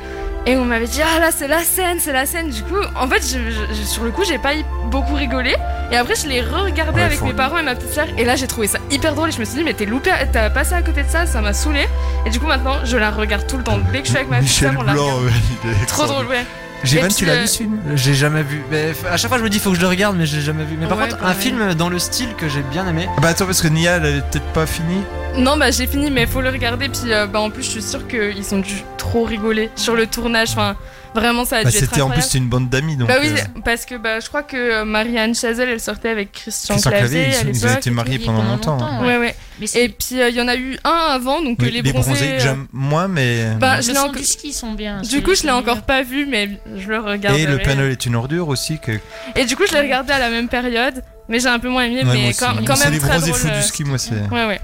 et on m'avait dit Ah là, c'est la scène, c'est la scène. Du coup, en fait, je- je- je- sur le coup, j'ai pas y- beaucoup rigolé. Et après, je l'ai re-regardé Ouais, avec faut- mes parents et ma petite sœur. Et là, j'ai trouvé ça hyper drôle. Et je me suis dit Mais t'es loupé, t'as passé à côté de ça, ça m'a saoulé. Et du coup, maintenant, je la regarde tout le temps. Dès que je suis avec ma petite sœur, Michel on la Blanc, euh, regarde. ouais, il est Trop drôle, ouais. Et Jérôme, puis, euh, film J'ai jamais vu. Mais f- à chaque fois, je me dis, faut que je le regarde, mais j'ai jamais vu. Mais par Ouais, contre, un pareil. film dans le style que j'ai bien aimé. Bah attends, parce que Nia, elle avait peut-être pas fini. Non, bah j'ai fini, mais faut le regarder. Puis euh, bah, en plus, je suis sûre qu'ils ont dû trop rigoler sur le tournage. Enfin, vraiment, ça a Bah, dû être c'était en incroyable. plus une bande d'amis, donc. bah oui, euh, parce que bah, je crois que euh, Marianne Chazelle, elle sortait avec Christian, Christian Clavier, Clavier. à ils- ils l'époque ont été et mariés tout. pendant Pendant longtemps, longtemps, hein. Ouais, ouais. ouais. Et puis euh, il y en a eu un avant, donc euh, oui, les, les bronzés, euh, que j'aime moins, mais. euh, bah, je Le l'ai son enco- du ski sont bien. Du coup, je l'ai encore pas vu, mais je Eh, le regarde. Et le panel est une ordure aussi. Que... Et du coup, je l'ai regardé à la même période, mais j'ai un peu moins aimé, Ouais, moi mais aussi. quand, quand C'est même les très bronzés drôle. fous euh. du ski, moi, c'est. Ouais, ouais.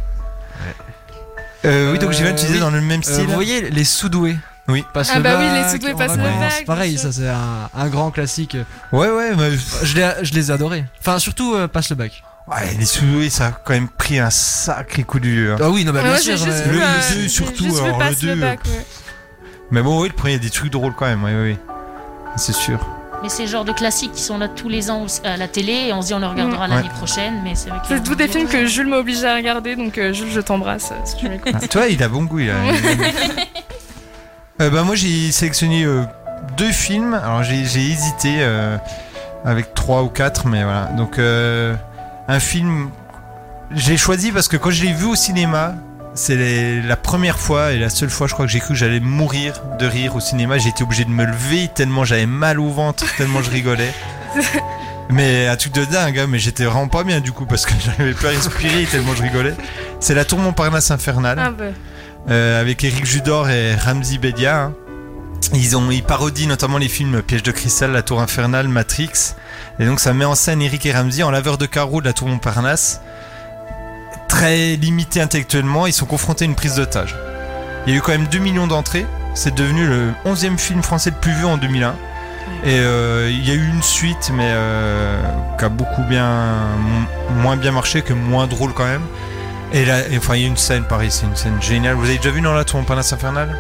Euh, oui, donc Euh, j'y vais, tu disais oui. dans le même Euh, style. vous voyez, les sous-doués. Oui. Passe Ah le bah oui, bac, les sous-doués en passent le vacances. bac, bien Pareil, ça c'est un, un grand classique. Ouais, ouais, mais. Je les, je les ai adorés. Enfin, surtout euh, passe le bac. Ouais, les sous ça a quand même pris un sacré coup dur. Ah oui, non, bah, mais bien sûr. Le euh, le deux, surtout. alors, le deux, Mais bon, oui, le premier, il y a des trucs drôles quand même, oui, oui. C'est sûr. Mais c'est le genre de classiques qui sont là tous les ans au- à la télé et on se dit on le regardera Mm. l'année Ouais. prochaine. Mais c'est vrai que. C'est tous des films que Jules m'a obligé à regarder, donc euh, Jules, je t'embrasse euh, si tu m'écoutes. Ah, Toi, il a bon goût, il a- Euh, bah, moi, j'ai sélectionné euh, deux films. Alors, j'ai j'ai hésité euh, avec trois ou quatre, mais voilà. Donc, euh, un film, j'ai choisi parce que quand je l'ai vu au cinéma, c'est les- la première fois et la seule fois, je crois, que j'ai cru que j'allais mourir de rire au cinéma. J'ai été obligé de me lever tellement j'avais mal au ventre, tellement je rigolais. Mais un truc de dingue, hein, mais j'étais vraiment pas bien du coup parce que j'avais pas respiré tellement je rigolais. C'est la tour Montparnasse infernale. Ah bah. Euh, avec Eric Judor et Ramzi Bedia. hein. Ils, ont, ils parodient notamment les films Piège de cristal, La Tour infernale, Matrix. Et donc ça met en scène Eric et Ramzi en laveur de carreaux de la Tour Montparnasse. Très limités intellectuellement, ils sont confrontés à une prise d'otage. Il y a eu quand même 2 millions d'entrées. C'est devenu le 11e film français le plus vu en 2001. Et euh, il y a eu une suite, mais euh, qui a beaucoup bien, m- moins bien marché, que moins drôle quand même. Et là, et enfin, il y a une scène, pareil, c'est une scène géniale. Vous avez déjà vu dans la tour Montparnasse infernale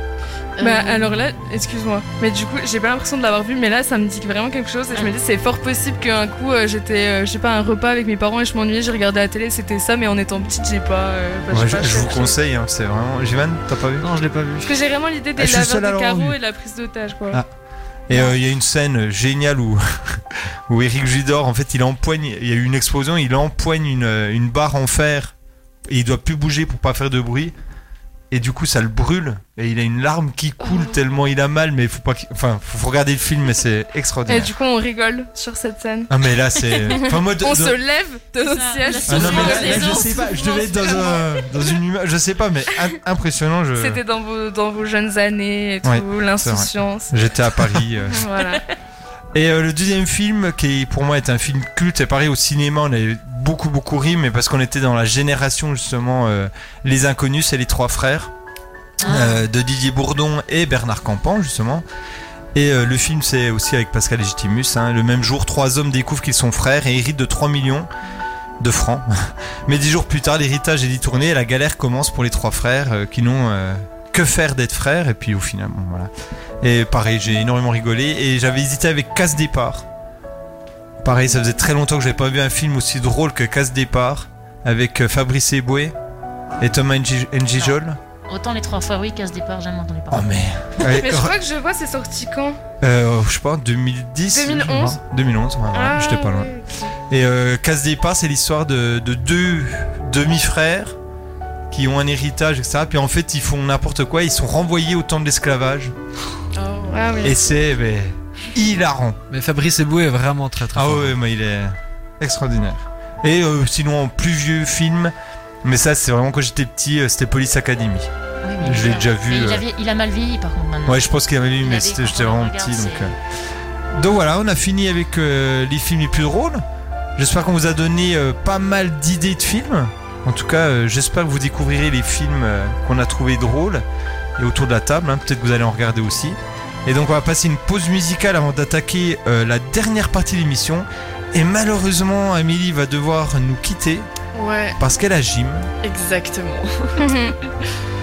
Euh, Bah Euh, alors là, excuse-moi, mais du coup, j'ai pas l'impression de l'avoir vu, mais là, ça me dit vraiment quelque chose et je me dis, c'est fort possible qu'un coup, euh, j'étais, euh, je sais pas, à un repas avec mes parents et je m'ennuyais, j'ai regardé la télé, c'était ça, mais en étant petite, j'ai pas. euh, bah, Ouais, j'ai je, pas je vous cherché. conseille, hein, c'est vraiment. Jivan, t'as pas vu Non, je l'ai pas vu. Parce que j'ai vraiment l'idée des Ah, je suis le laveurs seul à de l'avoir carreaux vu. et de la prise d'otage, quoi. Ah. Et euh, il y a une scène géniale où, où Eric Judor, en fait, il empoigne, il y a eu une explosion, il empoigne une, euh, une barre en fer et il doit plus bouger pour pas faire de bruit. Et du coup, ça le brûle et il a une larme qui coule tellement il a mal, mais faut pas qu'il- Enfin, faut regarder le film, mais c'est Oh. Et extraordinaire. du coup, on rigole sur cette scène. Ah, mais là, c'est- enfin, moi, de- on de- se lève de notre siège. Ah non, mais là, là, je sais pas, je devais être dans, un- dans une humeur, je sais pas, mais im- impressionnant. Je... C'était dans vos, dans vos jeunes années et tout, Ouais, c'est vrai. l'insouciance. J'étais à Paris. euh. voilà. Et euh, le deuxième film, qui pour moi est un film culte, et pareil au cinéma, on avait beaucoup beaucoup ri, mais parce qu'on était dans la génération justement euh, Les Inconnus, c'est les trois frères Ah, euh, de Didier Bourdon et Bernard Campan justement. Et euh, le film, c'est aussi avec Pascal Legitimus. hein. Le même jour, trois hommes découvrent qu'ils sont frères et héritent de 3 millions de francs. Mais dix jours plus tard, l'héritage est détourné et la galère commence pour les trois frères euh, qui n'ont euh, que faire d'être frères. Et puis au final, bon, voilà. Et pareil, j'ai énormément rigolé et j'avais hésité avec Casse Départ. Pareil, ça faisait très longtemps que j'avais pas vu un film aussi drôle que Casse Départ avec euh, Fabrice Eboué et Thomas Njijol. Autant les trois fois, oui, casse départ, j'ai jamais entendu Euh. parler. Oh mais. Ouais, mais je re- crois que je vois, c'est sorti quand euh, je sais pas, 2010 2011. je crois. 2011, ouais, ouais, Ah, j'étais pas loin. Et euh, Casse Départ, c'est l'histoire de, de deux demi-frères qui ont un héritage, etc. Puis en fait, ils font n'importe quoi, ils sont renvoyés au temps de l'esclavage. Ah oui. Et c'est ben, hilarant. Mais Fabrice Eboué est vraiment très très Ah fort. ouais, mais il est extraordinaire. Et euh, sinon, en plus vieux film, mais ça, c'est vraiment quand j'étais petit, euh, c'était Police Academy. mais je l'ai déjà vu. Et il, euh, a, vie- il a mal vieilli par contre maintenant. Ouais, je pense qu'il avait lu, Il mais avait c'était- j'étais vraiment vraiment regardé, petit. Donc, c'est- euh. donc voilà, on a fini avec euh, les films les plus drôles. J'espère qu'on vous a donné euh, pas mal d'idées de films. En tout cas, euh, j'espère que vous découvrirez les films euh, qu'on a trouvés drôles. Et autour de la table, hein, peut-être que vous allez en regarder aussi. Et donc on va passer une pause musicale avant d'attaquer euh, la dernière partie de l'émission. Et malheureusement, Amélie va devoir nous quitter Ouais, parce qu'elle a gym. exactement.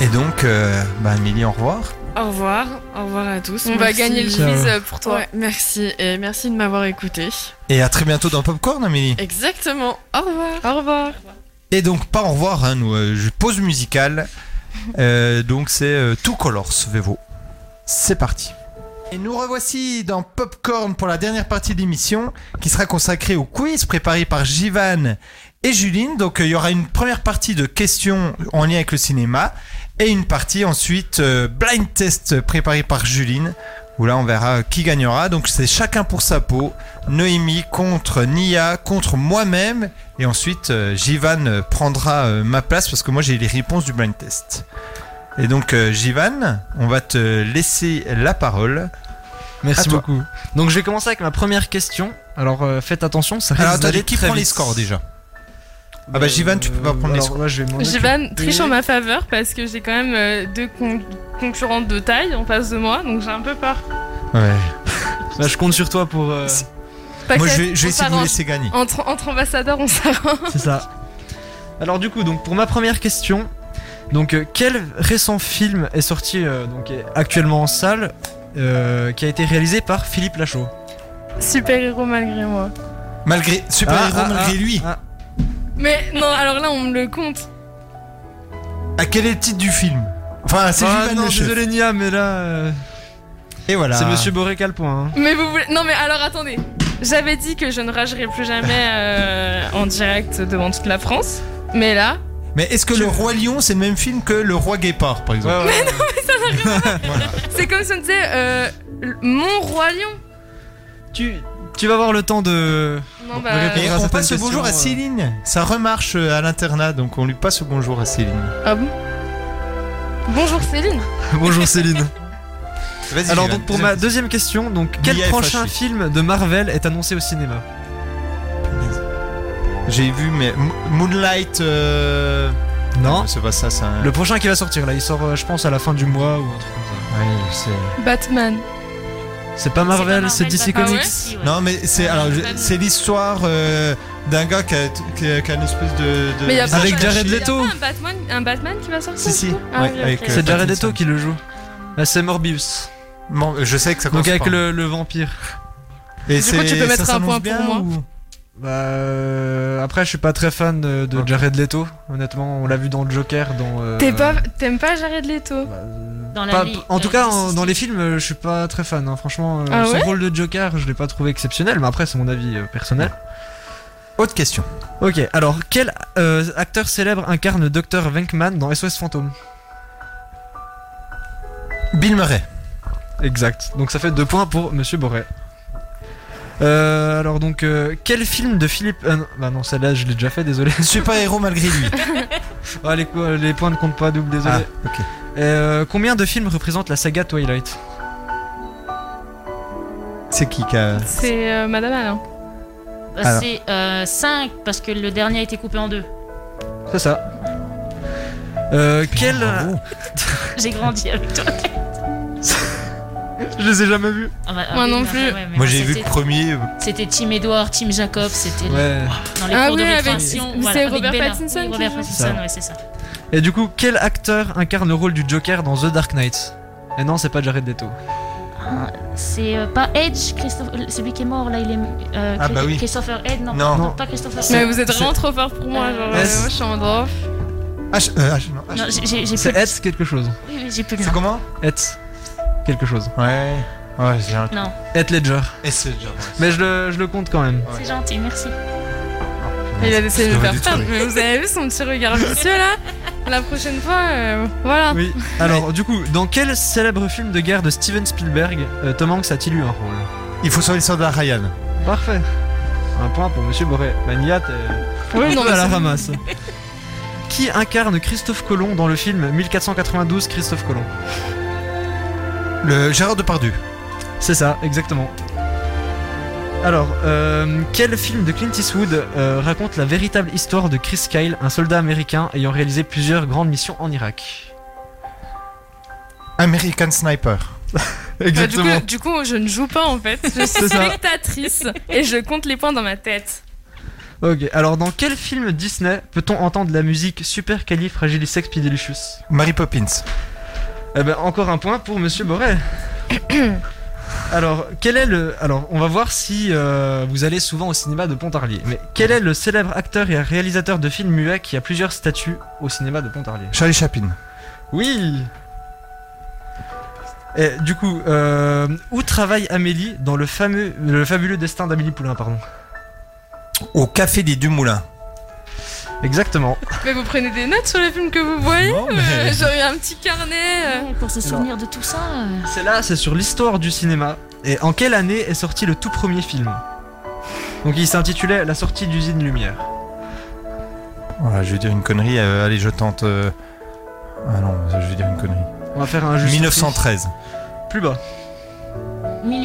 Et donc, euh, bah, Amélie, au revoir. au revoir, au revoir à tous. On va gagner le Ciao. quiz, euh, pour toi. merci et merci de m'avoir écouté. Et à très bientôt dans Popcorn, Amélie. Exactement. Au revoir. Au revoir. Et donc, pas au revoir, hein, nous, euh, je- pause musicale. Euh, donc, c'est euh, Two Colors, Vevo. C'est parti. Et nous revoici dans Popcorn pour la dernière partie de l'émission qui sera consacrée au quiz préparé par Jivan et Juline. Donc euh, il y aura une première partie de questions en lien avec le cinéma et une partie ensuite euh, blind test préparé par Juline où là on verra euh, qui gagnera. Donc c'est chacun pour sa peau. Noémie contre Nia contre moi-même et ensuite euh, Jivan euh, prendra euh, ma place parce que moi j'ai les réponses du blind test. Et donc, euh, Jivan, on va te laisser la parole. À Merci toi. beaucoup. Donc je vais commencer avec ma première question. Alors euh, faites attention, ça risque Alors, attendez, d'aller qui très prend les vite. Euh, scores, déjà Ah bah, Jivan, tu peux pas prendre les alors scores. là, je vais m'en Jivan occuper. triche en ma faveur parce que j'ai quand même euh, deux con- concurrentes de taille en face de moi, donc j'ai un peu peur. Ouais. Bah, je compte sur toi pour. euh, Pas Moi, que- je vais- je vais on essayer de vous s'arrange. laisser gagner. Entre, entre ambassadeurs, on s'arrange. C'est ça. Alors du coup, donc pour ma première question, donc euh, quel récent film est sorti euh, donc est actuellement en salle, euh, qui a été réalisé par Philippe Lachaud Super héros malgré moi. Malgré super héros Ah, ah, malgré ah, lui. ah. Mais non, alors là, on me le compte. À quel est le titre du film Enfin, c'est ah, Jivan non, le chef. désolé Nia, mais là. euh, Et voilà. C'est Monsieur Boré Calpoint. hein. Mais vous voulez. Non, mais alors attendez. J'avais dit que je ne ragerai plus jamais euh, en direct devant toute la France. Mais là. Mais est-ce que le roi lion c'est le même film que le roi guépard par exemple C'est comme si on disait euh, l- Mon Roi Lion. Tu, tu vas avoir le temps de. Non, de bah, répondre Et à on certaines passe le bonjour à questions, euh. Céline. Ça remarche euh, à l'internat, donc on lui passe le bonjour à Céline. Ah bon Bonjour Céline. Bonjour Céline. Vas-y, Alors Jivan, donc pour deuxième ma deuxième question, donc Nia quel est prochain fâchée. film de Marvel est annoncé au cinéma J'ai vu, mais M- Moonlight. euh, Non. C'est pas ça, c'est un. Le prochain qui va sortir là, il sort euh, je pense à la fin du mois ou un truc comme ça. Ouais, je sais. Batman. C'est pas Marvel, c'est DC Batman. Ah Comics. ouais Si, ouais. Non, mais c'est alors je- c'est l'histoire euh, d'un gars qui a, qui a- qui a une espèce de. de- Mais y a pas Avec un- Jared y a Leto. pas Un Batman, un Batman qui va sortir Si, si. Ah, Ouais, oui, avec, ok. euh, C'est Jared Pattinson. Leto qui le joue. Bah, c'est Morbius. Bon, je sais que ça Donc commence hein. avec par- le, le vampire. Et Du coup, c'est- tu peux ça mettre un s'annonce point pour bien moi. ou- Bah, euh, après, je suis pas très fan de, de Jared Leto. Honnêtement, on l'a vu dans le Joker, dans. euh, Bah, T'es pas- T'aimes pas Jared Leto Dans la pas- vie, en tout euh, cas, si, en- si, dans si. les films, euh, je suis pas très fan. hein. Franchement, euh, Ah son ouais rôle de Joker, je l'ai pas trouvé exceptionnel, mais après, c'est mon avis euh, personnel. Autre question. Ok, alors quel euh, acteur célèbre incarne Dr. Venkman dans SOS Fantôme Bill Murray. Exact. Donc ça fait deux points pour Monsieur Boré. Euh, alors donc euh, quel film de Philippe ah non, bah non celle-là je l'ai déjà fait désolé Super héros malgré lui. Ah, les, co- les points ne comptent pas double, désolé. Ah, ok. Euh, combien de films représente la saga Twilight C'est qui qui a. C'est euh, Madame Alain. Bah, Alors. C'est 5 parce que le dernier a été coupé en deux. C'est ça. Euh, quel. bravo. J'ai grandi avec toi. Je les ai jamais vus. Ah bah, ah Moi oui, non mais plus. enfin, ouais, mais Moi enfin, j'ai vu le c'était- premier. euh, C'était Team Edward, Team Jacob, c'était Ouais. dans les Ah cours de oui, avec- récréation. c'est voilà, avec Robert Bella. Pattinson Oui, qui Robert joue. Pattinson, ouais, c'est ça. Et du coup, quel acteur incarne le rôle du Joker dans The Dark Knight Et non, c'est pas Jared Leto. Ah, C'est euh, pas Edge, Christophe- celui qui est mort là, il est. euh, Ah, Chris- bah oui. Christopher Edge, non, Non. pas Christopher Mais Edge. vous êtes c'est- vraiment trop fort pour moi. Genre, Ouais, euh, c'est- moi je suis en drop. H. euh, H, non, H. Non, j'ai- j'ai j'ai plus. C'est le- Hetz quelque chose. Oui, oui, j'ai plus le C'est nom. comment Hetz quelque chose. Ouais. Ouais, j'ai un. Non, Hetz Ledger. Et c'est déjà. Mais je le, je le compte quand même. c'est gentil, merci. Euh. Il a essayé de Je me l'aurais faire dû perdre. trouver. Mais vous avez vu son petit regard vicieux là La prochaine fois, euh, voilà. Oui. Alors, du coup, dans quel célèbre film de guerre de Steven Spielberg euh, Tom Hanks a-t-il eu un rôle Il faut sauver l'histoire de la Ryan. Parfait. Un point pour Monsieur Boré. Bah, Nia, t'es- Oui, non, à mais la c'est- ramasse. Qui incarne Christophe Colomb dans le film 1492 Christophe Colomb Le Gérard Depardieu. C'est ça, exactement. Alors, euh, quel film de Clint Eastwood euh, raconte la véritable histoire de Chris Kyle, un soldat américain ayant réalisé plusieurs grandes missions en Irak American Sniper. Bah, du, coup, du coup, je ne joue pas en fait. Je suis C'est ça. spectatrice et je compte les points dans ma tête. Ok, alors dans quel film Disney peut-on entendre la musique Super Mary Poppins. Eh ben, encore un point pour Monsieur Borel. Alors, quel est le. Alors, on va voir si euh, vous allez souvent au cinéma de Pontarlier. Mais quel est le célèbre acteur et réalisateur de films muets qui a plusieurs statues au cinéma de Pontarlier Charlie Chaplin. Oui Et du coup, euh, où travaille Amélie dans le, fameux, le fabuleux destin d'Amélie Poulain pardon. Au Café des Dumoulins. Exactement. Mais vous prenez des notes sur les films que vous voyez Non, mais- euh, J'aurais eu un petit carnet. euh. pour se souvenir de tout ça. euh, C'est là, c'est sur l'histoire du cinéma. Et en quelle année est sorti le tout premier film Donc il s'intitulait La sortie d'usine Lumière. Voilà, je vais dire une connerie. euh, allez, je tente. euh, Ah non, je vais dire une connerie. On va faire un juste 1913. Plus bas.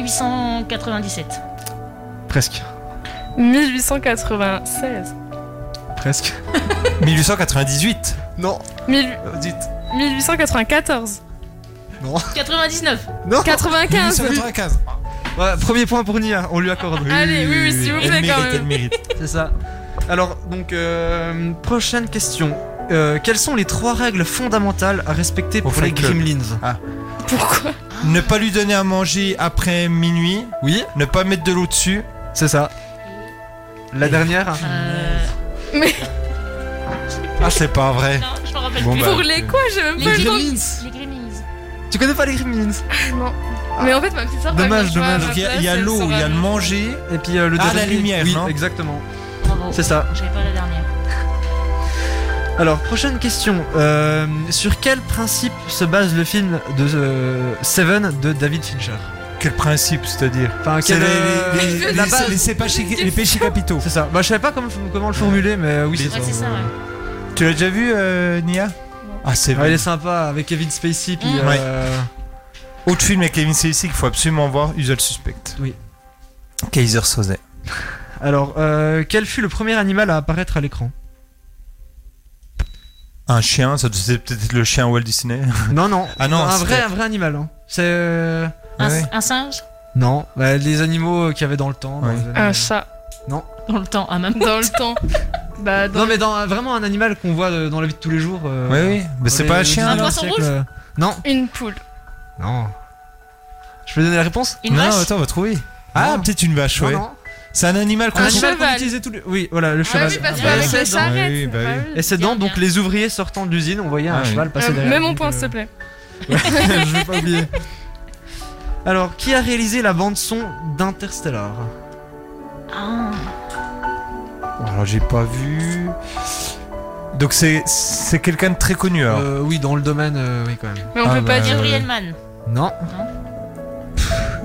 1897. Presque. 1896. Presque. 1898. Non. Mille- euh, Dites. 1894. Non. 99. Non. 95. Ouais, premier point pour Nia, on lui accorde. Allez, oui, oui, s'il vous plaît, quand même. C'est ça. Alors, donc, euh, prochaine question. Euh, quelles sont les trois règles fondamentales à respecter pour les Fight Club. gremlins Ah. Pourquoi Ne pas lui donner à manger après minuit. Oui. Ne pas mettre de l'eau dessus. C'est ça. La dernière Euh, Mais Ah, c'est pas vrai. Je me rappelle Bon, plus. bah, pour les quoi J'ai même Les pas eu le temps. Gremlins. Les Gremlins. Tu connais pas les gremlins Non. Mais en fait, ma petite soeur va Dommage, venir jouer à dommage. ma Donc, il y a- place, il y a elle l'eau, saura il y a le mieux. manger. Et puis euh, le Ah, dernier. la lumière, oui, non exactement. Bravo. C'est ça. J'avais pas la dernière. Alors, prochaine question. Euh, sur quel principe se base le film de euh, Seven de David Fincher Quel principe, c'est-à-dire Enfin, C'est quel, les- euh, les- les- la les- base. les cépages- les péchés capitaux. C'est ça. Bah, je savais pas comment, comment le formuler, mais euh, oui, c'est Ouais, c'est ça, ouais. Tu l'as déjà vu, euh, Nia Ah, c'est Ouais, il vrai. est sympa avec Kevin Spacey. Puis, Mm. euh, Autre film avec Kevin Spacey qu'il faut absolument voir, Usual Suspect. Oui. Kaiser Soze. Alors, euh, quel fut le premier animal à apparaître à l'écran Un chien, ça c'est peut-être le chien Walt Disney. Non, non. Ah non, un c'est vrai, vrai. un vrai animal. hein. C'est euh, Un, Ouais. un singe non, bah, les animaux qu'il y avait dans le temps. dans Ouais. les années- Un chat. Dans le temps, à même. Dans le temps. Bah, dans Non, mais dans vraiment un animal qu'on voit euh, dans la vie de tous les jours. euh, Oui, oui. Mais dans c'est les- pas un le chien, 19e alors poisson siècle. rouge Euh, Non, une poule. non. Je peux donner la réponse Une non, vache attends, on va trouver. Ah, Non. peut-être une vache, Non, ouais. non. C'est un animal qu'on Un Un trouve- animal qu'on cheval. utilisait tous les. Oui, voilà, le Ah cheval. oui, parce Ah que bah avec oui, les bah charrettes. oui, bah bah oui. oui. Et c'est dedans, Bien, donc les ouvriers sortant de l'usine, on voyait un Ah oui. cheval passer Euh, derrière. Mets mon donc, point, euh, s'il te plaît. je vais pas oublier. Alors, qui a réalisé la bande son d'Interstellar Ah, Alors, j'ai pas vu. Donc, c'est, c'est quelqu'un de très connu, alors. Euh, Oui, dans le domaine, euh, oui quand même. Mais on Ah peut pas bah, dire. Gabriel Mann. Non.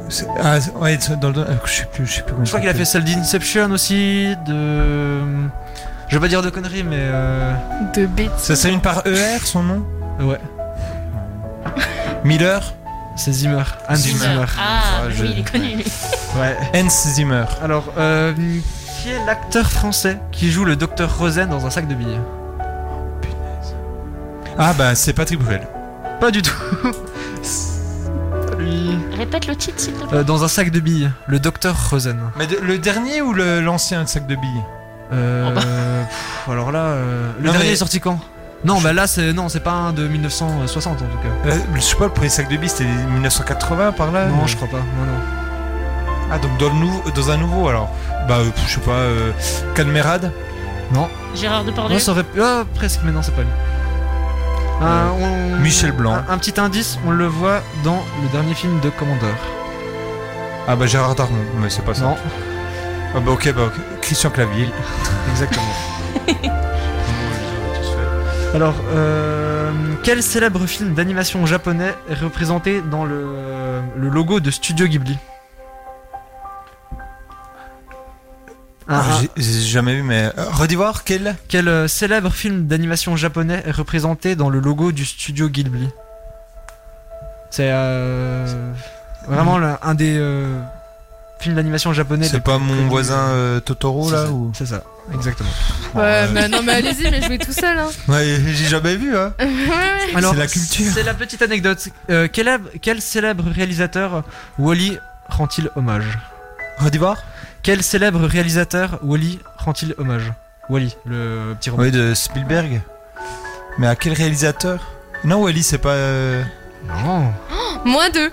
C'est- Ah, c'est- ouais, c'est dans le. Je sais plus, je sais plus comment Je crois qu'il a fait celle d'Inception aussi, de. Je vais pas dire de conneries, mais. euh, De bêtises. Ça s'allume par ER, son nom Ouais, Miller c'est Zimmer. Hans Zimmer. Ah, Ah, oui, je- il est connu, lui. Ouais. Hans Zimmer. Alors, euh, qui est l'acteur français qui joue le docteur Rosen dans un sac de billets Ah, bah, c'est Patrick Bruel. Pas du tout. Lui. Répète le titre, s'il te plaît. Euh, dans un sac de billes, le docteur Rosen. Mais de- le dernier ou le- l'ancien sac de billes Euh, Oh bah. pff, alors là, euh, le Non, dernier mais- est sorti quand Non, bah là, c'est non, c'est pas un de 1960 en tout cas. Euh, Je sais pas, le premier sac de billes c'était 1980 par là non, mais- je crois pas. Non, non. Ah, donc dans, le nouveau, dans un nouveau alors Bah, euh, je sais pas, euh, Cadmerade Euh, Gérard Depardieu. Ouais, ça aurait pu- ah, presque, mais non, c'est pas lui. Un- on- Michel Blanc. Un, un petit indice, on le voit dans le dernier film de Commander. Ah, bah, Gérard Darmon, mais c'est pas ça. Non, Ah, bah, ok, bah, ok. Christian Clavier. exactement. Alors, euh, quel célèbre film d'animation japonais est représenté dans le, le logo de Studio Ghibli Ah, j'ai- J'ai jamais vu, mais euh, redis voir quel Quel euh, célèbre film d'animation japonais est représenté dans le logo du studio Ghibli C'est euh, vraiment le- un des euh, films d'animation japonais. les C'est pas plus mon connus. voisin euh, Totoro C'est là ça, ou C'est ça, exactement. Ouais, mais Ah bah non, mais allez-y, mais jouez tout seul. Hein. Ouais, j'ai jamais vu hein. Ouais, ouais. C'est la culture. C'est la petite anecdote. Euh, quel, ab- quel célèbre réalisateur Wally rend-il hommage Redivore Quel célèbre réalisateur Wally rend-il hommage Wally, le petit robot. Oui, de Spielberg. Mais à quel réalisateur Non, Wally, c'est pas. euh, Non. Moins deux.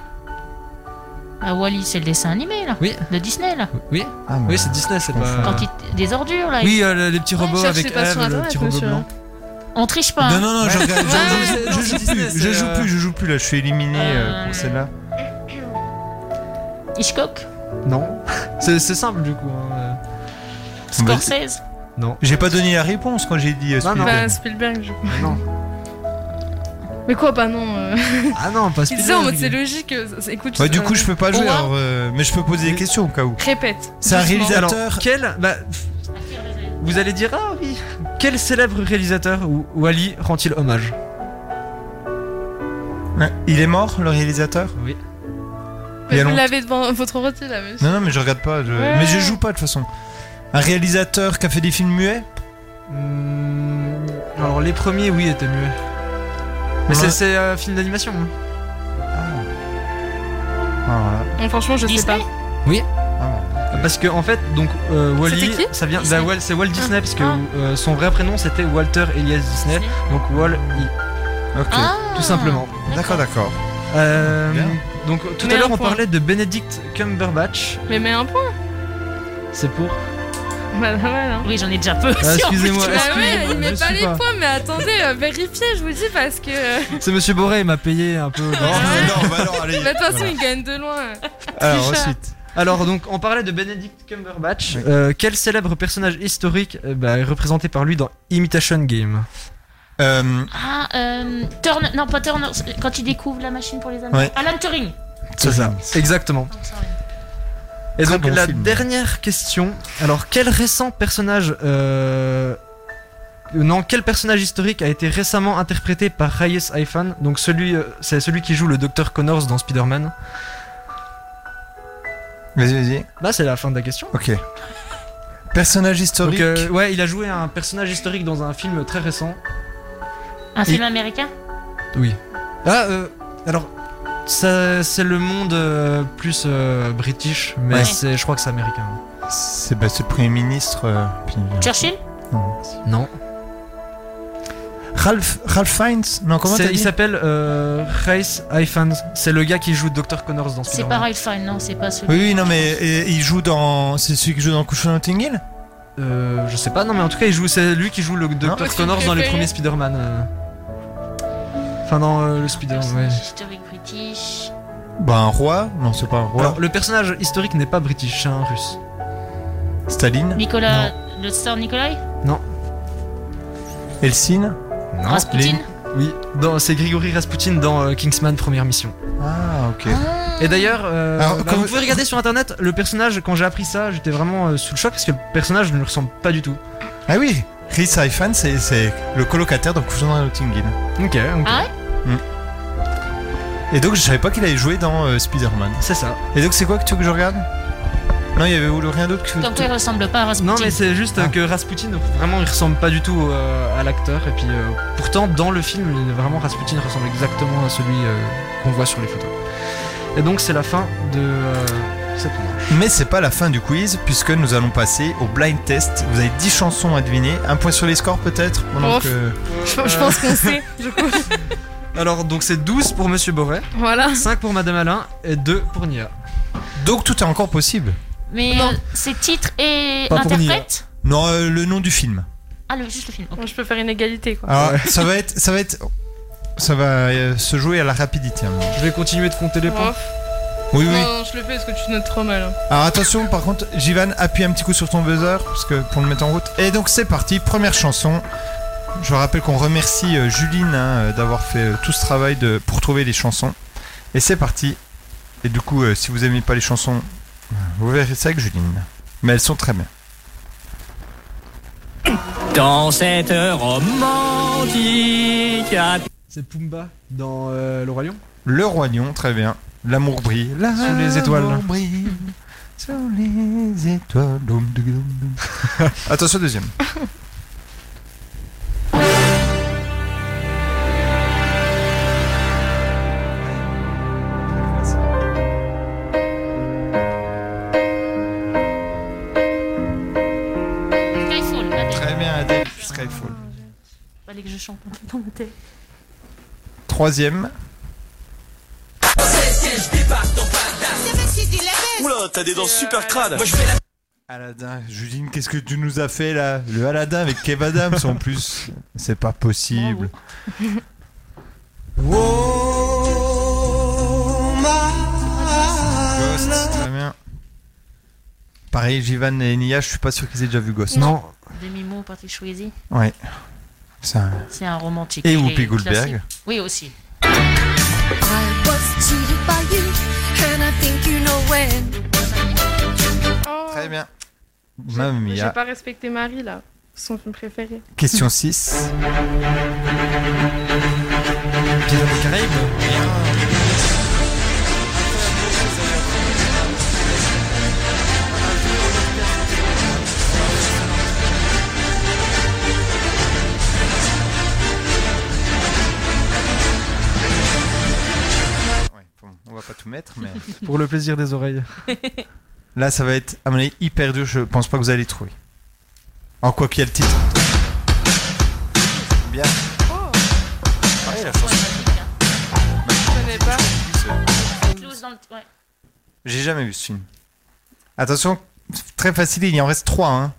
Ah, Wally, c'est le dessin animé là Oui. De Disney là Oui, oui c'est Disney, c'est Ah. pas. Quand il... Des ordures là. Oui, il- euh, le- les petits Ouais, robots ça, avec c'est pas sur Eve, le Internet, petit robot monsieur. blanc. On triche pas. hein. Non, non, non, je regarde. je- je- ouais, je- je non, joue c'est plus, Disney, je c'est, joue euh, plus, je joue plus là, je suis éliminé euh, pour celle-là. Hitchcock Non. C'est c'est simple du coup. hein. Bah, Scorsese Non. J'ai pas donné la réponse quand j'ai dit euh, Non, non. Spielberg. Bah, Spielberg, je crois. Non. Mais quoi, bah non. euh. Ah non, pas Il disait en mode c'est Spielberg. logique. euh, c'est- Écoute, Ouais, Bah, du euh, coup, je peux pas jouer, Howard, alors, euh, mais je peux poser des questions au cas où. Répète. C'est un doucement. réalisateur. Alors, quel. Bah, vous allez dire, ah oui Quel célèbre réalisateur ou Wally rend-il hommage Ouais. Il est mort, le réalisateur Oui. Il y a Vous longtemps. l'avez devant votre rôti là, monsieur. Non, non, mais je regarde pas. je- Ouais. Mais je joue pas de toute façon. Un réalisateur qui a fait des films muets Hmm, Alors les premiers, oui, étaient muets. Mais c'est- Ouais. c'est un film d'animation. hein. Ah, Bon, franchement, je sais pas. Parce que en fait, donc euh, Wally, C'était qui ça vient, Disney bah, Wal- c'est Walt Disney parce que ah. euh, son vrai prénom c'était Walter Elias Eh, Disney, donc Wall, ouais. Ok. Ah. tout simplement. D'accord, d'accord. Euh, Bien. donc tout Mais à l'heure un on point. parlait de Benedict Cumberbatch, Mais mets un point. c'est pour. Bah, pas mal, hein. Oui, j'en ai déjà peu. Ah, excusez-moi. Bah excusez-moi, ouais, il met je pas suis les points, mais attendez, euh, vérifiez, je vous dis, parce que. euh, C'est Monsieur Boré, il m'a payé un peu. Non, non, bah non, allez. De toute façon, Voilà. il gagne de loin. Alors, ensuite. Alors donc on parlait de Benedict Cumberbatch. Euh, quel célèbre personnage historique euh, bah, est représenté par lui dans Imitation Game Euh, Ah, euh, Turner, non pas Turner, c'est- quand il découvre la machine pour les amis. Ouais. Alan Turing. C'est ça. Exactement. Et Très donc bon la film. dernière question. Alors quel récent personnage euh... non quel personnage historique a été récemment interprété par Reyes Ifan Donc celui euh, c'est celui qui joue le docteur Connors dans Spider-Man. Vas-y, vas-y. Là c'est la fin de la question. Ok. Personnage historique. Donc euh, ouais il a joué un personnage historique dans un film très récent. Un film américain Oui. Ah euh, alors ça c'est le monde euh, plus euh, british mais Ouais. c'est je crois que c'est américain. C'est bah, c'est le Premier ministre. euh, puis- Churchill Non. Ralph, Ralph Fiennes Non, comment C'est- t'as il dit s'appelle euh, Race Ifans. C'est le gars qui joue Dr. Connors dans C'est Spider-Man. pas Ralph Fiennes, non, c'est pas celui. Oui, oui, non, mais et- il joue dans. C'est celui qui joue dans le couchon de Notting Hill Euh, je sais pas, non, mais en tout cas, il joue, c'est lui qui joue le Dr. Moi, c'est Connors dans les préféré. premiers Spider-Man. euh. Enfin, dans euh, le Spider-Man, ouais. Personnage Historique british. Bah, un roi Non, c'est pas un roi. Alors, le personnage historique n'est pas british, c'est un russe. Staline Nicolas, le star Nikolai Helsinki Ah, Rasputin Oui, dans- c'est Grigory Rasputin dans euh, Kingsman Première Mission. Ah, ok. Et d'ailleurs, euh, Alors, bah, comme- vous pouvez regarder sur internet, le personnage, quand j'ai appris ça, j'étais vraiment euh, sous le choc parce que le personnage ne lui ressemble pas du tout. Ah oui Rhys Ifan, c'est c'est le colocataire dans le couchon de Notting Hill. Ok, ok. Ah Et donc, je savais pas qu'il avait joué dans euh, Spider-Man. C'est ça. Et donc, c'est quoi que tu veux que je regarde Non, il y avait ou- rien d'autre que. Comme toi, il ressemble pas à Rasputin. Non mais c'est juste euh, que Rasputin vraiment il ressemble pas du tout euh, à l'acteur et puis euh, pourtant dans le film il- vraiment Rasputin ressemble exactement à celui euh, qu'on voit sur les photos. Et donc c'est la fin de euh, cette manche. Mais c'est pas la fin du quiz, puisque nous allons passer au blind test. Vous avez 10 chansons à deviner. Un point sur les scores, peut-être pendant Oh. que- Je, je pense qu'on sait, du coup. Euh, Alors donc c'est 12 pour Monsieur Boré, Voilà. 5 pour Madame Alain et 2 pour Nia. Donc, tout est encore possible. Mais Non. euh, c'est titre et Pas pour interprète Non, euh, le nom du film. Ah, le, juste le film. ok. Bon, je peux faire une égalité, quoi. Alors, ça va être. Ça va être. Ça va euh, se jouer à la rapidité. hein. à mon avis. Je vais continuer de compter les points. Oh, Oui, oui. Non, je le fais parce que tu notes trop mal. hein. Alors attention, par contre, Jivan, appuie un petit coup sur ton buzzer parce que pour le mettre en route. Et donc c'est parti, première chanson. Je rappelle qu'on remercie euh, Juline hein, euh, d'avoir fait euh, tout ce travail de, pour trouver les chansons. Et c'est parti. euh, Et du coup, euh, si vous aimez pas les chansons, vous verrez ça avec Juline. Mais elles sont très bien. Dans cette romantique. C'est Pumba dans euh, Le Roi Lion Le Roi Lion, très bien. L'amour brille. Sous les étoiles. L'amour brille Sous les étoiles. Doum, doum, doum, doum. Attention, deuxième. Skyfall, Adèle. Très bien, Adèle. Skyfall. Fallait que je chante un peu dans ma tête. Troisième. Oula, t'as des dents super crades. Aladdin. Juline, qu'est-ce que tu nous as fait là Le Aladdin avec Kev Adams en plus. C'est pas possible. Ghost, très bien. Pareil, Jivan et Nia, je suis pas sûr qu'ils aient déjà vu Ghost. Demi-mot, Patrick Swayze. Ouais. C'est un- C'est un romantique. Et Whoopi classique. Goldberg. Oui, aussi. I was cheated by you, and I think you know when. Très bien. Mamma Oh, J'ai Mia. pas respecté Marie là, son film préféré. Question 6. On va pas tout mettre, mais. Pour le plaisir des oreilles. Là, ça va être, à mon avis, hyper dur. Je pense pas que vous allez trouver. En quoi qu'il y a le titre. Bien. Oh. Pareil, la chanson. Je connais pas. Close dans le. Ouais. J'ai jamais vu ce film. Attention, c'est très facile, il y en reste 3. Hein.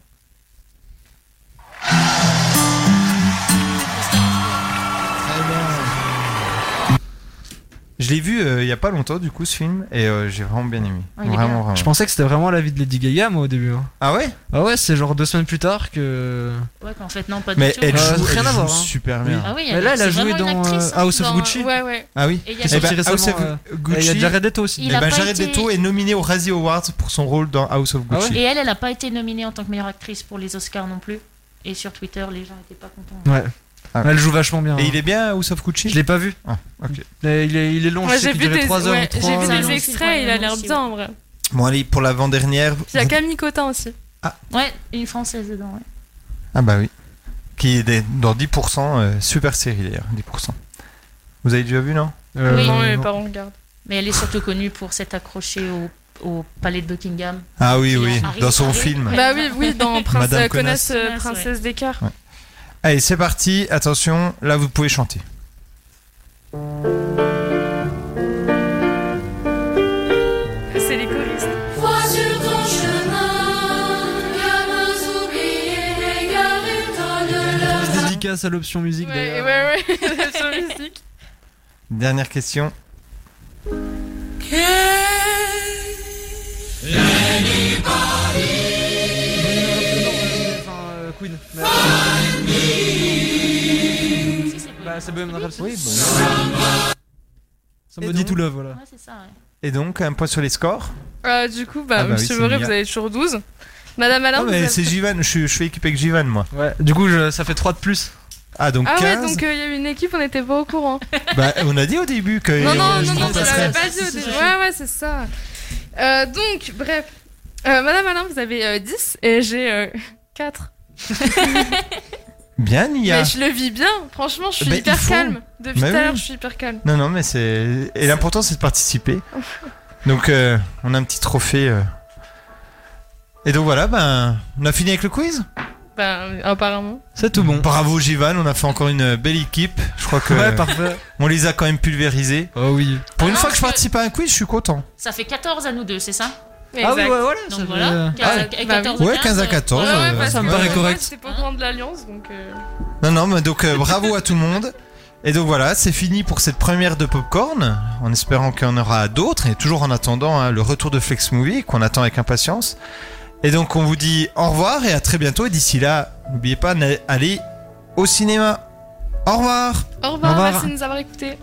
Je l'ai vu euh, il y a pas longtemps, du coup, ce film, et euh, j'ai vraiment bien aimé. Ah, il est vraiment, bien. vraiment. Je pensais que c'était vraiment la vie de Lady Gaga, moi, au début. Ah ouais Ah ouais, c'est genre deux semaines plus tard que. Ouais, qu'en fait, non, pas Mais du tout. elle joue, Euh, rien elle à joue voir, hein. super Oui. bien. Ah oui, Mais là, elle a c'est joué vraiment une dans actrice, hein, euh, House of dans- Gucci. ouais, ouais. Ah oui Et il y a Eh sorti ben, récemment, House of euh, Gucci. et il y a Jared Leto aussi. Il Eh a ben, pas Jared été- Leto est nominé au Razzie Awards pour son rôle dans House of Ah Gucci. Et elle, elle n'a pas été nominée en tant que meilleure actrice pour les Oscars non plus. Et sur Twitter, les gens n'étaient pas contents. Ouais. Elle joue vachement bien. hein. Et il est bien, House of Gucci Je l'ai pas vu. Mais Il est, il Oh, est long, Moi je sais j'ai qu'il vu durait des, 3 heures ouais, ou j'ai 3 vu euh, des extraits, ouais, il a moi l'air aussi, bien ouais. en vrai. Bon, allez, pour l'avant-dernière. Puis il y a Camille Cotin aussi. Euh, Ouais, une française dedans, hein. ouais. Ah bah oui. Qui est des- dans 10%, euh, super série d'ailleurs, 10%. Vous avez déjà vu, non Euh, Oui. regardent. Mais elle est surtout connue pour s'être accrochée au, au palais de Buckingham. Ah oui, oui, Harry- dans son Harry- film. Bah oui, oui, dans Prince, Madame euh, connaisse, euh, Connasse, ouais. Princesse d'écart. Allez, c'est parti, attention, là vous pouvez chanter. C'est les choristes. Vois sur ton chemin, gamins oubliés, égarés dans le leur. Je dédicace à l'option musique Ouais, d'ailleurs. ouais, ouais, sur musique. Dernière question. Euh, Queen. Bah, c'est Bohemian Rhapsody. Oui, Somebody to Love, voilà. Ouais, c'est ça, ouais. Et donc, un point sur les scores Euh, du coup, bah, Ah bah oui, monsieur c'est Boré, Mia. vous avez toujours 12. Madame Alain, Ah, vous avez- mais c'est Jivan, je, suis- je suis équipé avec Jivan, moi. Ouais, du coup, je- ça fait 3 de plus. Ah, donc Ah 15 ouais, donc euh, il y a eu une équipe, on n'était pas au courant. Bah, on a dit au début que. non, non, on- non, on non, je passerait. l'avais pas dit au début. Ouais, ouais, c'est ça. Euh, donc, bref. Euh, Madame Alain, vous avez euh, 10 et j'ai 4. Bien, Nia. Mais je le vis bien, franchement, je suis Bah, il hyper faut. calme. Depuis tout Bah à oui. l'heure, je suis hyper calme. Non, non, mais c'est. Et l'important, c'est de participer. Donc, euh, on a un petit trophée. euh. Et donc, voilà, ben, on a fini avec le quiz. Ben, apparemment. C'est tout bon. Bravo, Jivan, on a fait encore une euh, belle équipe. Je crois que. Ouais, parfait. On les a quand même pulvérisés. Oh oui. Pour une Ah, fois que parce je participe à un quiz, je suis content. Ça fait 14 à nous deux, c'est ça Ah oui, ouais, voilà. Donc ça voilà, fait- 15 à- Ah, et 14 Ouais, 15 à 14. Ouais, ouais, euh, parce ça me que paraît moi, correct. J'étais pas au courant de l'Alliance, donc. euh, Non, non, mais donc euh, bravo à tout le monde. Et donc voilà, c'est fini pour cette première de Popcorn, en espérant qu'il y en aura d'autres, et toujours en attendant hein, le retour de Flex Movie, qu'on attend avec impatience. Et donc on vous dit au revoir et à très bientôt, et d'ici là, n'oubliez pas d'aller au cinéma. Au revoir Au revoir, Au revoir. merci de nous avoir écoutés.